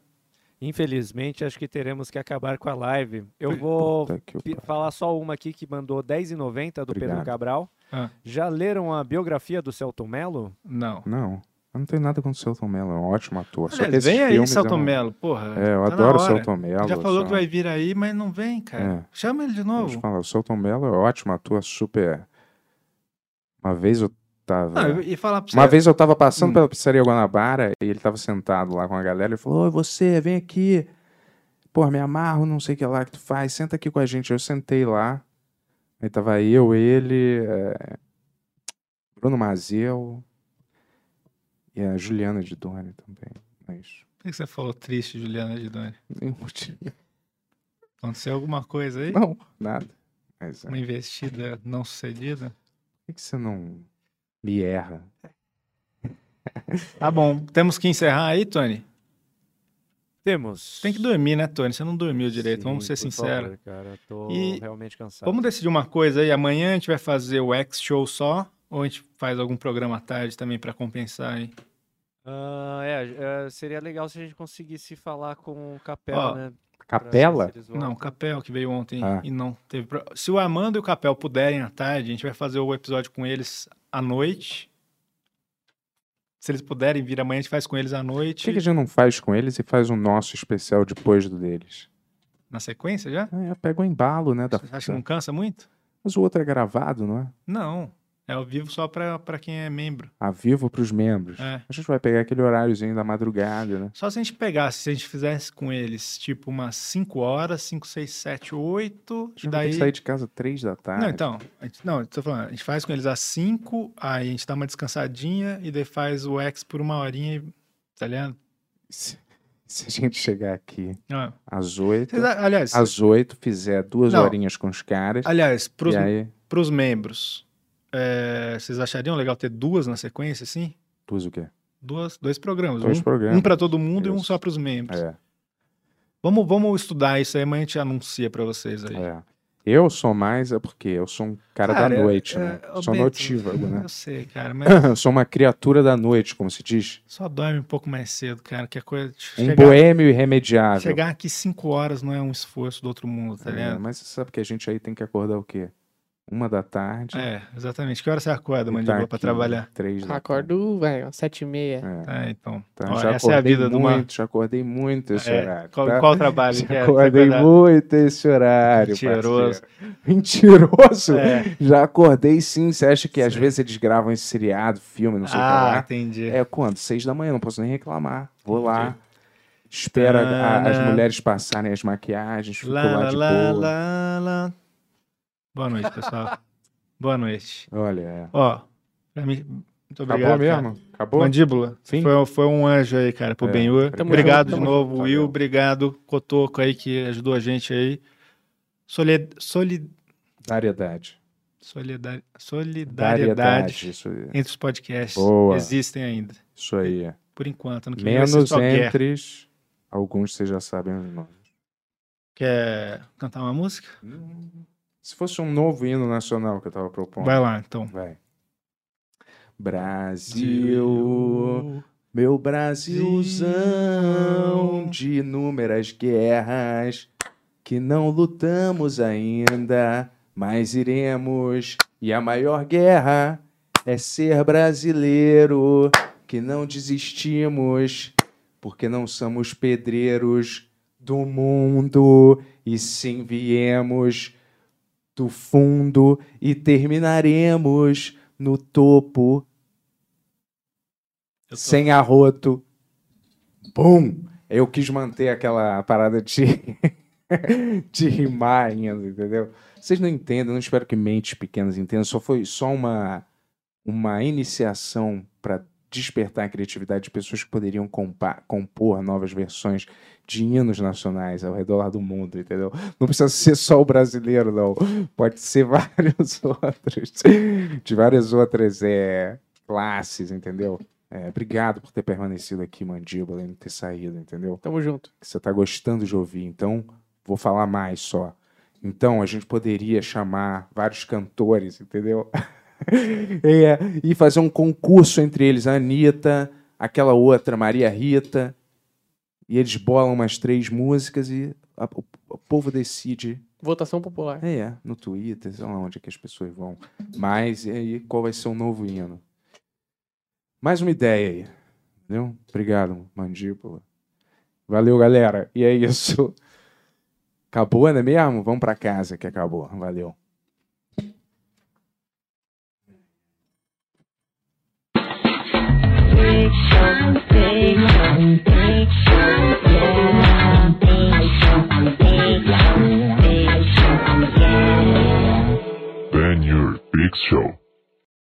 Infelizmente, acho que teremos que acabar com a live. Eu vou
Puta que eu
fi- falar só uma aqui que mandou 10,90 do
Obrigado.
Pedro Cabral.
Ah.
Já leram a biografia do Celton Mello?
Não.
Não. Eu não tenho nada contra o Celton Mello, é um ótimo ator. Só
Aliás,
que esses
vem aí,
filmes eu
Celton
não-
Mello, porra.
É, eu
tá na
adoro o
hora.
Celton Mello.
Já falou
só- é.
que vai vir aí, mas não vem, cara. Chama ele de
Vou te
novo.
falar, o Celton Mello é um ótimo ator, super. Uma vez eu tava.
Não, eu ia falar pra você. Hum.
Uma vez eu tava passando pela pizzaria Guanabara e ele tava sentado lá com a galera e falou: Ô, você, vem aqui. Pô, me amarro, não sei o que lá que tu faz, senta aqui com a gente. Eu sentei lá. Aí tava eu, ele, é, Bruno Mazel e a Juliana de Doni também. Mas.
Por que você falou triste, Juliana de Doni?
Nenhum motivo.
Aconteceu alguma coisa aí?
um Não, nada. Mas é.
Uma investida não sucedida?
Por que, que você não me erra?
Tá bom, temos que encerrar aí, Tony?
Temos.
Tem que dormir, né, Tony? Você não dormiu direito, vamos ser
por
sinceros.
favor, cara, eu tô
E
realmente cansado.
Vamos decidir uma coisa aí. Amanhã a gente vai fazer o X Show só. Ou a gente faz algum programa à tarde também pra compensar, hein?
Ah, é, é, seria legal se a gente conseguisse falar com o Capela,
Ó,
né? Pra ver se
Capela?
eles
Não, o
voltam.
Capel que veio ontem
Ah.
e não teve. pro- Se o Amanda e o Capel puderem à tarde, a gente vai fazer o episódio com eles à noite. Se eles puderem vir amanhã, a gente faz com eles à
Por
noite.
que, que a gente não faz com eles e faz o nosso especial depois do deles?
Na sequência já?
É, pega o embalo, né? Da...
Você acha que não cansa muito?
Mas o outro é gravado, não é?
Não. É ao vivo só pra, pra quem é membro.
A vivo pros membros.
É.
A gente vai pegar aquele horáriozinho da madrugada, né?
Só se a gente pegasse, se a gente fizesse com eles, tipo, umas 5 horas, 5, 6, 7, 8.
A
E
gente vai ter
daí.
que sair de casa três da tarde.
Não, então, a gente, não, eu tô falando, a gente faz com eles às 5, aí a gente dá uma descansadinha e daí faz o X por uma horinha, e- tá ligado?
Se, se a gente chegar aqui
Ah.
às oito,
Vocês a- aliás-
às oito fizer duas
Não.
horinhas com os caras.
Aliás, pros,
E aí,
pros membros, é, vocês achariam legal ter duas na sequência, assim?
pus o quê?
Duas, dois programas.
Dois
um,
programas.
Um pra todo mundo e um
Isso.
só pros membros.
É.
Vamos, vamos estudar isso aí, amanhã a gente anuncia pra vocês aí.
É. Eu sou mais, é porque eu sou um cara,
Cara,
da noite,
é,
né?
ô,
sou
Bento,
notívago, né?
Eu sei, cara, mas
Eu sou uma criatura da noite, como se diz.
só dorme um pouco mais cedo, cara, que a coisa...
Um
chegar-
boêmio irremediável.
Chegar aqui 5 horas não é um esforço do outro mundo, tá
É,
ligado?
mas você sabe que a gente aí tem que acordar o quê? Uma da tarde.
É, exatamente. Que hora você acorda,
e
mandíbula,
tá
pra
aqui
trabalhar?
Três da
Acordo, velho, às sete e meia.
tarde.
É, então.
Tá,
Ó,
já
essa é a
acordei
vida do
muito,
mar.
já acordei muito esse
É,
horário.
qual-
tá?
qual trabalho
Já
que é?
acordei
Você acorda-
muito esse horário,
Mentiroso.
parceiro. Mentiroso?
É.
Já acordei sim. Você acha que às vezes eles gravam esse seriado, filme, não sei o que
Ah,
lá?
entendi.
É quando? Seis da manhã, não posso nem reclamar. Vou lá. Espera a-
Tá,
as
né?
mulheres passarem as maquiagens, fico
Lá,
lá,
lá,
de
lá,
boa.
lá, lá. Boa noite, pessoal. Boa noite.
Olha, é.
Ó, pra mim. Muito
Acabou
obrigado.
mesmo?
cara.
Acabou?
Mandíbula.
Fim?
Foi, foi um anjo aí, cara, pro
É,
Benhur.
tamo
Obrigado
junto,
de
tamo
novo,
junto,
Will.
valeu.
Obrigado, Cotoco aí, que ajudou a gente aí. Solid... Solid...
Variedade.
Solidar... Solidariedade
Variedade, isso aí.
entre os podcasts
Boa.
existem ainda.
Isso aí.
Por enquanto, ano que vem vai ser
Menos
só guerra.
entre alguns vocês já sabem os nomes.
Quer cantar uma música?
Hum, Se fosse um novo hino nacional que eu tava propondo.
Vai lá, então.
Vai. Brasil, meu Brasilzão de inúmeras guerras que não lutamos ainda, mas iremos. E a maior guerra é ser brasileiro, que não desistimos, porque não somos pedreiros do mundo, e sim viemos do fundo e terminaremos no topo sem arroto. Bum! Eu quis manter aquela parada de, de rimar ainda, entendeu? Vocês não entendem, eu não espero que mentes pequenas entendam. Só foi só uma, uma iniciação para despertar a criatividade de pessoas que poderiam compa- compor novas versões de hinos nacionais ao redor do mundo, entendeu? Não precisa ser só o brasileiro, não. Pode ser vários outros, de várias outras é, classes, entendeu? É, obrigado por ter permanecido aqui, Mandíbula, e não ter saído, entendeu?
Tamo junto.
que você está gostando de ouvir. Então, vou falar mais só. Então, a gente poderia chamar vários cantores, entendeu? É, e fazer um concurso entre eles, a Anitta, aquela outra, Maria Rita. E eles bolam umas três músicas e a- o, o povo decide.
Votação popular.
É, é, no Twitter, sei lá onde é que as pessoas vão. Mas, e aí, qual vai ser o novo hino? Mais uma ideia aí. Entendeu? Obrigado, mandíbula. Valeu, galera. E é isso. Acabou, não é mesmo? Vamos pra casa que acabou. Valeu.